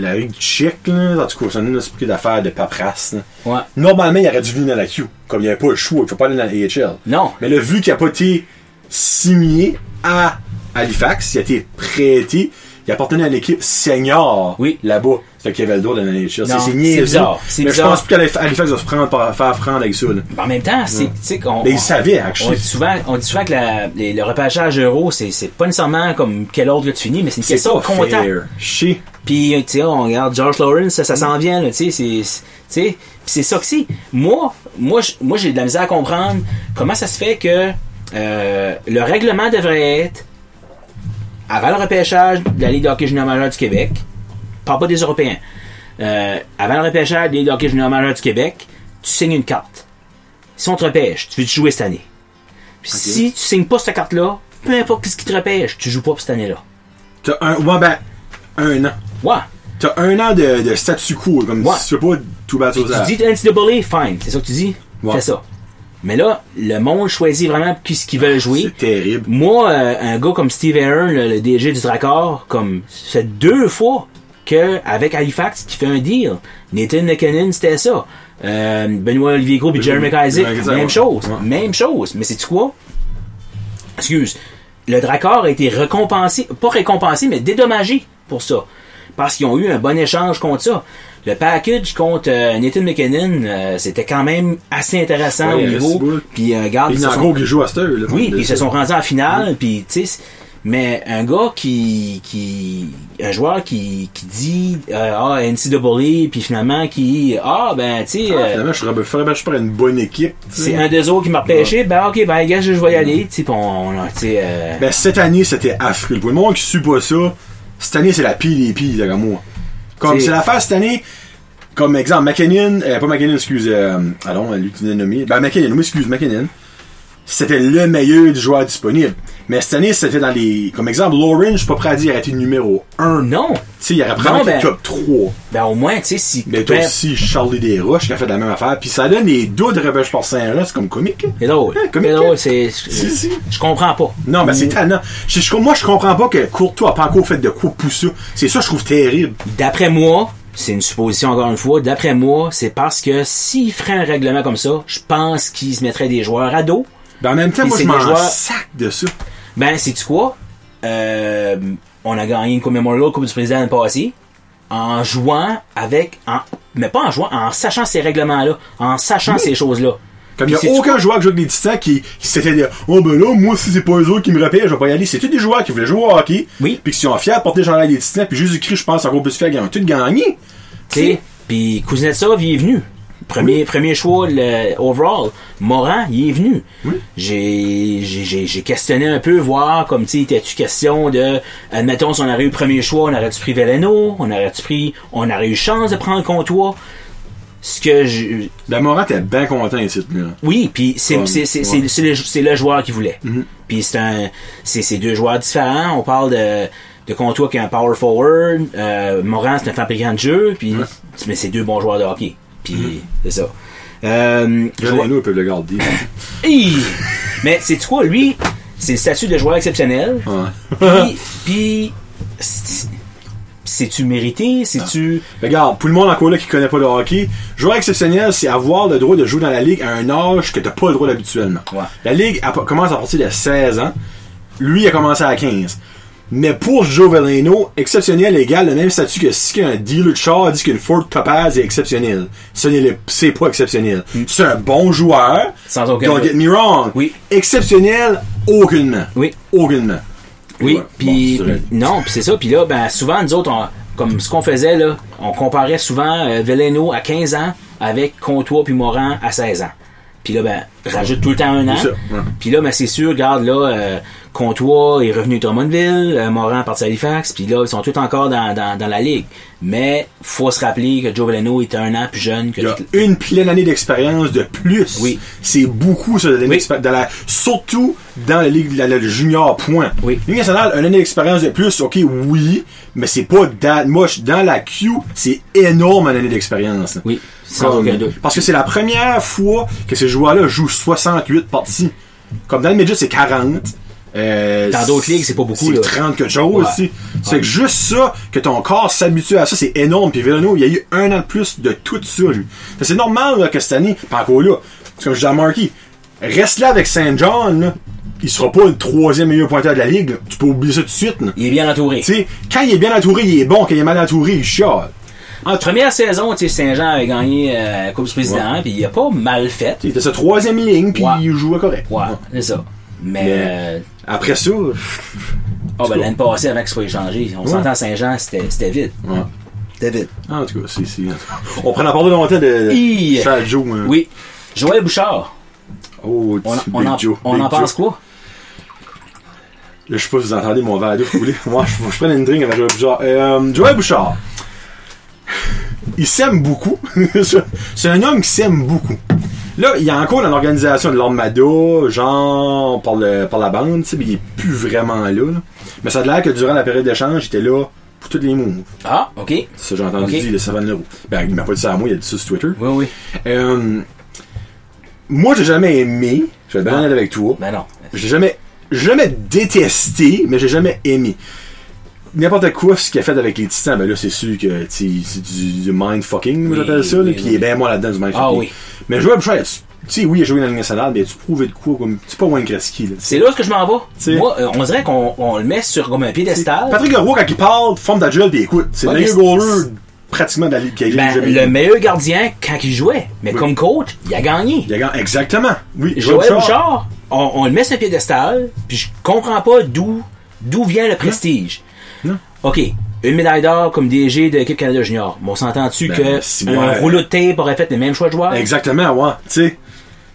A: la ligue tchèque, là. En tout cas, c'est un esprit d'affaires de paperasse, là.
B: ouais.
A: Normalement, il aurait dû venir dans la Q. Comme il n'y avait pas le choix, il ne faut pas aller dans la AHL.
B: non
A: Mais là, vu qu'il n'a pas été signé à Halifax, il a été prêté, il appartenait à l'équipe senior
B: Oui.
A: là-bas. C'est qu'il y avait le droit de l'année C'est
B: Non,
A: c'est
B: c'est
A: niaiseux.
B: bizarre, c'est
A: Mais je
B: bizarre.
A: pense plus qu'Halifax va se prendre par, faire prendre avec ça. là.
B: en même temps c'est tu sais qu'on
A: Mais
B: on-
A: il savait,
B: on
A: actually.
B: dit souvent on dit souvent que la- les- le repêchage euro c'est c'est pas nécessairement comme quel ordre que tu finis mais c'est une
A: C'est
B: question
A: pas
B: de contact
A: fair. Chier.
B: Puis, tu sais, on regarde George Lawrence, ça, ça s'en vient, là, tu sais, c'est- c'est- tu sais. Puis c'est ça que c'est. Moi, moi, j- moi, j'ai de la misère à comprendre comment ça se fait que euh, le règlement devrait être avant le repêchage de la Ligue de hockey junior majeur du Québec, parle pas des Européens, Euh, avant le repêchage de la Ligue de hockey junior majeur du Québec, tu signes une carte. Si on te repêche, tu veux jouer cette année. Puis si tu signes pas cette carte-là, peu importe ce qui te repêche, tu joues pas pour cette année-là.
A: T'as un, ouais, ben, un an.
B: Ouais.
A: T'as un an de, de statu quo, comme
B: Ouais.
A: si tu veux pas tout battre aux
B: Tu
A: arts.
B: dis NCAA, fine, c'est ça que tu dis,
A: Ouais.
B: fais ça. Mais là, le monde choisit vraiment qui- ce qu'ils veulent jouer.
A: C'est terrible.
B: Moi, euh, un gars comme Steve Aaron, le, le DG du Dracor, comme c'est deux fois que avec Halifax qui fait un deal. Nathan McKinnon, c'était ça. Euh, Benoît Olivier Gros et Jeremy Isaac,
A: Jeremy Isaac,
B: même
A: ouais.
B: chose.
A: Ouais.
B: Même chose. Mais c'est quoi? Excuse. Le Dracor a été récompensé, pas récompensé, mais dédommagé pour ça. Parce qu'ils ont eu un bon échange contre ça. Le package contre euh, Nathan McKinnon, euh, c'était quand même assez intéressant
A: Ouais,
B: au niveau.
A: c'est beau.
B: Puis, euh, garde,
A: Et
B: ils
A: il
B: se
A: en
B: sont-
A: gros qui joue à cette heure. là.
B: oui,
A: De-
B: puis ils se sont rendus en finale, puis tu sais, c'est- mais un gars qui, qui un joueur qui, qui dit euh, ah NCAA, puis finalement qui ah ben tu sais
A: Ah,
B: euh,
A: Finalement, je serais vraiment par une bonne équipe. tu sais.
B: c'est un des autres qui m'a repêché, ben ok ben gars je vais
A: Mm.
B: y aller, tu sais, puis on, on- tu sais euh,
A: Ben, cette année, c'était affreux. Pour le monde qui suit pas ça, cette année, c'est la pire des pires, là, comme moi. Comme
B: C'est-
A: c'est l'affaire cette année, comme exemple, McKinnon, euh, pas McKinnon, excuse, euh, allons, lui qui l'a nommé, ben McKinnon, oui, excuse, McKinnon, c'était le meilleur du joueur disponible. Mais cette année, c'était dans les, comme exemple, Lauren, je suis pas prêt à dire, a été numéro 1. Tu
B: non,
A: sais, il aurait probablement
B: Non,
A: été
B: ben-
A: top 3.
B: ben au moins tu sais si
A: Mais toi
B: ben,
A: aussi, Charlie Desroches qui a fait la même affaire. Puis ça donne les deux de repêche par Saint-Roch, c'est comme comique. hein.
B: c'est drôle,
A: Ouais, comme-
B: c'est drôle, c'est
A: Si, si.
B: je comprends pas.
A: Non, mais c'est tannant. Je, je- moi, je comprends pas que Courtois a pas encore fait de quoi pour ça. C'est ça, je trouve terrible.
B: D'après moi, c'est une supposition encore une fois, d'après moi, c'est parce que s'il ferait un règlement comme ça, je pense qu'il se mettrait des joueurs à dos.
A: Ben, en même temps,
B: Puis
A: moi,
B: c'est
A: je
B: des
A: m'en
B: joueurs-
A: sac de ça.
B: Ben, c'est tu quoi? Euh, on a gagné une Coupe Memorial, Coupe du Président l'année passée, en jouant avec. en- mais pas en jouant, en sachant ces règlements-là, en sachant ces choses-là.
A: Comme
B: Puis
A: il
B: c'est
A: n'y a aucun joueur que joue avec les Titans qui, qui s'était dit Oh, ben là, moi, si c'est pas eux autres qui me repèrent, je vais pas y aller. C'est tous des joueurs qui voulaient jouer au hockey.
B: Oui.
A: Puis qui sont fiers de porter jean les Titans. Puis Jésus-Christ, je pense, encore plus fier, ils ont tout gagné.
B: tu sais. Puis Kuznetsov, il est venu. Premier, premier choix, le overall. Moran, il est venu. J'ai, j'ai- j'ai, j'ai questionné un peu, voir comme, tu sais, était-tu question de, admettons, si on aurait eu premier choix, on aurait-tu pris Veleno, on aurait-tu pris, on aurait eu chance de prendre Comtois. Ce que je,
A: Ben, Morant était bien content ici, là.
B: Oui, puis c'est
A: Comme,
B: c'est c'est
A: ouais. Mhm.
B: c'est- c'est le, c'est le joueur qui voulait. Puis c'est un c'est c'est deux joueurs différents. On parle de de Contois qui est un power forward, euh, Morin c'est un fabricant de jeu, puis mais c'est deux bons joueurs de hockey. Puis
A: Mhm.
B: c'est ça. Euh, je vois-
A: nous, ils peuvent le garder.
B: Hi! mais c'est quoi lui C'est le statut de joueur exceptionnel.
A: Ouais.
B: Puis- Puis c'est- c'est-tu mérité C'est-tu
A: Regarde, pour le monde encore là qui connaît pas le hockey, joueur exceptionnel, c'est avoir le droit de jouer dans la ligue à un âge que t'as pas le droit habituellement.
B: Ouais.
A: La ligue elle commence à partir de 16 ans. Lui, il a commencé à 15. Mais pour Joe Valeno, exceptionnel égale le même statut que si un dealer de char dit qu'une Ford Topaz est exceptionnelle. Ce n'est le- c'est pas exceptionnel. C'est un bon joueur.
B: Hmm. Sans aucun
A: Don't
B: doute.
A: get me wrong.
B: Oui.
A: Exceptionnel, aucunement.
B: Oui.
A: Aucunement.
B: Oui,
A: Ouais, euh, bon,
B: puis
A: c'est vrai.
B: non, puis c'est ça. Puis là, ben, souvent, nous autres, on- comme ce qu'on faisait, là, on comparait souvent euh, Veleno à 15 ans avec Comtois puis Morin à 16 ans. Puis là, ben, rajoute tout le temps un an.
A: C'est ça, ouais.
B: Puis là, ben, c'est sûr, regarde, là, euh, Comtois est revenu de Drummondville, euh, Morin est parti à Halifax, puis là, ils sont tous encore dans, dans, dans la ligue. Mais faut se rappeler que Joe Veleno était un an plus jeune que
A: Il y a
B: toutes-
A: une pleine année d'expérience de plus.
B: Oui.
A: C'est beaucoup, ça, de l'année d'expé- dans la, surtout dans la Ligue la, la- le junior point.
B: Oui.
A: Ligue nationale, une année d'expérience de plus, ok, oui, mais c'est pas dans, moi, je- dans la Q, c'est énorme une année d'expérience. là.
B: Oui, sans
A: Comme-
B: aucun doute.
A: Parce que c'est la première fois que ces joueurs-là jouent 68 parties. Comme dans le Midget, c'est 40. Euh,
B: Dans d'autres ligues, c'est pas beaucoup, là.
A: C'est 30 quelque chose
B: Ouais.
A: aussi. C'est que juste ça, que ton corps s'habitue à ça, c'est énorme. Puis Villano, il y a eu un an de plus de tout ça, lui. Fait que C'est normal là, que cette année, pas encore là, c'est comme je dis à Marky, reste là avec Saint John, là, il sera pas le troisième meilleur pointeur de la ligue. là. Tu peux oublier ça tout de suite. là.
B: Il est bien entouré.
A: Tu sais, quand il est bien entouré, il est bon. Quand il est mal entouré, il chiale.
B: En première saison, tu sais, Saint-Jean avait gagné euh, la Coupe du Président, puis il a pas mal fait.
A: Il était sa troisième ligne, puis
B: Ouais.
A: il jouait correct.
B: Ouais, c'est ça. Mais,
A: Mais-
B: euh,
A: Après ça,
B: ah, ben, l'année passée, avant que ce soit échangé, on s'entend à Saint-Jean, c'était c'était vide.
A: Ouais.
B: C'était vide.
A: En tout cas, c'est. c'est- On prend la parole longtemps de.
B: Hi!
A: Ça, Joe. hein.
B: Oui. Joël Bouchard.
A: Oh,
B: On,
A: petit
B: on
A: Big
B: en,
A: Joe.
B: on
A: Big
B: en
A: Joe.
B: pense quoi?
A: Là, je sais pas si vous entendez mon verre d'eau couler. Moi, je, je prends une drink avec Joël Bouchard. Euh, Joël Bouchard. Il s'aime beaucoup. c'est un homme qui s'aime beaucoup. Là, il est encore dans l'organisation de l'Armada, genre par, le- par la bande, tu sais, mais il est plus vraiment là, là. Mais ça a l'air que durant la période d'échange, il était là pour toutes les moves.
B: Ah, ok. Oui,
A: C'est ça que j'ai entendu
B: Ok.
A: dire de Savane Leroux. Ben, il m'a pas dit ça à moi, il a dit ça sur Twitter.
B: oui.
A: Euh, moi, j'ai jamais aimé. Je vais être bien honnête avec toi.
B: Ben non.
A: J'ai jamais, j'ai jamais détesté, mais j'ai jamais aimé. N'importe quoi, ce qu'il a fait avec les titans, ben là, c'est sûr que tu sais, c'est du, du mind-fucking,
B: Oui,
A: j'appelle ça, là,
B: oui,
A: puis
B: oui.
A: il est bien moi là-dedans du mind-fucking.
B: Ah oui.
A: Mais Joël Bouchard, tu tu sais, oui, il a joué dans la Ligue nationale, mais tu prouvé de quoi, comme, c'est pas Wayne Gretzky, là.
B: C'est là ce que je m'en vais.
A: C'est-
B: Moi, euh, on dirait qu'on on le met sur comme un piédestal.
A: Patrick Leroy, quand il parle, forme ta gueule, puis écoute, c'est
B: Ouais,
A: le meilleur
B: mais c'est-
A: goaler pratiquement de la Ligue qui a
B: Ben,
A: jamais
B: le
A: eu.
B: meilleur gardien quand il jouait. Mais
A: Oui.
B: comme coach, il a gagné.
A: Il a gagné- Exactement. Oui,
B: Joël Bouchard, on, on le met sur un piédestal, puis je comprends pas d'où d'où vient le prestige.
A: Non.
B: OK, une médaille d'or comme DG de l'équipe Canada Junior. Mais on s'entend-tu
A: Ben,
B: que
A: si
B: un
A: moi-
B: rouleau de tape aurait fait le même choix de joueur?
A: Exactement, ouais. Tu sais,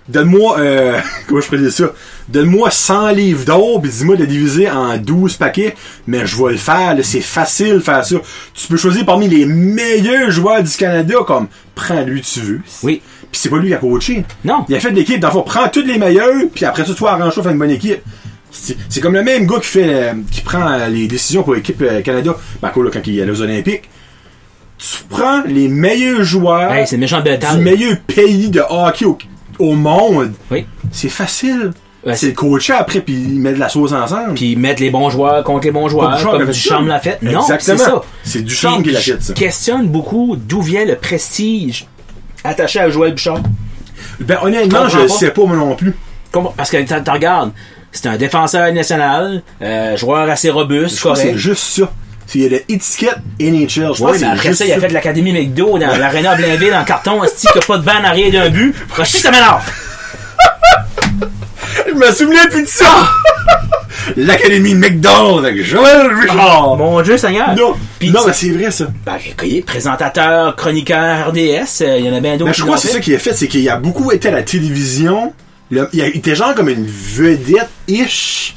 A: donne-moi, euh, comment je pourrais dire ça? Donne-moi 100 livres d'or, puis dis-moi de les diviser en 12 paquets, mais je vais le faire, là, c'est facile de faire ça. Tu peux choisir parmi les meilleurs joueurs du Canada, comme prends-lui, tu veux.
B: Oui.
A: Puis c'est pas lui qui a coaché.
B: Non.
A: Il a fait de l'équipe, dans le fond, prends toutes les meilleures, puis après ça, toi, arrange-toi, fais une bonne équipe. C'est c'est comme le même gars qui fait, euh, qui prend euh, les décisions pour l'équipe euh, Canada, ben, quoi, là, quand il est allé aux Olympiques. Tu prends les meilleurs joueurs
B: Hey, c'est une méchante belle
A: du
B: table.
A: meilleur pays de hockey au, au monde.
B: Oui.
A: C'est facile.
B: Ouais,
A: c'est
B: c'est-
A: le coacher après, puis il met de la sauce ensemble.
B: Puis mettre les bons joueurs contre les bons
A: Pas
B: joueurs,
A: Duchamp qui a
B: comme
A: fait
B: Duchamp
A: ça.
B: l'a fait. Non, c'est
A: Exactement.
B: ça.
A: C'est Duchamp qui l'a fait, ça.
B: Je questionne beaucoup d'où vient le prestige attaché à Joël Bouchard.
A: Ben, honnêtement, je
B: Je comprends
A: le
B: pas.
A: sais pas, moi non plus.
B: Com- Parce que t'en t'en regardes, c'est un défenseur national, euh, joueur assez robuste,
A: Je crois que
B: correct.
A: c'est juste ça. C'est il y a l'étiquette NHL. Je
B: Ouais,
A: pense
B: mais
A: que c'est
B: après
A: juste
B: ça, il a fait de l'Académie McDo dans l'aréna Blainville en carton, esti, qu'il n'y a pas de banc en arrière d'un but. Rocher, ça m'énerve!
A: Je me souviens plus de ça! L'Académie McDonald's avec Joël Richard!
B: Ah, Mon Dieu Seigneur!
A: Non,
B: Puis,
A: non mais c'est vrai ça.
B: ben, écoutez, présentateur, chroniqueur, RDS, euh, il y en a bien
A: Mais
B: d'autres.
A: Ben, je crois que
B: qui
A: c'est
B: l'ont
A: ça qui a fait, c'est qu'il a beaucoup été à la télévision. Le- il, a- il était genre comme une vedette-ish.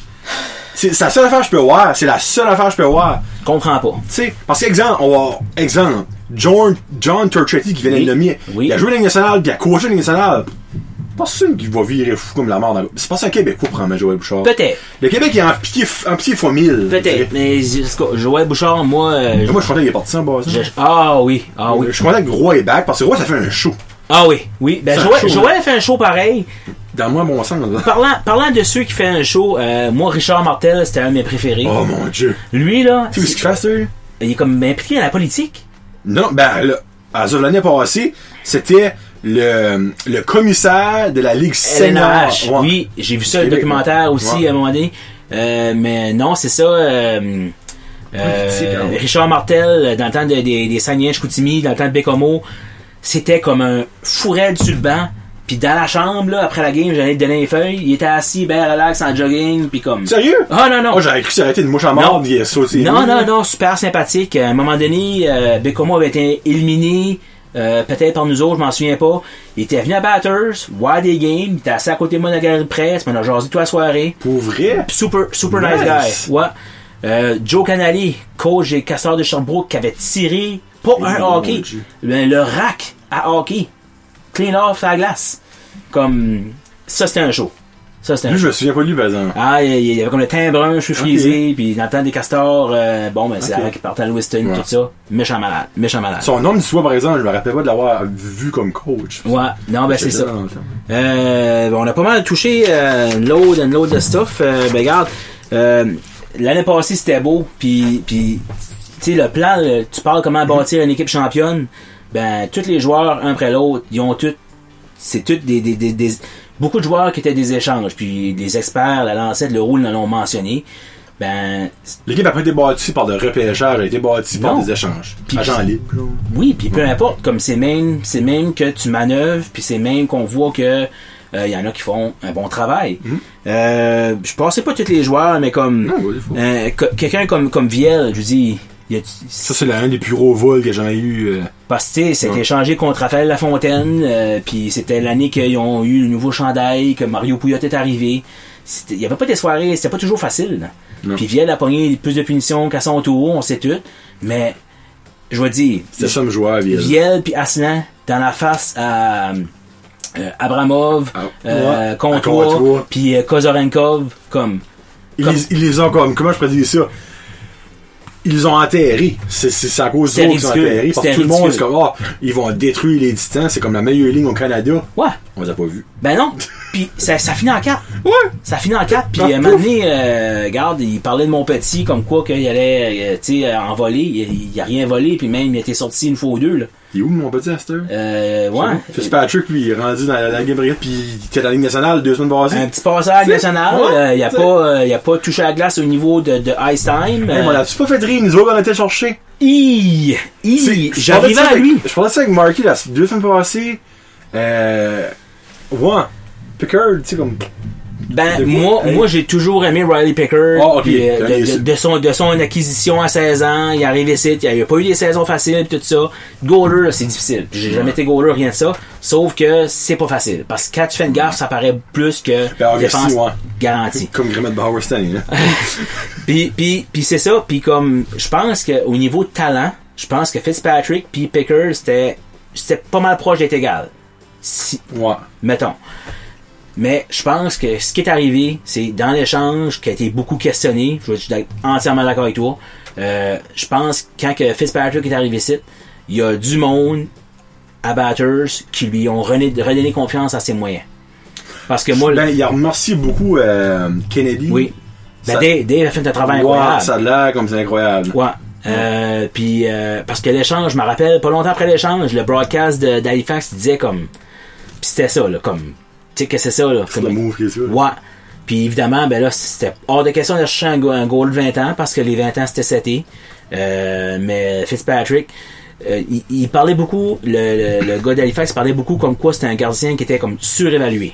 A: C'est c'est la seule affaire que je peux voir. C'est la seule affaire que je peux voir.
B: fait. Comprends pas.
A: Tu sais, parce qu'exemple, on va. Exemple, John, John Turchetti qui venait
B: Oui.
A: de le nommer,
B: Oui.
A: il a joué dans la Ligue nationale, puis il a coaché dans la Ligue nationale. Personne qui va virer fou comme la mort dans le- C'est pas ça un Québécois prend ma Joël Bouchard.
B: Peut-être.
A: Le Québec est en piqué, f- en piqué fois mille.
B: Peut-être. Mais, je- en tout cas, Joël Bouchard, moi, euh,
A: Et Moi, je suis content qu'il est parti en bas.
B: je- je- ah oui, ah oui,
A: Je suis content que Roy est back parce que Roy, ça fait un show.
B: ah oui, oui. Ben,
A: C'est un
B: Joël,
A: show,
B: Joël fait un show pareil.
A: Dans moi, bon sens. là.
B: Parlant, parlant de ceux qui fait un show, euh, moi, Richard Martel, c'était un de mes préférés.
A: Oh mon dieu.
B: Lui, là,
A: Tu sais ce qu'il fait, ça? lui?
B: il est comme impliqué dans la politique.
A: Non, ben, là, à ça, l'année passée, c'était le, le commissaire de la Ligue senior.
B: LNH.
A: Ouais.
B: Oui, j'ai vu ça, le
A: Québec,
B: documentaire
A: ouais.
B: aussi
A: Ouais.
B: à un moment donné. Euh, mais non, c'est ça. euh, euh,
A: c'est bien.
B: Richard Martel, euh, dans le temps de- des, des Saguenay-Chicoutimi, dans le temps de Bécomo, c'était comme un fourrel sur le banc. Puis dans la chambre, là, après la game, j'allais te donner les feuilles. Il était assis, bien relax, en jogging, puis comme...
A: Sérieux?
B: Ah non, non.
A: Moi, j'aurais cru que ça aurait été une mouche à mort,
B: Non.
A: il a sauté.
B: Non, non, non, super sympathique. À un moment donné, euh, Bécomo avait été éliminé, euh, peut-être par nous autres, je m'en souviens pas. Il était venu à Batters, voir des games, il était assis à côté de moi dans la galerie de presse, mais on a jasé toute la soirée.
A: Pour vrai?
B: Super, super nice,
A: Nice.
B: guy. Ouais. Euh, Joe Canali, coach et casseur de Sherbrooke, qui avait tiré, pas
A: Oh,
B: un
A: mon
B: hockey,
A: Dieu.
B: le, le rack à hockey. Clean off la glace. Comme, ça c'était un show. Ça c'était un
A: Lui, je me souviens pas de lui, par exemple.
B: ah, il y avait comme le teint brun, cheveux frisés, puis dans le temps des castors, euh, bon, ben, c'est
A: Ok.
B: avant qu'ils partaient à Lewiston,
A: Ouais.
B: tout ça. Méchant malade, méchant malade.
A: Son nom d'histoire, par exemple, je me rappelle pas de l'avoir vu comme coach.
B: Ouais, non, ben, c'est ça.
A: Dans le temps.
B: Euh, on a pas mal touché euh, une load, une load de stuff. Euh, ben, regarde, euh, l'année passée, c'était beau, puis, puis tu sais, le plan, le- tu parles
A: Mhm.
B: comment bâtir une équipe championne, ben, tous les joueurs, un après l'autre, ils ont tous c'est toutes des, des, des, des- beaucoup de joueurs qui étaient des échanges puis les experts la lancette le roule l'ont mentionné ben
A: L'équipe a pas été bâtie par le repêchage, elle a été bâtie par
B: Non.
A: des échanges.
B: Puis-
A: Agent libre. genre.
B: Oui, puis peu importe, comme c'est même, c'est même que tu manœuvres, puis c'est même qu'on voit que euh, y en a qui font un bon travail. Euh, je pensais pas tous les joueurs, mais comme
A: Mhm. Non, oui, il faut.
B: euh, co- quelqu'un comme comme Viel, je dis, y a,
A: Ça, c'est l'un des plus gros vols que j'ai jamais eu. euh,
B: parce que tu sais, c'était
A: Ouais.
B: échangé contre Raphaël Lafontaine, euh, puis c'était l'année qu'ils ont eu le nouveau chandail, que Mario Pouillot est arrivé. C'était- Il n'y avait pas des soirées, c'était pas toujours facile.
A: Non.
B: Puis Viel a pogné plus de punitions qu'à son tour, on sait tout. Mais je veux dire,
A: C'était ça, me joueur, Viel.
B: Viel puis Aslan dans la face à euh, Abramov,
A: Ah,
B: euh,
A: ouais. À
B: Contois,
A: Contois.
B: puis euh, Kozorenkov, comme.
A: Ils,
B: Comme-
A: les- ils les ont comme. Comment je peux dire ça? Ils les ont enterrés. C'est, c'est, c'est à cause d'eux
B: C'était
A: qu'ils sont
B: ridicule.
A: enterrés. Parce que
B: C'était
A: tout le monde, c'est
B: ridicule.
A: comme, ah, ils vont détruire les titans. C'est comme la meilleure ligne au Canada.
B: Ouais,
A: On les a pas vus.
B: ben non. Puis ça, ça finit en quatre.
A: Ouais!
B: Ça finit en quatre. Puis
A: Ah,
B: à un
A: pouf.
B: moment donné, euh, regarde, il parlait de mon petit comme quoi qu'il allait, euh, tu sais, euh, en voler. Il, il a rien volé. Puis même, il était sorti une fois ou deux, là.
A: Il est où, mon petit Astor?
B: Euh, ouais.
A: Fitzpatrick, lui, il est rendu dans la, la Game Brigade, puis il était dans la Ligue nationale deux semaines passées.
B: Un petit passage national.
A: ouais,
B: euh, il a
A: t'sais.
B: pas, euh, il a pas touché à la glace au niveau de, de Ice Time.
A: Hey, mais on
B: Euh,
A: l'a-tu pas fait de rire, nous autres, on était cherchés?
B: hi, hi,
A: C'est- je parlais de
B: J'arrivais
A: ça
B: à
A: avec-
B: lui.
A: Je parlais de ça avec Marky la deux semaines passées. Euh. Ouais. Pickard, tu sais, comme.
B: Ben,
A: De quoi?
B: moi,
A: Hey.
B: moi j'ai toujours aimé Riley Pickard.
A: Ah, ok.
B: puis, euh, de-
A: Allez,
B: de,
A: c'est-
B: de son, de son acquisition à 16 ans, il est arrivé ici, il n'y a pas eu des saisons faciles, puis tout ça. Goaler, là, c'est difficile. Puis J'ai jamais été goaler, rien de ça. Sauf que c'est pas facile. Parce que quand tu fais une gaffe, ça paraît plus que
A: Ben, Agassi,
B: défense
A: ouais.
B: garantie.
A: Comme Grimmett Bauer cette année, là.
B: Puis, puis, puis c'est ça. Puis comme, je pense qu'au niveau de talent, je pense que Fitzpatrick puis Pickard, c'était c'était pas mal proche d'être égal. Si-
A: Ouais.
B: mettons. Mais je pense que ce qui est arrivé, c'est dans l'échange qui a été beaucoup questionné. Je suis d'ac- entièrement d'accord avec toi. Euh, je pense que quand que Fitzpatrick est arrivé ici, il y a du monde à Batters qui lui ont rené- redonné confiance à ses moyens. Parce que moi, le-
A: Ben, il a remercié beaucoup euh, Kennedy.
B: oui, ben,
A: ça-
B: Dave, Dave a fait un travail
A: Ouais,
B: incroyable.
A: ça a l'air comme c'est incroyable.
B: Ouais. Euh, puis euh, parce que l'échange, je me rappelle, pas longtemps après l'échange, le broadcast de- d'Halifax disait comme, puis c'était ça là, comme, tu sais que c'est ça là,
A: C'est le
B: comme-
A: move qui est ça.
B: Ouais. Puis évidemment, ben là, c'était hors de question de chercher un, go- un goal de 20 ans parce que les 20 ans, c'était 7 euh, Mais Fitzpatrick, euh, il, il parlait beaucoup, le, le, le gars d'Halifax parlait beaucoup comme quoi c'était un gardien qui était comme surévalué.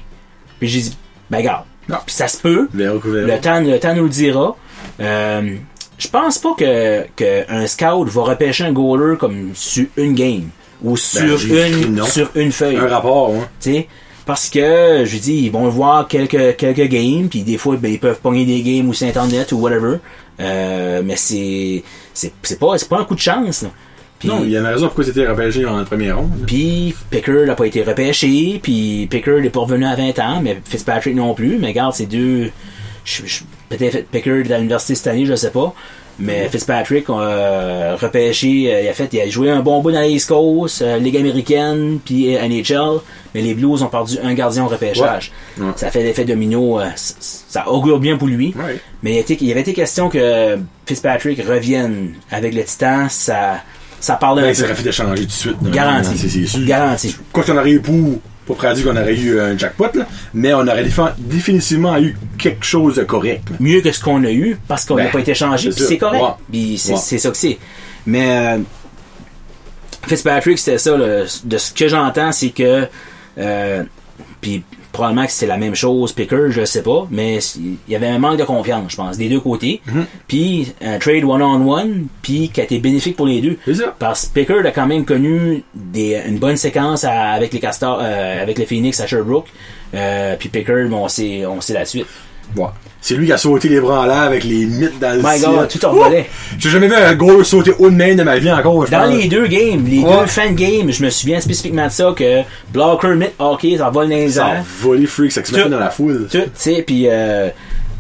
B: Puis j'ai dit, ben regarde,
A: Non.
B: puis ça se peut,
A: Véro couvert.
B: le temps, le temps nous le dira. Euh, je pense pas que, que un scout va repêcher un goaler comme sur une game ou sur,
A: Ben, j'ai écrit
B: une,
A: non.
B: sur une feuille.
A: Un rapport, hein.
B: Tu sais, parce que, je lui dis, ils vont voir quelques, quelques games, puis des fois, ben, ils peuvent pogner des games ou sur Internet ou whatever. Euh, mais c'est, c'est, c'est pas, c'est pas un coup de chance, là. Puis,
A: Non, il y a une raison pourquoi c'était repêché en première ronde.
B: puis Pickard n'a pas été repêché, puis Pickard n'est pas revenu à 20 ans, mais Fitzpatrick non plus. Mais regarde, ces deux. je- je- Peut-être Pickard est à l'université cette année, je ne sais pas. Mais Fitzpatrick euh, repêché, euh, il a fait, il a joué un bon bout dans l'East Coast, euh, Ligue américaine, puis euh, NHL, mais les Blues ont perdu un gardien au repêchage.
A: Ouais. Ouais.
B: Ça fait l'effet domino, euh, c- c- ça augure bien pour lui.
A: Ouais.
B: Mais il, était- il avait été question que Fitzpatrick revienne avec le Titan, ça, ça parle un
A: Ben,
B: peu.
A: Ah, c'est rapide d'échanger tout de suite. non, non,
B: Garanti.
A: non, C'est c'est sûr.
B: Garanti.
A: Quoi qu'on arrive pour, Pas prêt à dire qu'on aurait eu euh, un jackpot, là, mais on aurait défin- définitivement eu quelque chose de correct. là.
B: mieux que ce qu'on a eu parce qu'on n'a
A: Ben,
B: pas été changé.
A: c'est
B: puis
A: ça.
B: C'est correct.
A: Ouais.
B: Puis c'est
A: Ouais.
B: c'est ça que c'est. Mais euh, Fitzpatrick, c'était ça. là. De ce que j'entends, c'est que. euh, puis probablement que c'est la même chose, Picker, je sais pas. Mais c'est- il y avait un manque de confiance, je pense, des deux côtés.
A: Mm-hmm.
B: Puis un trade one-on-one, puis qui a été bénéfique pour les deux.
A: C'est ça.
B: Parce que Pickard a quand même connu des, une bonne séquence à- avec les Castors, euh, avec les Phoenix à Sherbrooke. Euh, puis Pickard, bon, on sait, on sait la suite.
A: Ouais. C'est lui qui a sauté les bras en l'air avec les mythes dans le
B: My
A: ciel.
B: God, tout en
A: Ouh!
B: volet.
A: J'ai jamais vu un goal sauter haut de main de ma vie encore, je
B: Dans
A: pense.
B: les deux games, les
A: Ouais.
B: deux fan games, je me souviens spécifiquement de ça que Blocker, Mid, Hockey, ça vole dans les
A: Ça a
B: airs.
A: volé freak, ça se mettait
B: Tout.
A: dans la foule.
B: Tout, hein? tu sais, puis euh,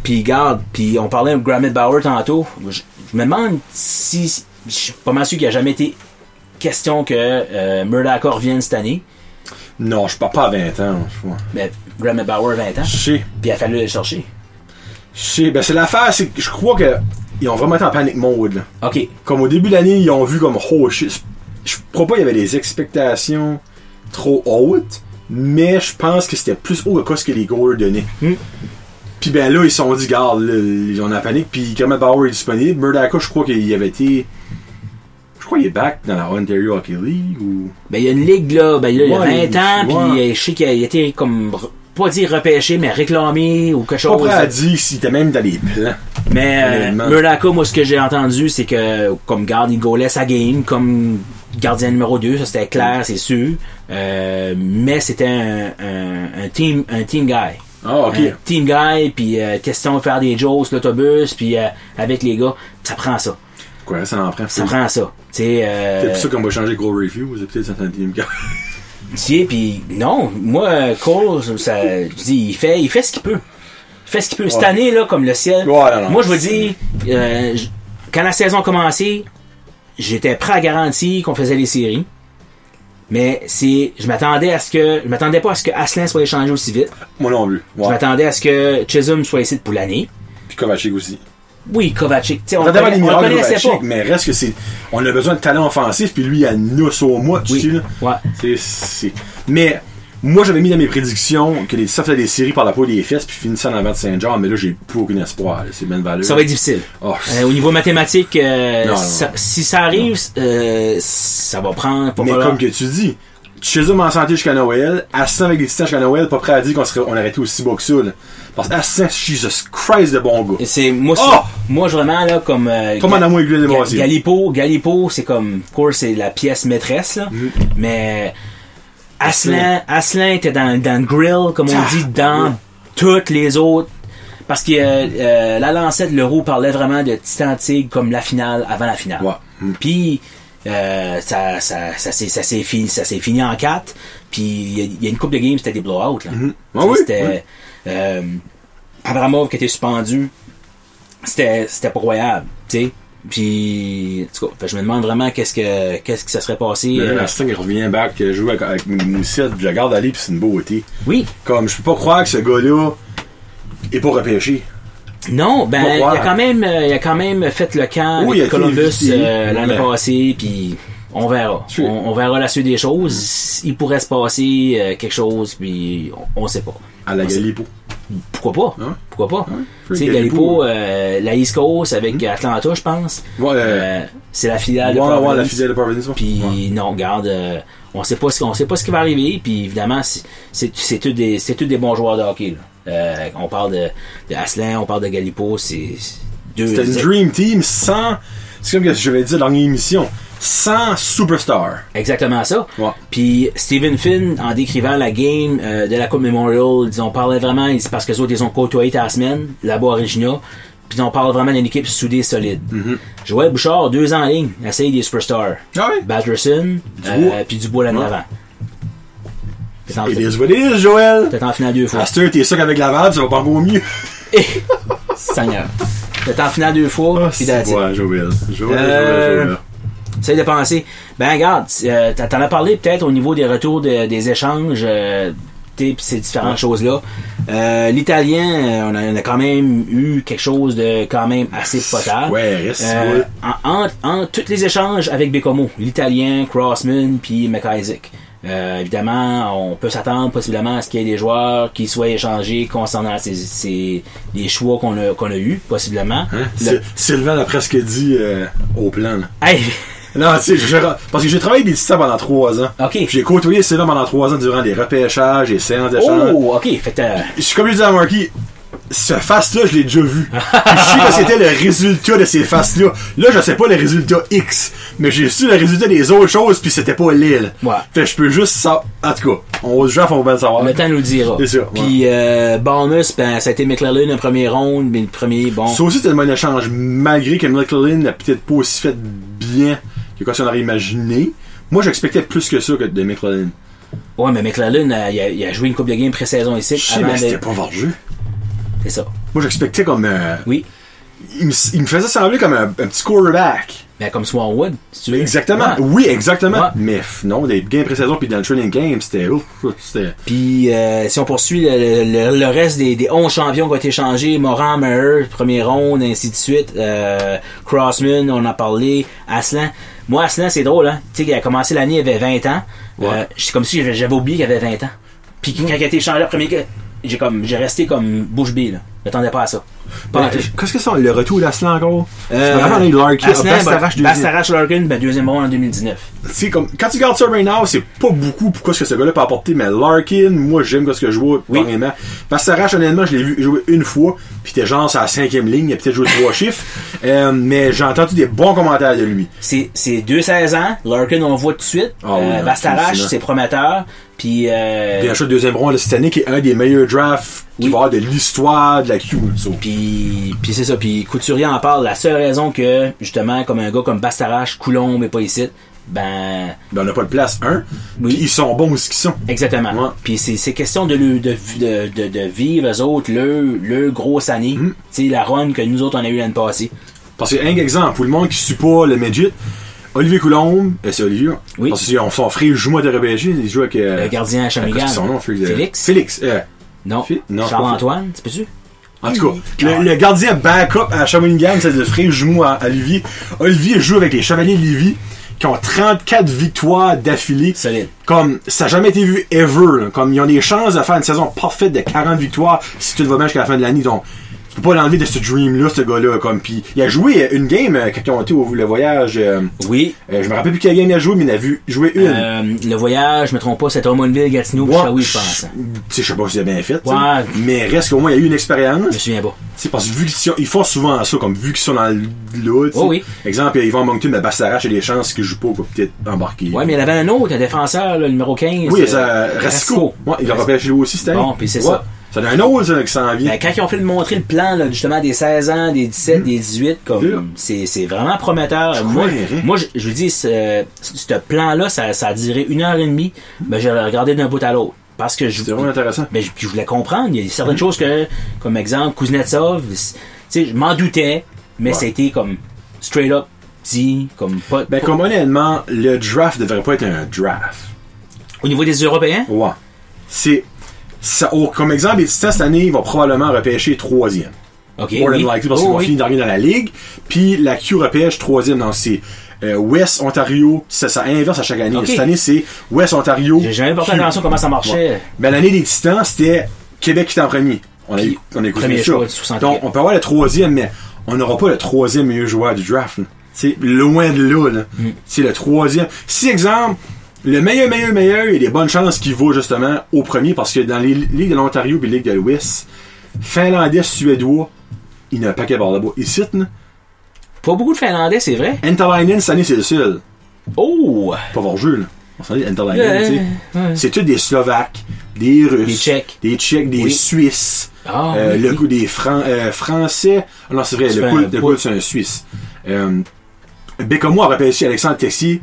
B: puis garde, puis on parlait de Grammet Bauer tantôt. Je, je me demande si je suis pas mal sûr qu'il a jamais été question que euh, Murdoch revienne cette année.
A: Non, je pars pas à 20 ans, je crois.
B: Mais Grammet Bauer 20 ans,
A: Je sais.
B: puis il a fallu le chercher.
A: Je sais. Ben, c'est l'affaire, c'est que je crois que ils ont vraiment été en panic mode, là.
B: OK.
A: Comme au début de l'année, ils ont vu comme, oh shit. Je crois pas qu'il y avait des expectations trop hautes, mais je pense que c'était plus haut que ce que les goals donnaient.
B: Hmm.
A: Puis ben là, ils se sont dit, garde, là, ils ont la panique, puis Kermit Bauer est disponible. Murdaka, je crois qu'il avait été. Je crois qu'il est back dans la Ontario Hockey League ou.
B: Ben, il y a une ligue, là, ben, là, il y a
A: Ouais,
B: 20 ans,
A: ouais.
B: puis euh, je sais qu'il a il a été comme, re- pas dire repêché, mais réclamé ou quelque
A: Pas
B: chose.
A: prêt à dire s'il était même dans les plans.
B: Mais euh,
A: Honnêtement.
B: Murdoch, moi, ce que j'ai entendu, c'est que comme garde, il gaulait sa game, comme gardien numéro 2, ça c'était clair, c'est sûr. Euh, mais c'était un, un, un team, un team guy.
A: Ah, ok.
B: Un team guy, puis euh, question de faire des jokes, l'autobus, puis euh, avec les gars, ça prend ça.
A: Quoi, ça en prend.
B: Ça prend ça. Tu sais, euh,
A: C'est pour ça qu'on va changer Goal Review, c'est peut-être un team gars.
B: Tiens, puis non, moi, euh, Cole, ça, ça- je dis, il fait, il fait ce qu'il peut. Il fait ce qu'il peut. Cette
A: Ouais.
B: année, là, comme le ciel,
A: Ouais, non, non.
B: moi, je vous dis, euh, j- quand la saison a commencé, j'étais prêt à garantir qu'on faisait les séries. Mais c'est, je m'attendais à ce que, je m'attendais pas à ce que Asselin soit échangé aussi vite.
A: Moi non plus.
B: Je
A: Ouais.
B: m'attendais à ce que Chisholm soit ici pour l'année.
A: Puis Kovacic aussi.
B: Oui, Kovacic, tu sais, on,
A: On
B: le
A: a
B: conna-
A: les
B: on le
A: miracles de
B: connaissait
A: Kovacic,
B: pas.
A: mais reste que c'est. On a besoin de talent offensif, puis lui, il a nous au mois, tu sais,
B: Oui,
A: là.
B: ouais.
A: C'est- c'est- Mais moi, j'avais mis dans mes prédictions que les ça faisait des séries par la peau des fesses, puis finissant en avant de Saint-Jean, mais là, j'ai plus aucun espoir. là. C'est Ben Valeur.
B: Ça va être difficile.
A: Oh,
B: Euh, au niveau mathématique, euh,
A: Non, non,
B: ça-
A: non.
B: si ça arrive, euh, ça va prendre. va
A: mais
B: falloir-
A: comme que tu dis, Chisholm en santé jusqu'à Noël, Asselin avec les titans jusqu'à Noël, pas prêt à dire qu'on serait, on aurait été aussi beau que ça, là. Parce que Asselin, Jesus Christ, de bon gars.
B: Et C'est moi, c'est-
A: Oh!
B: moi vraiment là comme euh,
A: Comme en
B: Ga-
A: amour aiguille
B: Ga-
A: de
B: Galipo, Galipo, c'est comme of course c'est la pièce maîtresse là,
A: Mm.
B: mais Aslan, Aslan était dans, dans le grill comme on
A: Ah,
B: dit dans
A: ouais.
B: toutes les autres parce que euh, euh, la lancette l'euro parlait vraiment de Titan Tigre comme la finale avant la finale.
A: Ouais. Mm.
B: Puis euh, ça, ça, ça, s'est- ça s'est fini, ça s'est fini en 4 puis il y a- il y, a une coupe de games c'était des blowouts là.
A: Ah oui,
B: C'était
A: oui.
B: euh, Abramov qui était suspendu c'était c'était pas croyable, tu sais. Puis en tout cas, fait que je me demande vraiment qu'est-ce que qu'est-ce qui se serait passé.
A: Mais
B: euh,
A: là, Asselin, il revient back, euh, jouer avec, avec Mousset, je le garde aller, puis c'est une beauté.
B: oui.
A: Comme, je peux pas croire que ce gars-là est pas repêché.
B: Non, ben
A: Pas
B: il a
A: croire.
B: quand même euh, il a quand même fait le camp
A: Oui, il a
B: avec
A: été
B: Columbus
A: invité.
B: euh, l'année
A: Ben.
B: passée puis on verra. On,
A: Sûr.
B: on verra la suite des
A: Hmm.
B: choses, il pourrait se passer euh, quelque chose puis on, on sait pas.
A: À la
B: On sait-
A: Galipo.
B: Pourquoi pas
A: Hein?
B: Pourquoi pas
A: Hein?
B: Tu sais Galipo euh, la East Coast avec Atlanta je pense.
A: Hmm. Ouais, euh,
B: Euh, c'est la filiale de
A: ouais, ouais, la
B: Providence.
A: fidèle de Providence. ouais.
B: Puis
A: Ouais.
B: non, regarde, euh, on sait pas ce qu'on sait pas ce qui va arriver. Puis évidemment, c'est- c'est c'est tous des c'est tous des bons joueurs de hockey. là. Euh, on parle de, de Asselin, on parle de Galipo, c'est c'est deux.
A: C'était une
B: ex-
A: Dream Team sans. C'est comme que je vais dire dans l'émission. Sans superstar.
B: Exactement ça.
A: Ouais.
B: Puis Stephen Finn, en décrivant la game euh, de la Coupe Memorial, ils on parlait vraiment, il dit, parce que les autres, ils ont côtoyé ta semaine, là-bas à Regina, puis on parle vraiment d'une équipe soudée, solide.
A: Mm-hmm.
B: Joël Bouchard, deux ans en ligne, essaye des superstars.
A: Ah ouais.
B: Badgerson,
A: Dubois.
B: euh, puis Dubois l'année
A: Ouais.
B: avant. Peut-être en-
A: Et les what it is, Joël.
B: peut-être en finale deux fois.
A: Astur, t'es sûr qu'avec Laval, ça va pas encore mieux.
B: Seigneur. Peut-être en finale deux
A: Ah,
B: fois, puis that's it.
A: Ouais, Joël. Joël,
B: Ah, Euh,
A: Joël, Joël.
B: Essaye de penser. Ben regarde, euh, t'en t'en as parlé peut-être au niveau des retours de- des échanges, euh, t'sais, pis ces différentes choses-là. Euh, L'italien, euh, on, a- on a quand même eu quelque chose de quand même assez potable.
A: Ouais, reste,
B: Euh,
A: ouais.
B: en, en, en tous les échanges avec Bécomo, l'Italien, Crossman, puis McIsaac. Euh, évidemment, on peut s'attendre possiblement à ce qu'il y ait des joueurs qui soient échangés concernant ces, ces- les choix qu'on a, qu'on a eus, possiblement.
A: Hein?
B: Le-
A: Sy- Sylvain a presque dit euh, au plan. là.
B: Hey!
A: Non, tu sais, je- je- parce que j'ai travaillé avec des systèmes pendant trois ans.
B: Ah, OK.
A: Puis J'ai côtoyé Sylvain pendant trois ans durant les repêchages, les séances d'échange.
B: Oh, OK. Fait que, euh,
A: Je suis comme je disais à Marky, ce face-là, je l'ai déjà vu. Puis je sais que c'était le résultat de ces faces-là. Là, je sais pas le résultat X, mais j'ai su le résultat des autres choses, puis c'était pas l'île.
B: Ouais.
A: Fait que je peux juste ça. En tout cas, on va déjà, on va bien le savoir.
B: le temps nous le dira.
A: Ah, C'est sûr, ouais.
B: Puis, euh, Bournemouth, ben, ça a été McLaren en premier round, mais le premier, bon.
A: Ça aussi, c'était le bon échange, malgré que McLean n'a peut-être pas aussi fait bien que quoi si on aurait imaginé. Moi, j'expectais plus que ça que de McLean.
B: Ouais, mais McLaren, euh, il a, il a joué une coupe de game pré-saison ici.
A: Je sais,
B: avant
A: mais
B: de-
A: c'était pas Varjeux.
B: C'est ça.
A: Moi, j'expectais comme. euh,
B: Oui.
A: il, me, il me faisait sembler comme un, un petit quarterback.
B: Ben, comme Swanwood, si tu veux. Ah,
A: Exactement.
B: Ouais.
A: Oui, exactement.
B: Ouais.
A: Mais f- non, des games pré-saison puis dans le training game, c'était ouf. C'était.
B: Puis, euh, si on poursuit le, le- le- le reste des, des 11 champions qui ont été changés, Moran, Meyer, premier round, ainsi de suite, euh, Crossman, on en a parlé, Aslan. Moi, Aslan, c'est drôle, hein. Tu sais, il a commencé l'année, il avait 20 ans.
A: Ouais.
B: Euh, c'est comme si j'avais j'avais oublié qu'il avait 20 ans. Puis, quand il a été changé, le premier, que- j'ai comme, j'ai resté comme bouche bée, là. Je m'attendais pas à ça. Pas à tout.
A: Qu'est-ce que c'est le retour d'Aslan encore Je
B: Euh,
A: me rappelle, Larkin,
B: Aslan,
A: Bastarache,
B: ben,
A: deuxième.
B: Bastarache, Larkin, ben, deuxième round en 2019.
A: Tu sais, comme, quand tu gardes ça right now, c'est pas beaucoup pourquoi ce que ce gars-là peut apporter, mais Larkin, moi j'aime ce que je vois
B: Oui.
A: vraiment. Parce que Sarach, honnêtement, je l'ai vu jouer une fois, puis t'es genre sur la cinquième ligne, il a peut-être joué trois chiffres. Euh, mais j'ai entendu des bons commentaires de lui.
B: C'est c'est deux 16 ans. Larkin, on le voit tout de suite.
A: Ah oui,
B: Euh,
A: hein,
B: Bastarache,
A: hallucinant.
B: c'est prometteur. Puis, euh,
A: Bien sûr, le deuxième rond de cette année qui est un des meilleurs drafts qui va y
B: Oui.
A: avoir de l'histoire de la Q. so.
B: puis, puis c'est ça. Puis Couturier en parle. La seule raison que, justement, comme un gars comme Bastarache, Coulombe et pas ici, ben,
A: Ben, on n'a pas de place, un.
B: Oui.
A: Puis ils sont bons où ce qu'ils sont.
B: exactement.
A: Ouais.
B: Puis c'est c'est question de, le- de, de, de, de vivre, eux autres, leur, leur grosse année.
A: Hmm.
B: Tu sais, la run que nous autres, on a eu l'année passée.
A: Parce que, un exemple, pour le monde qui suit pas le midget, Olivier Coulombe, euh, c'est Olivier,
B: Oui.
A: parce que son- son frère joue à DRBG, il joue avec... euh,
B: Le gardien à
A: qu'est-ce que
B: Shawinigan.
A: c'est son nom, Félix?
B: Félix?
A: Félix, euh,
B: Non.
A: Fi- non, c'est pas
B: Charles-Antoine, tu peux-tu?
A: En tout cas, le, le gardien backup à Shawinigan, c'est le frère jumeau à, à Olivier. Olivier joue avec les Chevaliers de Lévis, qui ont 34 victoires d'affilée.
B: Solide.
A: Comme ça n'a jamais été vu ever. là. Comme ils ont des chances de faire une saison parfaite de 40 victoires si tout va bien jusqu'à la fin de l'année. Donc, tu peux pas l'enlever de ce dream-là, ce gars-là. Comme puis, il a joué euh, une game euh, quand ils ont été au le voyage. euh,
B: Oui.
A: euh, je me rappelle plus quelle game il a joué, mais il a vu jouer une.
B: Euh, le voyage, je me trompe pas, c'est Drummondville, Gatineau, puis
A: Ouais,
B: Shawi, je
A: je-
B: pense.
A: tu sais, je sais pas si c'est bien fait. tu sais.
B: Ouais.
A: Mais reste qu'au moins, il y a eu une
B: Je
A: expérience.
B: me souviens pas.
A: C'est parce que vu qu'ils sont- ils font souvent ça, comme vu qu'ils sont dans l'eau,
B: Oh oui.
A: Exemple, ils vont à Moncton, mais Bastarache, il y a des chances qu'ils jouent pas pour peut-être embarquer.
B: Ouais, mais il y en avait un autre, un défenseur, le numéro 15.
A: oui,
B: euh,
A: ça, Rasco.
B: Rasco.
A: Ouais, il a repêché lui aussi cette année.
B: Bon, puis c'est
A: Ouais.
B: ça.
A: Ça donne un autre, ça, qui s'en vient.
B: Ben, quand ils ont fait de montrer le plan, là, justement, des 16 ans, des
A: Mm-hmm.
B: 17, des 18,
A: Sûr.
B: comme, c'est, c'est vraiment prometteur. moi,
A: croirais.
B: moi, je, je vous dis, ce, ce plan-là, ça, ça a duré une heure et demie, mais je le regardais d'un bout à l'autre. Parce que je,
A: C'est Mm-hmm. vraiment intéressant.
B: mais je, puis je voulais comprendre. Il y a certaines choses que, comme exemple, Kuznetsov, c'est- tu sais, je m'en doutais, mais ça a été comme straight up dit, comme pas.
A: Ben,
B: pas-
A: comme honnêtement, le draft devrait pas être un draft.
B: Au niveau des Européens,
A: Ouais. C'est, ça, oh, comme exemple, les Titans, cette année, ils vont probablement repêcher troisième.
B: ok.
A: More
B: oui.
A: than likely, parce
B: Oh,
A: qu'ils vont
B: oui.
A: finir dernier dans la ligue. Puis la Q repêche troisième dans ces euh, West Ontario. Ça, ça inverse à chaque année.
B: Ok.
A: Cette année, c'est West Ontario.
B: J'ai jamais porté
A: Q.
B: attention comment ça marchait.
A: Ouais. Mais l'année des Titans, c'était Québec qui était en premier. On a, eu, on a écouté
B: premier
A: ça.
B: choix, 60e.
A: Donc, on peut avoir le troisième, mais on n'aura pas le troisième meilleur joueur du draft. là. C'est loin de là. là.
B: Mm.
A: C'est le troisième. Si, exemple, le meilleur, meilleur, meilleur, il y a des bonnes chances qu'il va justement au premier parce que dans les ligues de l'Ontario et les ligues de l'Ouest, Finlandais, Suédois, il y en a un paquet par là-bas. Ici, là,
B: Pas beaucoup de Finlandais, c'est vrai.
A: Interlinen, cette année, c'est le seul.
B: Oh!
A: Pas voir jeu, là. On s'en dit Interlinen,
B: Ouais,
A: tu sais.
B: ouais.
A: C'est tous des Slovaques, des Russes,
B: Des Tchèques.
A: des, Tchèques, des
B: Oui.
A: Suisses,
B: Ah,
A: euh,
B: oui.
A: le coup des Fran- euh, Français. Ah Non, c'est vrai,
B: C'est
A: le
B: un
A: coup, le
B: poule.
A: coup, c'est un Suisse. Euh, Bécomo a repêché Alexandre Tessier.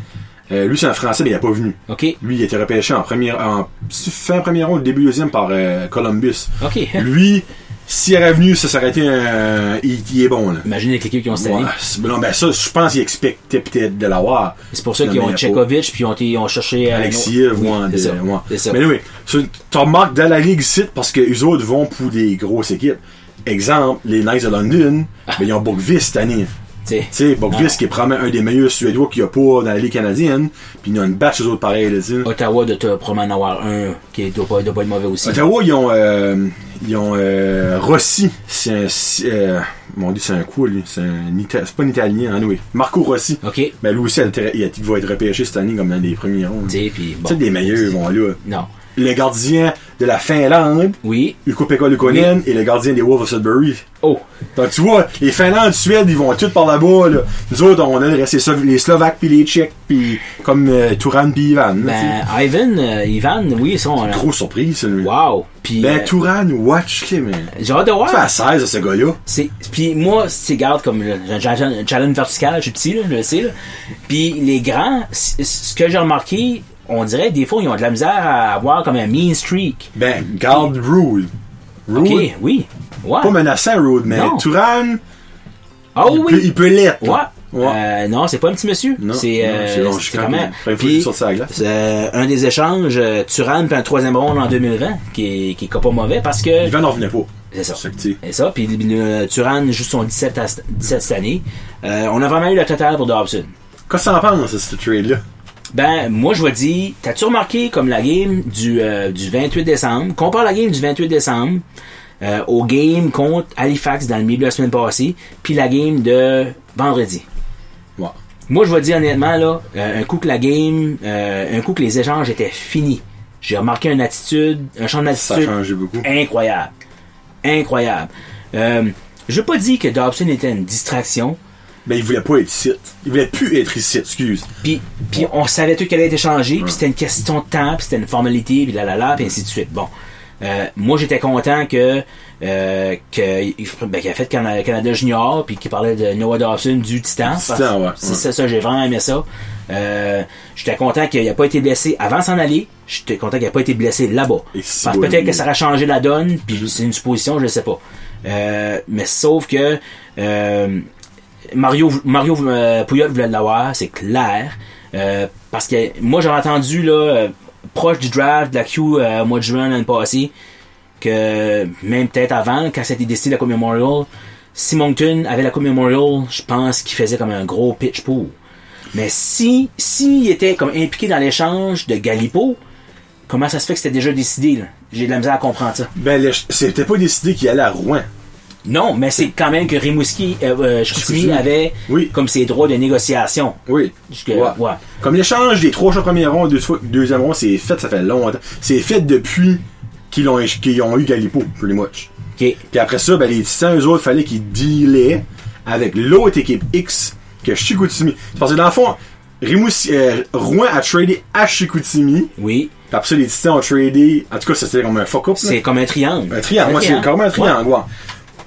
A: Euh, lui, c'est un Français, mais il n'a pas venu.
B: OK.
A: Lui, il a été repêché en première, en fin premier round, début deuxième par euh, Columbus.
B: OK.
A: Lui, s'il avait venu, ça s'aurait été un. Il, il est bon, là.
B: Imaginez les équipes qui ont cette année.
A: Ouais, c'est- non, ben ça, je pense qu'il expectait peut-être de l'avoir.
B: C'est pour ça
A: Non,
B: qu'ils
A: mais
B: ont
A: pas.
B: Tchekovic, puis ils ont, été- ils ont cherché... euh,
A: Alexiev,
B: oui,
A: ou en
B: c'est ça.
A: des- ouais.
B: C'est ça.
A: Mais oui, tu remarques dans la ligue site parce que eux autres vont pour des grosses équipes. Exemple, les Knights de London, ben, ils ont Bookvis cette année.
B: Tu sais.
A: Tu sais, Bogvis, qui est probablement un des meilleurs Suédois qu'il n'y a pas dans la Ligue canadienne, puis il y a une batch des autres pareils, là, tu sais.
B: Ottawa doit te- probablement en avoir un qui doit pas, doit pas être mauvais aussi.
A: Ottawa, ils ont, euh, ils ont euh, Rossi. C'est un. si- euh, mon dieu, c'est un coup, lui. C'est un Ita- c'est pas un Italien, hein, oui. Marco Rossi.
B: OK.
A: Mais lui aussi, elle était- il, a- il va être repêché cette année comme dans les premiers rondes.
B: Tu
A: Tu
B: sais, puis bon.
A: sais, des meilleurs, bon, là.
B: Non.
A: Le gardien de la Finlande,
B: Oui.
A: Ukko Pekka Lukonen, et le gardien des Wolves of Sudbury.
B: Oh.
A: Donc, tu vois, les Finlandes, Suède, ils vont tous par là-bas, là. Nous autres, on a le reste, les Slo- les Slovaques, puis les Tchèques, puis comme euh, Touran, puis Ivan. là, tu sais.
B: Ben, Ivan, euh, Ivan, oui, ils sont. là.
A: Grosse surprise, celui-là.
B: Wow. Puis.
A: Ben,
B: euh,
A: Touran, watch, les man.
B: J'ai hâte de
A: Ça fait à
B: voir.
A: 16 à ce gars-là.
B: C'est- Puis moi, c'est garde comme là, j'ai un j'ai un challenge vertical, je suis petit, là, je le sais. Là. Puis les grands, c- ce que j'ai remarqué, on dirait des fois ils ont de la misère à avoir comme un mean streak.
A: Ben, garde Rule. Rule,
B: Ok, oui. Ouais.
A: pas menaçant Rule, mais
B: Non.
A: Touran,
B: Ah
A: il, peut,
B: oui.
A: il peut l'être.
B: Ouais.
A: là. Ouais.
B: Euh, non, c'est pas un petit monsieur.
A: Non,
B: C'est
A: non, c'est
B: euh,
A: long, je
B: c'est
A: suis
B: quand même.
A: quand- Faut qu'il sorte sa glace.
B: c'est un des échanges, euh, Turan puis un troisième round en 2020, qui est, qui est pas mauvais parce que.
A: Ivan n'en revenait pas.
B: C'est ça.
A: C'est que, tu sais.
B: Et ça, puis euh, Turan joue son 17, à- 17 cette année. Euh, on a vraiment eu le total pour Dobson.
A: Qu'est-ce que t'en penses, de ce trade-là?
B: Ben, moi, je vais dire, t'as-tu remarqué comme la game du, euh, du 28 décembre, compare la game du 28 décembre euh, au game contre Halifax dans le milieu de la semaine passée, puis la game de vendredi.
A: Ouais.
B: Moi, je vais dire honnêtement, là, euh, un coup que la game, euh, un coup que les échanges étaient finis, j'ai remarqué une attitude, un champ
A: Ça a
B: d'attitude
A: changé beaucoup.
B: incroyable. Incroyable. Euh, je veux pas dire que Dobson était une distraction,
A: Ben, il voulait pas être ici. Il voulait plus être ici, excuse.
B: Puis, puis on savait tout qu'elle allait être échangée, puis c'était une question de temps, puis c'était une formalité, puis là, là, là, puis ainsi de suite. Bon. Euh, moi, j'étais content que, euh, que ben, qu'il a fait Cana- Canada Junior, puis qu'il parlait de Noah Dawson du Titan.
A: Titan,
B: Parce-
A: ouais,
B: C'est
A: ouais.
B: ça, ça, j'ai vraiment aimé ça. Euh, j'étais content qu'il n'a pas été blessé avant de s'en aller. J'étais content qu'il n'a pas été blessé là-bas.
A: Et si
B: Parce que
A: bon,
B: peut-être
A: oui.
B: que ça aurait changé la donne, puis c'est une supposition, je ne sais pas. Euh, mais sauf que euh, Mario, Mario euh, Pouillot voulait l'avoir, c'est clair. Euh, parce que moi, j'avais entendu, là, euh, proche du draft de la Q euh, au mois de juin l'année passée, que même peut-être avant, quand c'était décidé la Coupe Memorial, si Moncton avait la Coupe Memorial, je pense qu'il faisait comme un gros pitch pour. Mais si s'il était comme impliqué dans l'échange de Galipo, comment ça se fait que c'était déjà décidé? là? J'ai de la misère à comprendre ça.
A: Ben, le- c'était pas décidé qu'il allait à Rouen.
B: Non, mais c'est quand même que Rimouski, euh, euh, Chicoutimi
A: Chicoutimi.
B: avait
A: Oui.
B: comme ses droits de négociation.
A: Oui.
B: Jusque-
A: Ouais.
B: ouais.
A: Comme l'échange des trois choix premiers ronds, deux fois- deuxième rond, c'est fait, ça fait longtemps. C'est fait depuis qu'ils ont, qu'ils ont eu Galipo, pretty much.
B: Ok.
A: Puis après ça, ben, les Titans, eux autres, fallait qu'ils dealaient avec l'autre équipe X que Chicoutimi. C'est parce que dans le fond, Rimouski, euh, Rouen a tradé à Chicoutimi.
B: Oui,
A: Puis après ça, les Titans ont tradé. En tout cas, ça, c'était comme un fuck-up. là.
B: c'est comme un triangle.
A: Un triangle, moi, c'est carrément un
B: Ouais.
A: triangle, ouais.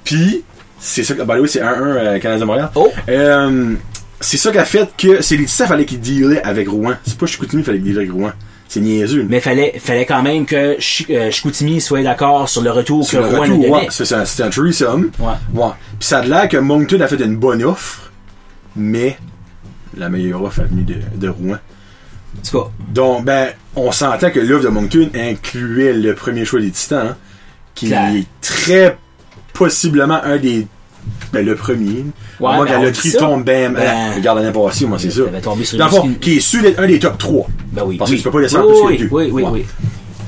A: Puis, c'est ça que. By the way, c'est 1-1 euh, Canadien-Montréal.
B: Oh.
A: Euh, c'est ça qui a fait que. C'est les Titans, fallait qu'ils dealaient avec Rouen. C'est pas Chicoutimi, fallait qu'ils dealaient avec Rouen. C'est niaiseux.
B: Mais fallait, fallait quand même que Chi- euh, Chicoutimi soit d'accord sur le retour
A: Sur
B: que
A: le
B: Rouen
A: retour,
B: lui
A: ouais,
B: donnait.
A: c'est c'est un, c'est un threesome.
B: Ouais.
A: Ouais. Puis ça a l'air que Moncton a fait une bonne offre, mais la meilleure offre est venue de, de Rouen.
B: En tout cas,
A: Donc, ben, on s'entend que l'offre de Moncton incluait le premier choix des Titans, hein, qui
B: Claire.
A: est très possiblement un des. Ben, le premier.
B: Ouais,
A: moi,
B: ben,
A: quand
B: on
A: le
B: dit
A: tri
B: ça.
A: tombe, ben, ben,
B: Ben,
A: regarde l'année passée, moi, c'est ça.
B: t'avais tombé sur
A: Dans le fond,
B: Rimouski.
A: qui est sûr d'être un des top 3.
B: Ben oui.
A: Parce
B: oui.
A: que tu peux pas descendre
B: Oui,
A: plus que
B: oui,
A: deux.
B: Oui, oui,
A: Ouais.
B: oui.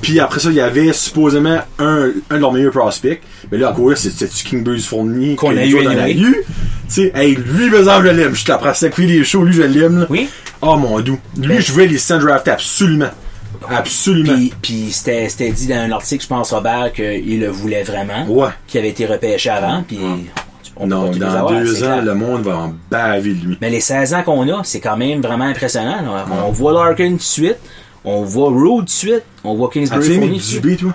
A: Puis après ça, il y avait supposément un, un de leurs meilleurs prospects. Mais là, à courir, c'était Kingbury's Fournier
B: Qu'on
A: que
B: a
A: nous
B: eu
A: autres, on
B: anyway.
A: eu. Tu sais, hey, lui, besoin je l'aime. Je t'apprends à sacrifier les shows, lui, je l'aime. là.
B: Oui.
A: Oh mon doux. Lui, je voulais les stand draft absolument. Absolument.
B: Puis, puis c'était, c'était dit dans un article, je pense, Robert, qu'il le voulait vraiment.
A: Ouais.
B: Qu'il avait été repêché avant. Puis on peut pas
A: non,
B: tous les
A: dans
B: avoir,
A: deux
B: c'est
A: ans,
B: clair.
A: le monde va en baver de lui.
B: Mais les 16 ans qu'on a, c'est quand même vraiment impressionnant. là. On voit Larkin tout de suite. On voit Road tout de suite. On voit Kingsbury
A: As-tu aimé
B: Fournier tout de suite.
A: Dubé, toi?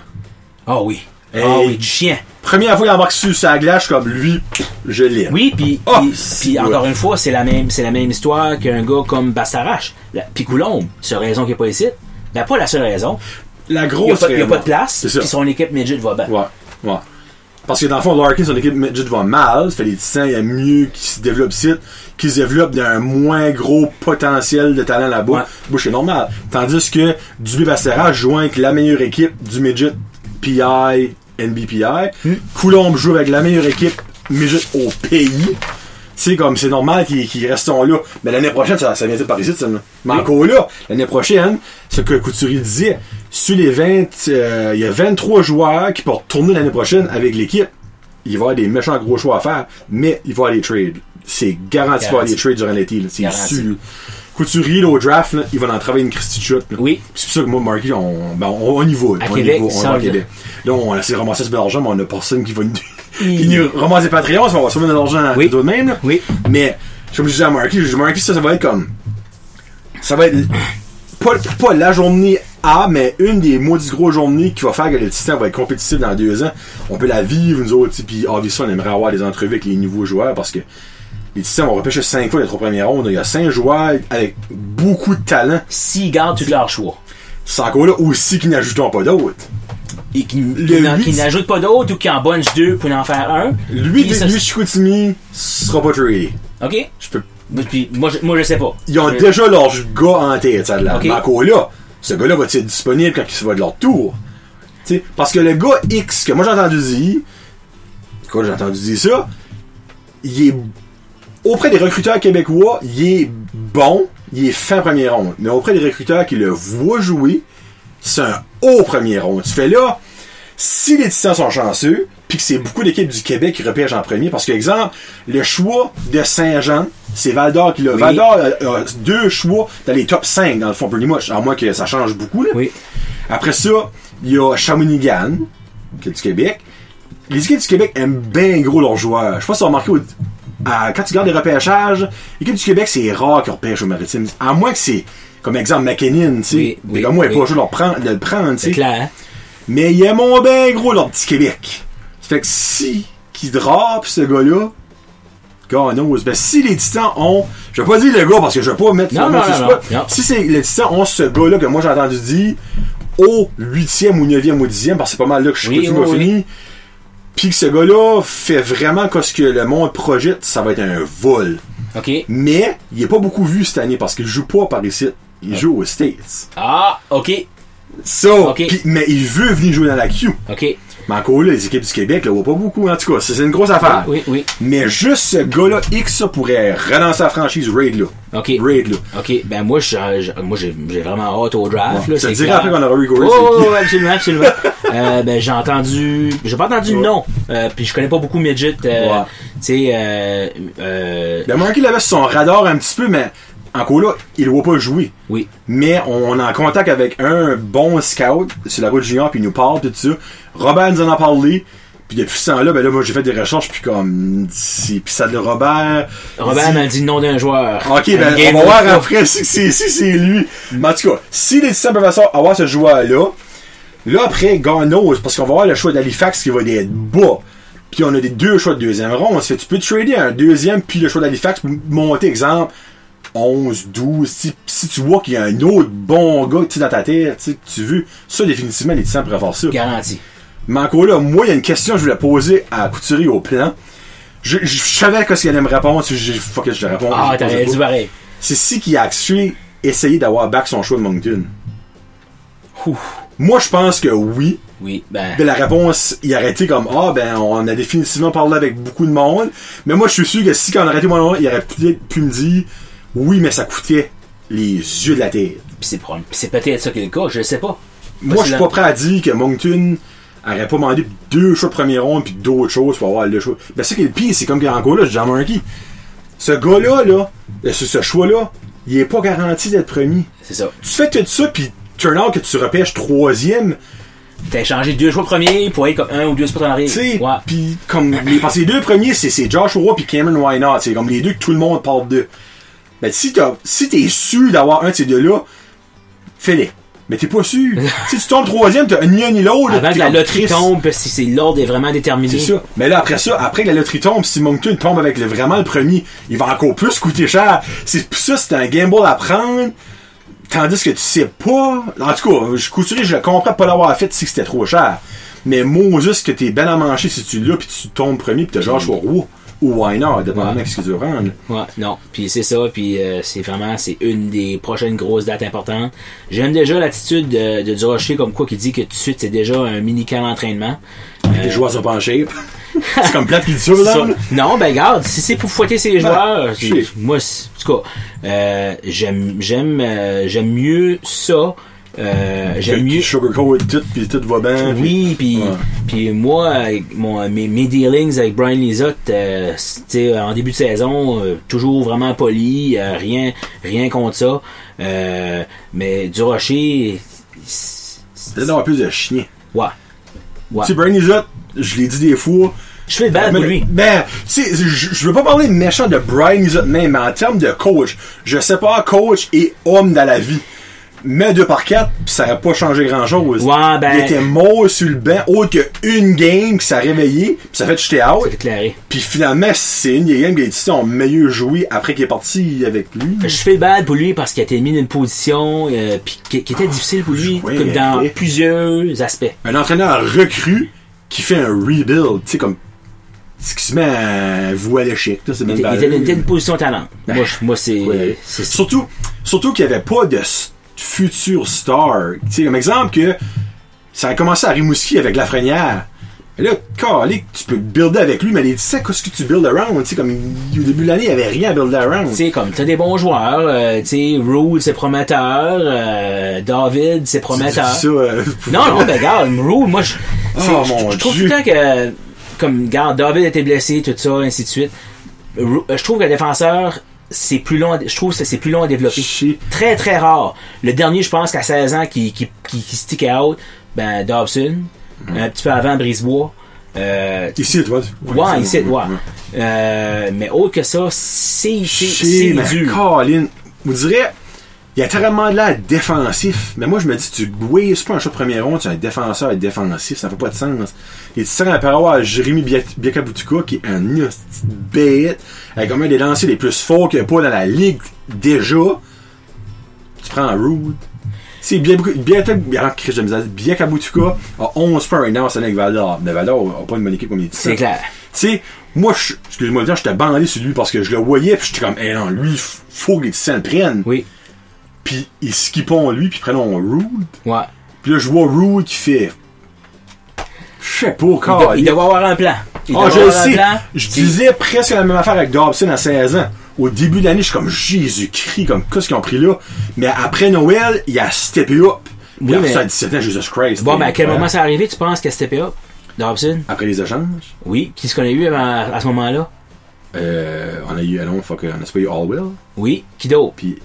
B: Ah oui. Ah
A: Hey.
B: oui, du chien.
A: Première fois qu'il embarque sur sa glace, je suis comme lui, je l'aime.
B: Oui, puis
A: Ah,
B: puis-
A: si,
B: puis
A: ouais.
B: encore une fois, c'est la même c'est la même histoire qu'un gars comme Bastarache. La- Puis Coulombe, seule raison qu'il n'est pas ici. Ben pas la seule raison.
A: La
B: Il n'y a,
A: grosse
B: pas- il y a
A: raison.
B: pas de place,
A: C'est ça.
B: puis son équipe midget va bien.
A: Ouais, ouais. Parce que dans le fond, Larkin, son équipe midget va mal. Ça fait les Titans, il y a mieux qu'ils se développent ici, qu'ils se développent d'un moins gros potentiel de talent là-bas.
B: Ouais.
A: Bon, c'est normal. Tandis que Dubé Bastera joint avec la meilleure équipe du midget PI, NBPI. Coulombe joue avec la meilleure équipe midget au pays. sais, comme c'est normal qu'ils qu'ils restent là. Mais l'année prochaine, ça, ça vient de par ici, ça, là. Mais encore là, l'année prochaine, ce que Couturier disait, sur les 20, euh, il y a 23 joueurs qui portent tourner l'année prochaine avec l'équipe. Il va y avoir des méchants gros choix à faire, mais il va y avoir des trades. C'est garanti qu'il va y avoir des trades durant l'été, là. C'est
B: Garanti.
A: sûr. là. Couturier, là, au draft, là, il va en travailler une Christie de chute, là.
B: Oui.
A: C'est pour ça que moi, Marky, on, ben, on, on y va. là.
B: À
A: on
B: Québec,
A: y va, on va
B: sans-
A: à Québec. Là, on a essayé de ramasser ce bel argent, mais on a personne qui va nous, qui nous ramasse des Patreons, on va sauver notre argent
B: Oui.
A: de même. là.
B: Oui.
A: Mais, comme je disais à Marky, je dis, Marky, ça, ça va être comme. Ça va être. Pas, pas la journée A, mais une des maudites grosses journées qui va faire que le système va être compétitif dans deux ans. On peut la vivre, nous autres. tu sais, Puis, obviously, on aimerait avoir des entrevues avec les nouveaux joueurs parce que. Les Titans ont repêché 5 fois les trois premières rondes. Il y a 5 joueurs avec beaucoup de talent.
B: S'ils gardent tous leurs choix.
A: C'est encore là aussi qu'ils n'ajoutons pas d'autres.
B: Et qu'ils
A: Le
B: n'en-
A: huit-
B: qu'ils n'ajoutent pas d'autres ou qu'ils en bunch deux pour en faire un.
A: Lui,
B: Puis
A: de,
B: ça-
A: lui Chicoutimi sera pas tradé.
B: OK?
A: Je peux...
B: Puis moi, je, moi, je sais pas.
A: Ils ont
B: Je-
A: déjà leur gars en tête, ça de là.
B: Ok.
A: Mais encore là, ce gars-là va être disponible quand il va de leur tour. Tu sais, parce que le gars X que moi j'ai entendu dire, quoi j'ai entendu dire ça, il est auprès des recruteurs québécois, il est bon, il est fin premier ronde. Mais auprès des recruteurs qui le voient jouer, c'est un haut premier ronde. Tu fais là, si les Titans sont chanceux, puis que c'est beaucoup d'équipes du Québec qui repêchent en premier, parce que, exemple, le choix de Saint-Jean, c'est Val d'Or qui l'a. Val d'Or a, a Ah, euh, deux choix dans les top 5, dans le fond, pretty much, à moins que ça change beaucoup. Là.
B: Oui.
A: Après ça, il y a Shawinigan, qui est du Québec. Les équipes du Québec aiment bien gros leurs joueurs. Je sais pas si on remarqué au- à- quand tu regardes les repêchages, l'équipe du Québec, c'est rare qu'ils repêchent au maritime. À moins que c'est, comme exemple, McKinnon, tu sais.
B: Oui,
A: Mais
B: oui,
A: comme moi, ils
B: oui.
A: pas joué de le prendre, de le prendre, tu
B: C'est
A: sais.
B: clair. hein?
A: Mais ils aiment bien gros leur petit Québec. Ça fait que si qui drape ce gars-là, God knows. Ben si les titans ont. Je vais pas dire le gars parce que je vais pas mettre
B: Non,
A: le
B: non,
A: nom sur
B: non,
A: ce
B: non,
A: spot.
B: non.
A: Si c'est les titans ont ce gars-là que moi j'ai entendu dire au 8e ou 9e ou 10e, parce que c'est pas mal là que je
B: Oui,
A: suis
B: oui, oui.
A: fini. Puis que ce gars-là fait vraiment que ce que le monde projette, ça va être un vol.
B: OK?
A: Mais il est pas beaucoup vu cette année parce qu'il joue pas par ici. Il joue aux States.
B: Ah, OK.
A: Ça,
B: Ok.
A: pis- mais il veut venir jouer dans la Q.
B: OK.
A: Mais encore là, les équipes du Québec, là, voit pas beaucoup, en tout cas. C'est c'est une grosse affaire.
B: Oui, oui,
A: Mais juste ce gars-là, X, ça pourrait relancer la franchise Raid, là.
B: OK.
A: Raid, là.
B: OK, ben moi, je- je- moi, j'ai j'ai vraiment hâte au draft.
A: Ouais.
B: là,
A: Ça te
B: c'est
A: dirait
B: clair.
A: après qu'on aura rigoré,
B: Oh,
A: c'est qui.
B: oh, ouais, absolument, absolument. Euh, ben, j'ai entendu... J'ai pas entendu le
A: Ouais.
B: nom. Euh, Puis je connais pas beaucoup Midget. euh,
A: Ouais.
B: Tu sais, euh, euh,
A: Le Monkey l'avait sur son radar un petit peu, mais encore là, il le voit pas jouer.
B: oui.
A: Mais on, on est en contact avec un bon scout sur la route junior, puis il nous parle, puis tout ça. Robert nous en a parlé. Puis depuis ce temps-là, ben là, moi, j'ai fait des recherches, puis comme... c'est- Puis ça de Robert...
B: Robert
A: il dit-
B: m'a dit le nom d'un joueur.
A: Ok,
B: Un
A: ben,
B: game
A: on va voir
B: of-
A: après si c'est si c'est lui. Mais en tout cas, si les Titans peuvent avoir- avoir ce joueur-là, là après, God knows, parce qu'on va avoir le choix d'Halifax qui va être bas. Puis on a des deux choix de deuxième ronde. Ça fait que tu peux trader un deuxième, puis le choix d'Halifax pour monter, exemple, 11, 12. Si, si tu vois qu'il y a un autre bon gars tu sais, dans ta tête, tu sais, que tu veux, ça définitivement, les Titans pourraient faire ça.
B: Garanti.
A: Mais encore là, moi, il y a une question que je voulais poser à Couturier au plan. Je, je, savais qu'est-ce qu'il allait me répondre. si J'ai fuck it, je le réponds.
B: Ah,
A: je le
B: t'avais
A: pose
B: dit
A: pas.
B: pareil.
A: C'est si qui a actué essayé d'avoir back son choix de Moncton.
B: Ouf.
A: Moi, je pense que oui.
B: Oui, ben...
A: Mais la réponse, il aurait été comme Ah, ben, on a définitivement parlé avec beaucoup de monde. Mais moi, je suis sûr que si, quand on aurait été moins loin, il aurait peut-être pu me dire Oui, mais ça coûtait les yeux de la tête.
B: Pis c'est probable- pis c'est peut-être ça qui est le cas, je sais pas.
A: Moi, je suis
B: Possiblement.
A: pas prêt à dire que Moncton aurait pas demandé deux choix de premier round puis d'autres choses pour avoir le choix. Ben, c'est que le pire, c'est comme encore là, Jean Markey. Ce gars-là, là, euh, ce, ce choix-là, il est pas garanti d'être premier.
B: C'est ça.
A: tu fais tout ça, puis turn out que tu repêches troisième,
B: T'as échangé deux joueurs premiers pour être comme un ou deux spots en arrière.
A: tu sais,
B: Ouais.
A: puis comme les, parce que les deux premiers, c'est, c'est Josh Roy puis Cameron Wynard, c'est comme les deux que tout le monde parle de. Ben si t'as, si t'es sûr d'avoir un de ces deux-là, fais-les. Mais t'es pas sûr. si tu tombes troisième, t'as ni un ni l'autre.
B: Avant
A: t'es
B: que la
A: comme
B: loterie
A: triste.
B: tombe, parce que c'est l'ordre est vraiment déterminé.
A: C'est ça. Mais là, après ça, après que la loterie tombe, si Moncton tombe avec le, vraiment le premier, il va encore plus coûter cher. C'est pour ça, c'est un game ball à prendre. Tandis que tu sais pas. En tout cas, je couturier, je comprends pas l'avoir fait si c'était trop cher. Mais Moses, que t'es ben à manger si tu l'as puis tu tombes premier pis t'as genre choix roux ou why not, dépendamment
B: Ouais.
A: de ce que tu veux rendre.
B: Ouais, non. Puis c'est ça, puis euh, c'est vraiment c'est une des prochaines grosses dates importantes. J'aime déjà l'attitude de, de Durocher comme quoi qui dit que tout de suite c'est déjà un mini camp d'entraînement.
A: Les joueurs sont pas en shape. C'est comme plate qui dit ça, madame.
B: Non, ben regarde, si c'est pour fouetter
A: Ben,
B: ses joueurs, c'est-
A: chier.
B: moi, c'est- en tout cas, euh, j'aime, j'aime, euh, j'aime mieux ça. Euh, j'aime mieux.
A: Sugarcoat et tout, puis tout va bien. puis-
B: Oui, puis
A: Ouais.
B: puis moi, avec mon, mes, mes dealings avec Brian Lizotte, euh, c'était en début de saison, euh, toujours vraiment poli, euh, rien rien contre ça. Euh, mais du Rocher,
A: T'as d'avoir plus de chien.
B: ouais. Ouais.
A: Tu sais, Bernie Zott, je l'ai dit des fois.
B: Je fais le bad
A: Mais-
B: pour lui.
A: Ben, tu sais, je je veux pas parler méchant de Brian Zott même, mais en termes de coach, je sépare coach et homme dans la vie. Mais 2 par 4, ça n'a pas changé grand chose.
B: Ouais, ben-
A: Il était mort sur le banc, autre qu'une game qui s'est réveillé, puis ça fait que j'étais out.
B: C'est déclaré.
A: Puis finalement, c'est une des games qui a été son meilleur joué après qu'il est parti avec lui.
B: Je fais le bad pour lui parce qu'il a été mis dans une position euh, puis qui, qui était difficile pour lui
A: oui,
B: comme dans
A: oui.
B: plusieurs aspects.
A: un entraîneur recru qui fait un rebuild, tu sais, comme. c'est qui se met à vouer à l'échec, là, c'est même
B: Il était-
A: pas
B: il était dans
A: lui.
B: il était dans une position talent. Moi, je- moi c'est
A: Ouais.
B: c'est- c'est-
A: Surtout, surtout qu'il n'y avait pas de s- futur star. Tu sais, comme exemple que ça a commencé à Rimouski avec Lafrenière. Et là, calé, tu peux builder avec lui, mais les 17, qu'est-ce que tu build around? Tu sais, comme au début de l'année, il n'y avait rien à build around.
B: Tu sais, comme, t'as des bons joueurs, euh, tu sais, Rule, c'est prometteur, euh, David,
A: Tu dis
B: c'est prometteur.
A: ça, euh,
B: Non, non, ben, regarde, Rule, moi, je, c'est-
A: Oh,
B: je-
A: mon
B: je trouve tout
A: Dieu.
B: le temps que, comme, regarde, David était blessé, tout ça, ainsi de suite. Rule- euh, je trouve que le défenseur, c'est plus long, à- je trouve que c'est plus long à développer.
A: Chier.
B: Très, très rare. Le dernier, je pense qu'à 16 ans, qui, qui, qui, qui stick out, ben, Dobson,
A: Mhm.
B: un petit peu avant Brisebois, euh,
A: Ici, toi. tu-
B: Ouais, ici, ouais. Euh, mais autre que ça, c'est, c'est,
A: Chier,
B: c'est
A: mais
B: dur.
A: Colin, vous direz, il y a tellement de l'air défensif, mais moi je me dis, tu oui, c'est pas un choix de première ronde, tu es un défenseur et défensif, ça fait pas de sens. Et tu sers à parole à Jérémy Biak- Biakabutuka, qui est un hostie de bête, avec un des lancers les plus forts qu'il n'y a pas dans la ligue déjà. Tu prends Rude. C'est Ah, Biakabutuka a 11 points right now, c'est avec Valdor. Mais Valdor n'a pas une bonne équipe comme il dit ça.
B: C'est clair.
A: Tu sais, moi, je- excuse-moi de dire, j'étais bandé sur lui parce que je le voyais, puis j'étais comme, eh non, lui, f- faut que les Titans le prennent.
B: Oui.
A: Puis ils skippons lui, puis prenons Rude.
B: Ouais.
A: Puis là, je vois Rude qui fait. Je sais pas,
B: Il, doit-
A: quoi.
B: il doit avoir un plan. Il doit
A: Ah, je
B: avoir
A: le
B: un
A: sais.
B: plan.
A: Je disais presque la même affaire avec Dobson à 16 ans. Au début de l'année, je suis comme Jésus-Christ, comme qu'est-ce qu'ils ont pris là. Mais après Noël, il a steppé up.
B: Oui,
A: Puis après
B: mais-
A: ça, à 17 ans, Jesus Christ.
B: Bon, mais à quel
A: Ouais.
B: moment c'est arrivé, tu penses, qu'à c'était up? Dobson?
A: Après les échanges,
B: Oui. Qui se qu'on a eu avant- à ce moment-là?
A: euh, on a eu, allons, fuck, on a pas eu Allwell.
B: Oui. Qui d'autre?
A: Puis,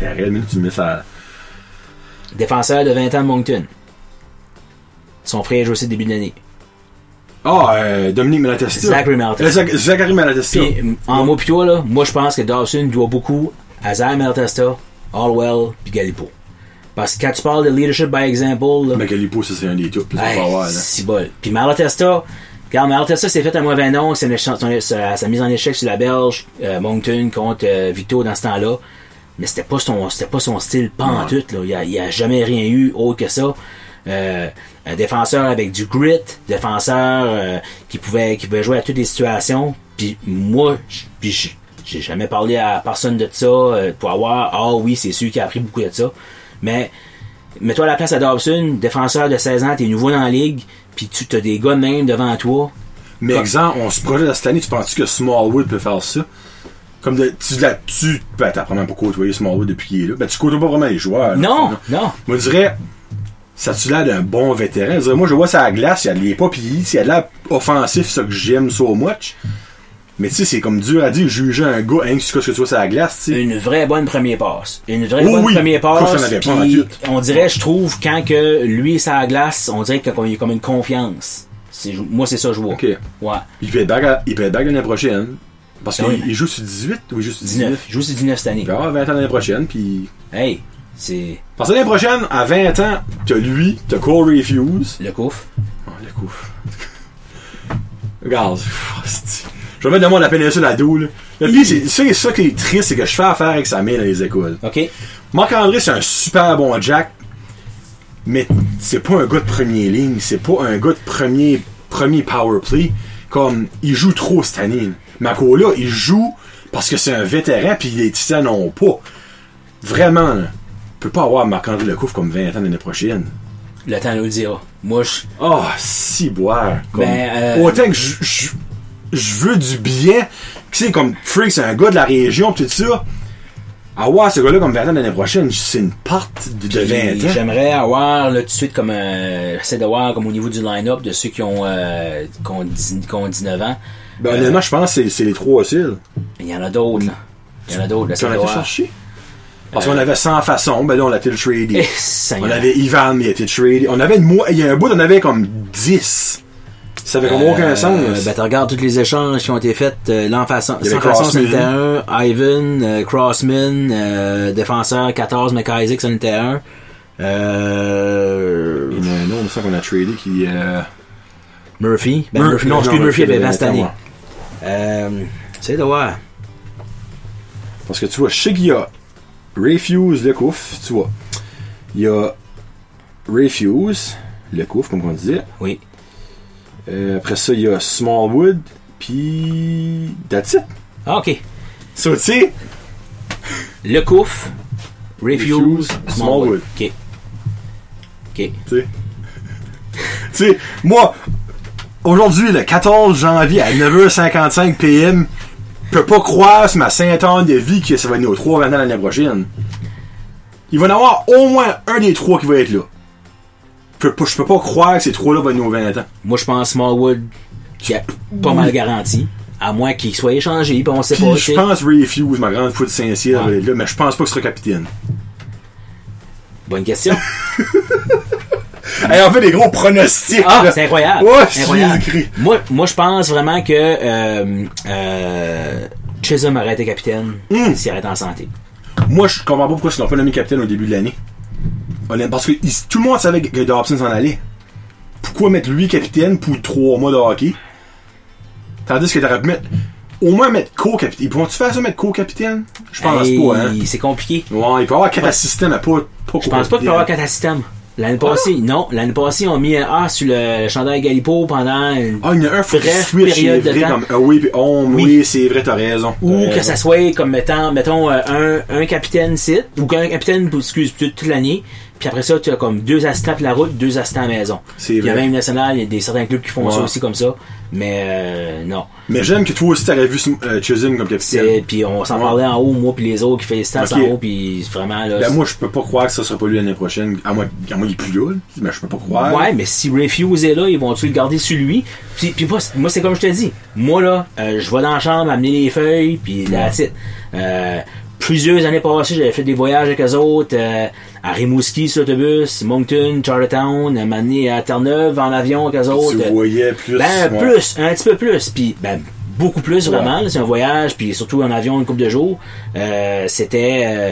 A: arrête, mais là, tu me mets ça.
B: Défenseur de 20 ans de Moncton. Son frère joue aussi début de l'année.
A: Ah, euh, Dominique Malatesta.
B: Zachary Malatesta.
A: Euh, Zach- Zachary Malatesta.
B: Puis, m- en moi pis toi, là, moi, je pense que Dobson doit beaucoup à Zaire Altesta, Allwell, puis Galipo. Parce que quand tu parles de leadership by example, là,
A: Mais Galipo, ça, c'est hein. un des tops.
B: Hey,
A: Hey,
B: c'est bol. Puis Malatesta, regarde, Malatesta s'est fait un mauvais nom, c'est une éche- son- sa, sa mise en échec sur la Belge, euh, Moncton contre euh, Vito dans ce temps-là. Mais c'était pas son c'était pas son style pantoute, là. Il a, il a jamais rien eu autre que ça. Euh, un défenseur avec du grit, défenseur euh, qui pouvait qui pouvait jouer à toutes les situations. Puis moi, j- puis j- j'ai jamais parlé à personne de ça euh, pour avoir ah oui, c'est sûr qu'il a appris beaucoup de ça. Mais mets-toi à la place à Dobson, défenseur de 16 ans, t'es nouveau dans la ligue, puis tu t'as des gars de même devant toi.
A: Mais exemple, on se projette à cette année, tu penses-tu que Smallwood peut faire ça? Comme de, tu la tu Ben, t'as probablement pas côtoyé Smallwood depuis qu'il est là. Ben, tu côtoies pas vraiment les joueurs. là,
B: Non,
A: finalement.
B: non.
A: Moi, je dirais, ça tu l'air d'un bon vétéran. Je dirais, moi, je vois ça à la glace, il y a de l'épopie, il y a de l'air offensif, ça que j'aime so much. Mais tu sais, c'est comme dur à dire, juger un gars, hein, sur ce que tu vois sur la glace, tu sais.
B: Une vraie bonne première passe. Une vraie
A: Oh
B: bonne
A: oui,
B: première
A: ça, ça
B: passe.
A: n'avait pas
B: puis
A: en tête.
B: on dirait, je trouve, quand que lui est sur la glace, on dirait qu'il y a comme une confiance. C'est- moi, c'est ça que je vois.
A: Ok.
B: Ouais.
A: Il peut être back, à- il peut être back l'année prochaine. Parce qu'il
B: Oui.
A: il joue sur 18 ou il joue sur 19.
B: 19. Je joue sur 19 cette année.
A: Il va avoir 20 ans l'année prochaine, puis...
B: Hey, c'est
A: Parce que l'année prochaine, à 20 ans, t'as lui, t'as Corey Hughes.
B: le couf.
A: Oh, le coup. Regarde, pff, c'est- je vais mettre le monde à la péninsule à dos, là. Le pire, c'est c'est ça qui est triste, c'est que je fais affaire avec sa mère dans les écoles.
B: OK?
A: Marc-André, c'est un super bon Jack, mais c'est pas un gars de première ligne, c'est pas un gars de premier, premier power play. Comme, il joue trop cette année. là. Mako, là, il joue parce que c'est un vétéran, puis les Titans n'ont pas. Vraiment, là. On peut pas avoir Marc-André Lecouf comme 20 ans l'année prochaine.
C: le temps nous le dira. Moi, je.
A: Oh, si boire. Comme,
C: Ben, euh,
A: Autant que je- je je veux du bien. Tu sais, comme Freak, c'est un gars de la région, pis tout ça. Ah ouais, ce gars-là, comme 20 ans l'année prochaine, c'est une parte de, de 20 ans.
C: J'aimerais avoir là tout de suite comme euh, j'essaie de voir comme au niveau du line-up de ceux qui ont euh, qui ont, dix- qui ont 19 ans.
A: Ben, honnêtement, je pense que c'est- c'est les trois aussi.
B: Ben,
A: là.
C: Mais Il y en a d'autres. là. Il y en a d'autres.
A: Puis
C: laisse-moi
A: on a été
C: voir.
A: chercher. Parce qu'on avait 100 façons, ben là, on a été le
C: Eh,
A: tradé. On
C: Seigneur.
A: avait Ivan, mais il a été tradé. On avait une moi, il y a un bout, on avait comme 10. Ça avait comme aucun
C: Euh,
A: sens.
B: ben, tu regardes tous les échanges qui ont été faits. Euh, l'an façon,
A: Il y avait
B: sans façon, c'en
A: Crossman.
B: était un. Ivan, euh, Crossman, euh, défenseur 14, McIsaac, c'en était un. Euh,
A: Il y en a un autre, il me semble qu'on a tradé qui. euh,
B: Murphy. Ben,
A: Mur-
B: Murphy. Non,
A: non,
B: excuse,
A: Murphy
B: Murphy avait
A: avait
B: 20 cette année.
A: vingt ans,
B: Euh, c'est de voir.
A: Parce que tu vois, je sais qu'il y a Refuse le couf, tu vois. Il y a Refuse le couf, comme on disait.
B: Oui.
A: Euh, après ça, il y a Smallwood, puis That's it.
B: Ah, OK.
A: Ça, tu sais,
B: Le Couf, Refuse,
A: Refuse, Smallwood.
B: OK. OK.
A: tu sais. Tu sais, moi, aujourd'hui, le 14 janvier à 9h55 p.m., je peux pas croire sur ma sainte anne de vie que ça va être nos trois maintenant l'année prochaine. Il va y en avoir au moins un des trois qui va être là. Je peux pas, je peux pas croire que ces trois-là vont être nos 20 ans.
B: Moi, je pense Smallwood, qui a pas mal garanti. À moins qu'il soit échangé, puis on sait
A: Puis
B: pas. tu
A: je
B: sais.
A: pense Refuse, ma grande foot de Saint-Cyr,
B: Ouais.
A: va être là, mais je pense pas que ce sera capitaine.
B: Bonne question.
A: Hey, on fait des gros pronostics.
B: Ah,
A: là.
B: c'est incroyable.
A: Ouais,
B: Incroyable.
A: Jésus-Christ.
B: Moi, moi je pense vraiment que euh, euh, Chisholm aurait été capitaine
A: Mm.
B: s'il aurait été en santé.
A: Moi, je comprends pas pourquoi ils l'ont pas nommé capitaine au début de l'année. Honnêtement, Parce que ils- tout le monde savait que Dobson s'en allait. Pourquoi mettre lui capitaine pour trois mois de hockey? Tandis que t'aurais pu mettre. Au moins mettre co-capitaine. Ils pourront-tu faire ça, mettre co-capitaine? Je pense
B: Hey,
A: pas, hein.
B: C'est compliqué.
A: Ouais, il peut y avoir quatre assistants, mais pas, pas
B: Je pense pas qu'il peut y avoir catasystème. L'année passée,
A: Ah!
B: non. L'année passée, ils ont mis un A sur le, le chandail Galipo pendant une-
A: Ah, il y en a un, faut qu'il
B: Bref,
A: switch,
B: période
A: c'est
B: de
A: vrai,
B: temps.
A: comme away puis home.
B: Oui.
A: Oui, c'est vrai, t'as raison.
B: ou
A: T'as
B: que
A: raison.
B: ça soit comme mettant, mettons euh, un, un capitaine site ou qu'un capitaine pour- excuse toute, toute l'année puis après ça tu as comme deux assistants pour la route deux assistants à la maison
A: C'est
B: il y a
A: vrai.
B: même national il y a des certains clubs qui font ça
A: Ouais.
B: aussi comme ça mais euh, non
A: Mais j'aime que toi aussi t'aurais vu euh, Chisholm comme
B: C'est-
A: capitaine.
B: puis on s'en
A: Ouais.
B: parlait en haut moi puis les autres qui fait les stats
A: Ok.
B: en haut puis vraiment là
A: Ben moi je peux pas croire que ça sera pas lui l'année prochaine. À moi, à moi il est plus là, là. mais je peux pas croire.
B: Ouais, mais si Refuse est là, ils vont-tu le garder sur lui? Puis, puis moi, c'est- moi, c'est comme je te dis. Moi, là, euh, je vais dans la chambre amener les feuilles, puis la titre. Euh, plusieurs années passées, j'avais fait des voyages avec eux autres, euh, à Rimouski sur l'autobus, Moncton, Charlottetown, euh, m'amener à Terre-Neuve en avion avec eux
A: tu
B: autres.
A: voyais plus.
B: euh, Ben,
A: ouais.
B: plus, un petit peu plus. Puis, ben, beaucoup plus, vraiment. là. C'est un voyage, puis surtout en avion, une couple de jours. Euh, c'était, euh,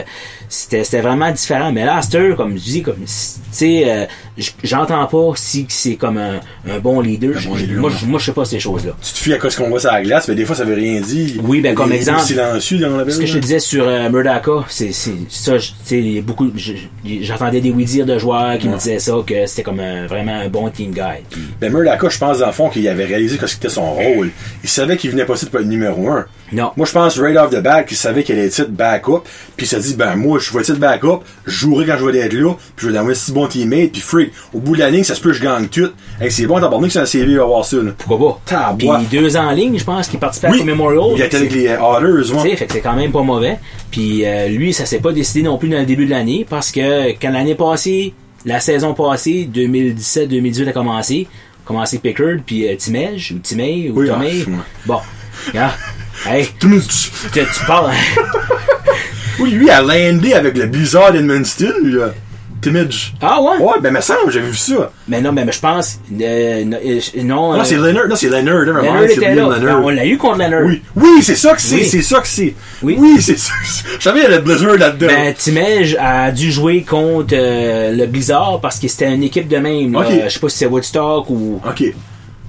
B: c'était, c'était vraiment différent. Mais là, à cette heure, comme je dis, comme, tu sais, euh, j- j'entends pas si c'est comme un, un bon leader.
A: Un bon
B: Je-
A: leader,
B: moi,
A: non.
B: je- moi, je sais pas ces choses-là.
A: Tu te fies à quoi ce qu'on voit sur la glace, mais des fois ça veut rien dire.
B: Oui, ben,
A: Il est
B: comme exemple,
A: silencieux dans la
B: Ce que je te disais sur euh, Murdaka, c'est, c'est ça, je- tu sais, il y a beaucoup, je- je- j'entendais des oui-dire de joueurs qui me
A: Ouais.
B: disaient ça, que c'était comme un- vraiment un bon team guy. Puis,
A: Ben Murdaka, je pense dans le fond qu'il avait réalisé que c'était son rôle. Il savait qu'il venait pas ici pour être numéro un.
B: non.
A: Moi je pense right off the bat qu'il savait qu'il allait être backup, puis il s'est dit ben moi je vais être backup, je jouerai quand je vais être là, puis je vais avoir un si bon teammate, puis freak, au bout de la ligne, ça se peut que je gagne tout. Hey, c'est bon d'abord que c'est un CV à avoir ça. là.
B: Pourquoi pas? Puis
A: Tabarouette.
B: deux ans en ligne, je pense, qu'il participait à
A: Oui,
B: la Memorial.
A: il était avec les euh, Otters,
B: Tu
A: ouais.
B: sais, fait que c'est quand même pas mauvais. Puis euh, lui, ça s'est pas décidé non plus dans le début de l'année parce que quand l'année passée, la saison passée, 2017-2018 a commencé, a commencé Pickard, puis euh, Timej, ou Timey, ou
A: Oui,
B: Tomei.
A: ah, ouais.
B: Bon, regarde. hey,
A: Tout le monde dit,
B: tu, tu parles.
A: Oui, lui, a landé avec le Blizzard d'Edmundston, lui, là. Timage.
B: ah ouais?
A: Ouais, ben, me semble, j'avais vu ça. Ah,
B: Mais non, mais mais je pense. euh, non, euh, non,
A: Non,
B: euh,
A: c'est Leonard. Non, c'est Leonard. never mind,
B: Leonard
A: c'est
B: était
A: William
B: là.
A: Leonard.
B: Ben, on l'a eu contre Leonard.
A: Oui, oui c'est ça que c'est.
B: Oui.
A: C'est ça que c'est.
B: Oui.
A: Oui, c'est ça. que c'est. Je savais qu'il y avait le Blizzard là-dedans.
B: Ben, Timej a dû jouer contre euh, le Blizzard parce que c'était une équipe de même. là.
A: Ok.
B: Je sais pas si c'est Woodstock ou.
A: ok.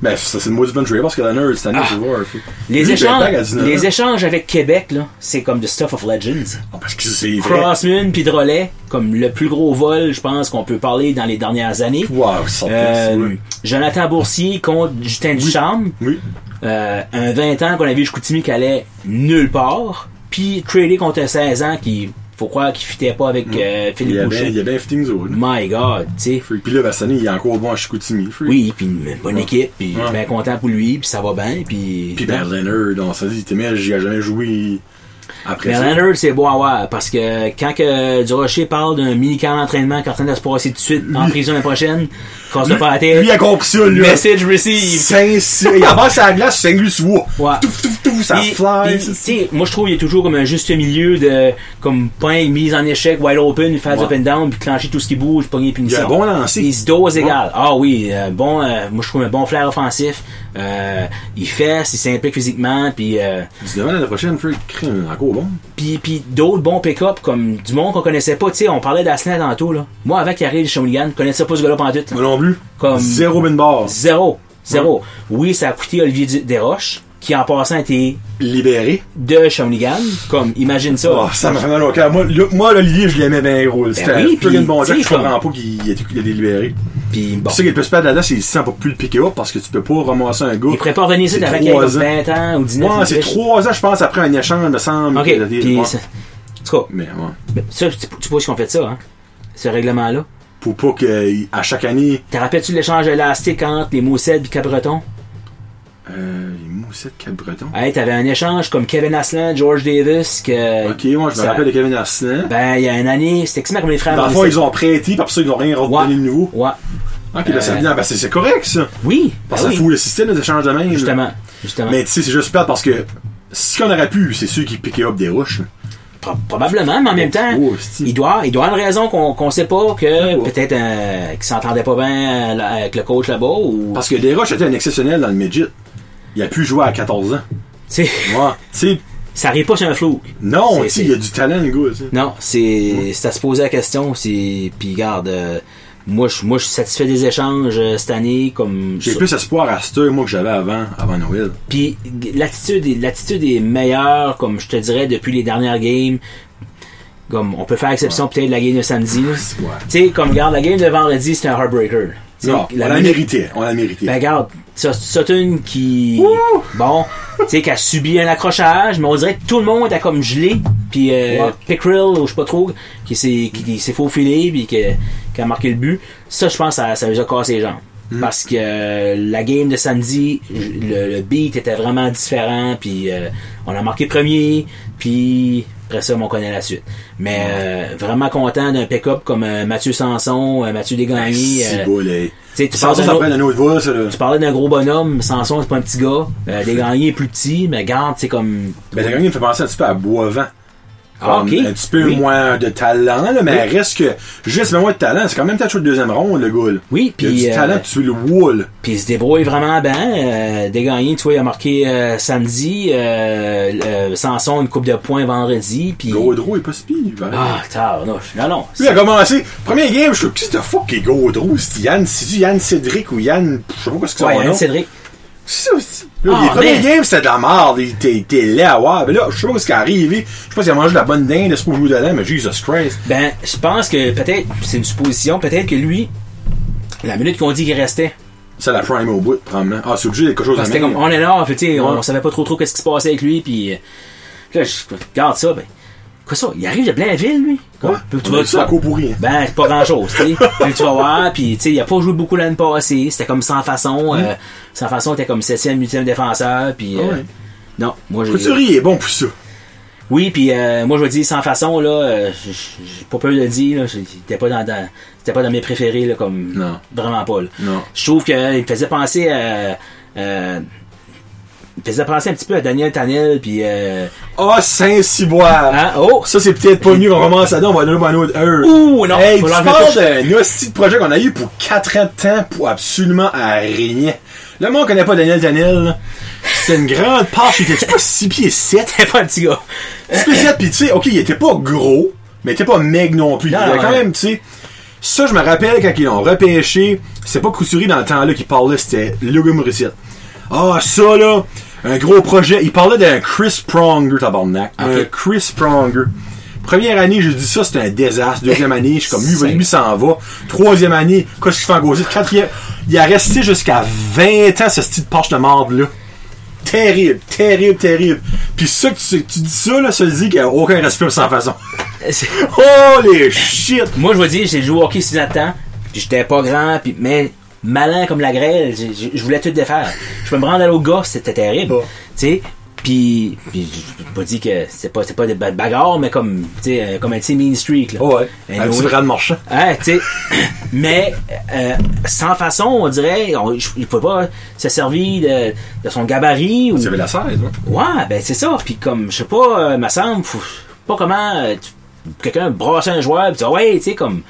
A: Ben, ça, c'est une maudite bonne trade parce que Leonard, cette année, je vais voir.
B: Ah. Les,
A: Lui,
B: échanges,
A: Bertag, à 19
B: les
A: ans.
B: échanges avec Québec, là, c'est comme The Stuff of Legends.
A: Ah, parce que c'est vrai.
B: Crossman puis Drolet, comme le plus gros vol, je pense, qu'on peut parler dans les dernières années.
A: Wow, ça
B: Euh,
A: c'est vrai.
B: Jonathan Boursier contre Justin Ducharme.
A: Oui.
B: Euh, un 20 ans qu'on avait vu Chicoutimi qui allait nulle part. Puis tradé contre un 16 ans qui faut croire qu'il fitait pas avec
A: Mm.
B: euh,
A: Il
B: Philippe
A: y a bien,
B: Boucher.
A: il y a bien fitting zone.
B: My God, tu sais.
A: Puis là, Bassani, il est encore bon à Chicoutimi. Freak.
B: Oui, puis une bonne
A: Ouais.
B: équipe, puis je
A: Ouais.
B: suis bien content pour lui, puis ça va bien, puis...
A: Puis ben, Leonard, on s'est dit, t'es mais j'y ai jamais joué après
B: Mais
A: ça.
B: Leonard, c'est beau à voir, parce que quand que Durocher parle d'un mini-camp d'entraînement qui est en train de se passer tout de suite en prison la prochaine, casse le pas la tête,
A: Lui, il a compris ça, lui.
B: message received.
A: Saint-Cyr. Il avance à la glace, c'est lui, sous.
B: Ouais.
A: Touf, touf, touf, ça
B: Puis-
A: fly.
B: puis, tu sais, moi je trouve qu'il y a toujours comme un juste milieu de comme point mise en échec, wide open, phase
A: Ouais.
B: up and down, puis clencher tout ce qui bouge, pogner puis
A: Il a un bon lancer.
B: Il se dose
A: Ouais.
B: égal. Ah oui, euh, bon, euh, moi je trouve un bon flair offensif. Euh, il fesse, il s'implique physiquement, puis euh,
A: Tu te demandes à la prochaine, Freak, crime, encore bon.
B: puis puis d'autres bons pick-up comme du monde qu'on connaissait pas. Tu sais, on parlait d'Asselin tantôt là. Moi avant qu'il arrive chez Shawinigan, je connaissais pas ce gars-là pendant tout.
A: Moi non plus.
B: Comme-
A: Zéro bin barre.
B: Zéro, zéro. Oui, ça a coûté Olivier Du- Desroches, qui en passant était
A: Libéré.
B: de Shawinigan. Comme imagine ça.
A: Oh, ça m'a fait mal au cœur. Moi, le- moi, l'Olivier, je l'aimais bien gros. C'était
B: Ben
A: un
B: oui,
A: friggin'
B: puis,
A: bon
B: tu sais,
A: Jack. Je
B: comme-
A: comprends pas qu'il ait qu'il ait été libéré.
B: Puis bon.
A: C'est ça qu'il peut se perdre là-dedans, c'est qu'il sent pas plus le piquer up parce que tu peux pas ramasser un gars.
B: Il pourrait pas revenir ici
A: C'est
B: avant qu'il ait
A: trois
B: comme
A: ans.
B: 20 ans ou 19
A: Ouais, c'est
B: mais-
A: trois ans, je pense, après un échange, me semble.
B: Ok,
A: qu'il a été-
B: puis
A: ouais.
B: ça- En tout cas,
A: Mais ouais.
B: ça, tu, tu vois ce qu'on fait de ça, hein? Ce règlement-là.
A: Pour pas qu'à chaque année,
B: Te rappelles-tu de l'échange élastique entre les Moussets et Cabreton?
A: euh, les moussettes Cap-Breton.
B: Hey, t'avais un échange comme Kevin Aslan, George Davis, que.
A: Ok, moi, je me
B: ça-
A: rappelle de Kevin Arsenault.
B: Ben, il y a une année, c'était exactement comme les frères
A: Dans le fond,
B: Morissette.
A: ils ont prêté, puis après ça, ils n'ont rien redonné de nouveau.
B: Ouais.
A: Ok, ben, c'est
B: Euh,
A: bien, ben, c'est c'est correct, ça.
B: Oui.
A: Parce
B: ben
A: que
B: oui.
A: ça fout le système des échanges de même.
B: Justement. Justement.
A: Mais tu sais, c'est juste perdre parce que ce qu'on aurait pu, c'est ceux qui piquaient up des roches.
B: Pro- probablement, mais en même temps,
A: Oh, c'est-
B: il doit, il doit avoir une raison qu'on qu'on sait pas, que
A: Ouais.
B: peut-être euh, qu'il s'entendait pas bien euh, là, avec le coach là-bas ou.
A: Parce que des roches était un exceptionnel dans le midget. Il a pu jouer à 14 ans.
B: Tu sais,
A: Ouais. tu sais,
B: ça arrive pas sur un flou.
A: non,
B: C'est-
A: tu sais,
B: c'est-
A: il y a du talent, le gars, tu sais.
B: Non, c'est c'est à se poser la question. C'est puis garde. moi, je moi, je suis satisfait des échanges euh, cette année. Comme
A: J'ai
B: ça.
A: plus espoir à ce moi que j'avais avant, avant Noël.
B: puis g- l'attitude, est- l'attitude est meilleure. Comme je te dirais depuis les dernières games. Comme on peut faire exception peut-être de la game de samedi. là.
A: C'est quoi?
B: Tu sais, comme garde la game de vendredi, c'est un heartbreaker. Tu sais,
A: Non, on la
B: minute-
A: méritait, on la méritait.
B: Ben garde, ça- Sutton qui bon, tu sais qui a subi un accrochage, mais on dirait que tout le monde a comme gelé, puis euh,
A: Ouais.
B: Pickrell ou je sais pas trop qui s'est qui, qui s'est faufilé puis que- qui a marqué le but. Ça je pense que ça ça nous a cassé les jambes.
A: Hmm.
B: Parce que euh, la game de samedi, j- le, le beat était vraiment différent, puis euh, on a marqué premier, puis après ça, on connaît la suite. Mais euh, vraiment content d'un pick-up comme euh, Mathieu Sanson, euh, Mathieu Desgagnés.
A: Ben, si
B: euh,
A: beau, les.
B: tu sais, tu
A: Sans
B: parles
A: ça,
B: d'un
A: ça
B: autre-
A: prend un autre voix, ça, là.
B: tu parlais d'un gros bonhomme, Samson c'est pas un petit gars, euh, Desgagnés est plus petit, mais garde, c'est comme.
A: Ben, t'as gagné, il me fait penser un petit peu à Boisvent.
B: Ah,
A: Comme
B: ok.
A: Un petit peu
B: Oui.
A: moins de talent, là, mais reste que, juste le moins de talent, c'est quand même peut-être sur le deuxième rond, le goal.
B: Oui,
A: Il y a
B: puis,
A: du
B: euh,
A: talent, tu le wall.
B: Puis il se débrouille vraiment bien. Euh, Desgagnés, tu vois, il a marqué euh, samedi, euh, euh, Samson une coupe de points vendredi, puis.
A: Gaudreau est pas si pire. hein.
B: Ah, tard, non, je- non, non.
A: Lui, il a commencé. Premier game, je suis qu'est-ce que t'as fuck qui est Gaudreau? C'est Yann, c'est Yann Cédric ou Yann, je sais pas quoi c'est que
B: Ouais,
A: son nom.
B: Yann Cédric.
A: C'est ça aussi. Là,
B: Ah,
A: les premiers
B: man.
A: games, c'était de la merde. Il était, il était laid à voir. Mais là, je sais pas ce qui est arrivé. Je sais pas s'il a mangé de la bonne dinde, est-ce qu'on joue de la dinde, mais Jesus Christ.
B: Ben, je pense que peut-être, c'est une supposition, peut-être que lui, la minute qu'on dit qu'il restait,
A: C'est la prime au bout, probablement. Ah, c'est obligé d'être quelque chose à
B: C'était
A: mettre.
B: comme on est là, fait, tu sais, on,
A: Ouais.
B: savait pas trop trop qu'est-ce qui se passait avec lui, puis euh, là je regarde ça, ben quoi ça, il arrive de Blainville lui.
A: Quoi?
B: Puis tu
A: On a
B: vas
A: eu ça à
B: ça.
A: coup pourri. hein.
B: Ben c'est pas grand chose, tu sais. Puis tu vas voir, puis tu sais, il a pas joué beaucoup l'année passée, c'était comme sans façon,
A: Mm.
B: euh, sans façon, était comme septième, huitième défenseur, puis euh,
A: Ah Ouais.
B: non, moi j'ai.
A: Couturier est bon pour ça.
B: Oui, puis euh, moi je veux dire sans façon là, euh, j- j- j'ai pas peur de le dire, là, c'était pas dans, dans- c'était pas dans mes préférés là, comme
A: Non.
B: vraiment pas. Là.
A: Non.
B: Je trouve qu'il me faisait penser à, euh, il me faisait penser un petit peu à Daniel Tanel puis euh,
A: Ah, Saint-Cyboire.
B: hein, oh
A: Ça, c'est peut-être pas mieux qu'on commence à dire, on va donner un autre heure.
B: Ouh, non,
A: Hey,
B: faut
A: tu
B: l'enlever
A: parles
B: tout de
A: d'un hostie de projet qu'on a eu pour 4 ans de temps pour absolument à rien. Le monde connaît pas Daniel Daniel, là. C'est une grande passe, il était pas 6 pieds 7.
B: T'es pas un petit gars.
A: Spécial, pis tu sais, ok, il était pas gros, mais il était pas meg non plus.
B: Non,
A: il
B: non,
A: était quand
B: non.
A: même, tu sais. Ça, je me rappelle quand ils l'ont repêché, c'est pas Couturier dans le temps-là qui parlait, c'était Logan Morissette. Ah, ça, là, un gros projet. Il parlait d'un Chris Pronger, tabarnak. Un
B: Ok.
A: Chris Pronger. Première année, j'ai dit ça, c'était un désastre. Deuxième année, je suis comme, lui, va- lui s'en va. Troisième année, qu'est-ce qu'il fait en gauche? Quatrième, il a resté jusqu'à 20 ans, ce style de parche de marde, là. Terrible, terrible, terrible. Puis ça, que tu, tu dis ça, là, ça veut dire qu'il n'y a aucun respect pour sa façon.
B: C'est-
A: Holy shit!
B: Moi, je vais dire, j'ai joué au hockey 6 ans de temps, puis j'étais pas grand, puis, mais malin comme la grêle, j'ai- j'ai- je voulais tout défaire. Je peux me rendre à l'autre gars, c'était terrible.
A: Ouais.
B: Tu sais, puis, puis je peux pas dire que c'est pas, c'est pas des ba- bagarres, mais comme, tu sais, euh, comme un petit mean streak, là.
A: Ouais.
B: Un
A: Un petit
B: autre-
A: bras de marchand.
B: Ouais, tu sais. Mais euh, sans façon, on dirait, on- je- il pouvait pas se servir de, de son gabarit. Ou...
A: Tu avais la 16, hein?
B: Ouais, ben c'est ça. Puis comme, je sais pas, euh, me semble, faut- pas comment euh, tu- quelqu'un brasse un joueur, pis tu dis, Ah ouais, tu sais, comme,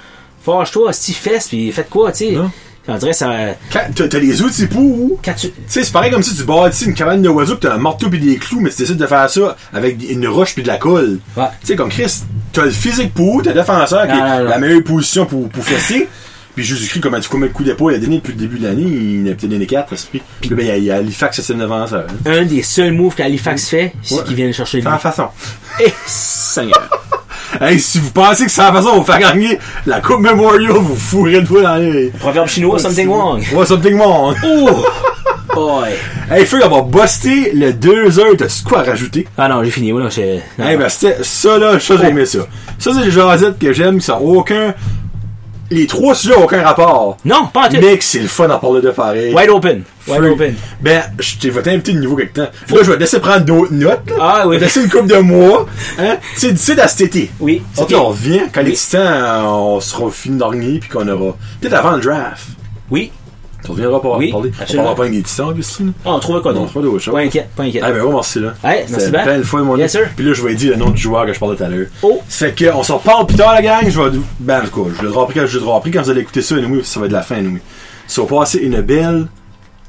B: fâche-toi, si fesse, puis faites quoi, tu sais.
A: Non.
B: Puis On dirait, ça.
A: Quand t'as t'as les outils pour.
B: Quand tu.
A: Tu sais, c'est pareil comme si tu bâtis une cabane de oiseaux pis t'as un marteau pis des clous, mais tu décides de faire ça avec des- une roche pis de la colle.
B: Ouais.
A: Tu sais, comme Chris, t'as le physique pour, t'as le défenseur qui
B: Non,
A: est
B: non, non.
A: la meilleure position pour, pour fesser. Puis Jésus-Christ, comment tu combien de coups d'épaule il a donné depuis le début de l'année, il en a peut-être donné 4 Puis là, ben, il y a- il y a Halifax, c'est le défenseur. hein.
B: Un des seuls moves qu'Halifax fait, c'est
A: Ouais.
B: qu'il vient le chercher lui.
A: Sans façon.
B: Eh, Seigneur.
A: Hey, si vous pensez que sans façon, on va faire gagner la Coupe Memorial, vous fourrez le doigt dans les.
B: Proverbe
A: Oh,
B: chinois, something wrong.
A: Ouais, something wrong.
B: Oh! Boy.
A: Hey, Feu, on va buster le 2 heures. T'as-tu de quoi à rajouter?
B: Ah non, j'ai fini, voilà, j'ai. non.
A: Eh ben, c'était ça là, ça j'ai aimé ça. Ça c'est des jasettes que j'aime, qui sont aucun. Les trois sujets ont aucun rapport.
B: Non, pas en tout.
A: Mais que c'est le fun à parler de pareil.
B: Wide open. Wide
A: Free.
B: open.
A: Ben, je t'ai- vais t'inviter de nouveau quelque temps. Là, je vais te laisser prendre d'autres notes. là.
B: Ah oui.
A: Je vais te laisser une coupe de mois. Hein? Tu sais, d'ici à cet été.
B: Oui,
A: Cet
B: ok.
A: été, on revient. Quand les titans, euh, on sera fini d'orgner puis qu'on aura. Peut-être avant le draft.
B: Oui.
A: Tu reviendras pour
B: Oui,
A: parler.
B: absolument.
A: On parlera pas avec des titans, Christine.
B: Ah, on trouve un
A: On
B: codon.
A: fera d'autres choses.
B: Pas inquiète, pas inquiète.
A: Ah ben oui, merci là.
B: Ouais, merci
A: C'était
B: bien.
A: plein de fois mon
B: Yes,
A: ami.
B: sir.
A: Puis là, je vais dire le nom du joueur que je parlais tout à l'heure.
B: Oh.
A: Fait que on s'en parle plus tard, la gang. Je vais. Ben, en tout cas, je le repris quand je le repris. Quand vous allez écouter ça, anyway, ça va être la fin, anyway. So, passez une belle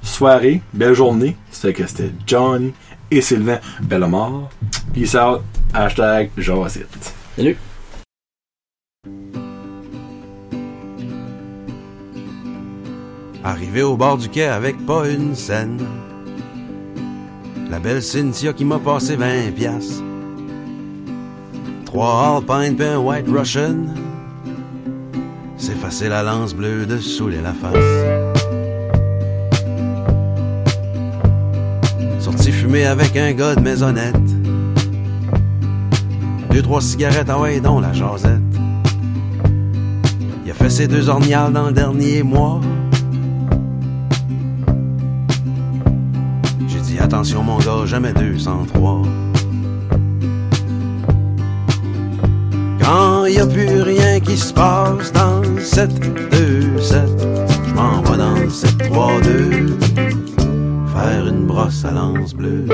A: soirée, belle journée. C'était que c'était Johnny et Sylvain Bellemare. Peace out. Hashtag Josette.
B: Salut.
D: Arrivé au bord du quai avec pas une scène. La belle Cynthia qui m'a passé 20 piastres. Trois Alpine pis un White Russian. C'est facile la lance bleue de saouler la face. Sorti fumer avec un gars de maisonnette. Deux, trois cigarettes, ah ouais, donc la jasette. Il a fait ses deux orniales dans le dernier mois. J'ai dit attention mon gars, jamais 203. Quand y a plus rien qui se passe dans le 7 2 7, je m'en vais dans le 7 3 2 faire une brosse à lance bleue.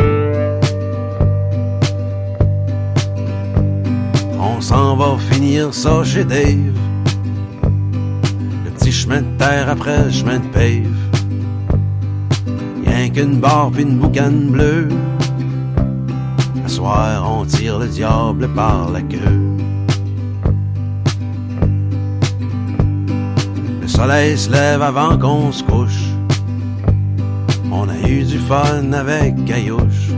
D: On s'en va finir ça chez Dave. Le petit chemin de terre après le chemin de pave. Rien qu'une barre puis une boucane bleue. À soir, on tire le diable par la queue. Le soleil se lève avant qu'on se couche. On a eu du fun avec Caillouche.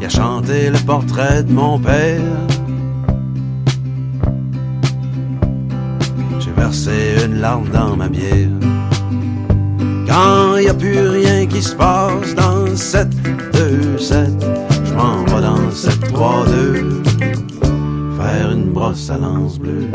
D: Il a chanté le portrait de mon père. J'ai versé une larme dans ma bière. Quand y a plus rien qui se passe dans le 7 2 7, je m'en vais dans le 7 3 2 faire une brosse à lance bleue.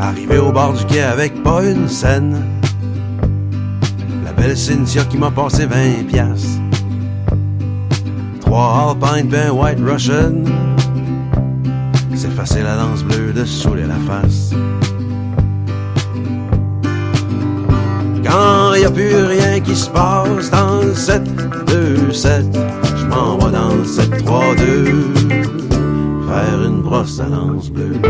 D: Arrivé au bord du quai avec pas une scène. La belle Cynthia qui m'a passé 20 piastres. Trois Alpine ben White Russian. C'est facile la lance bleue de saouler la face. Quand y a plus rien qui se passe dans le 7-2-7, je m'en vais dans le 7-3-2, faire une brosse à lance bleue.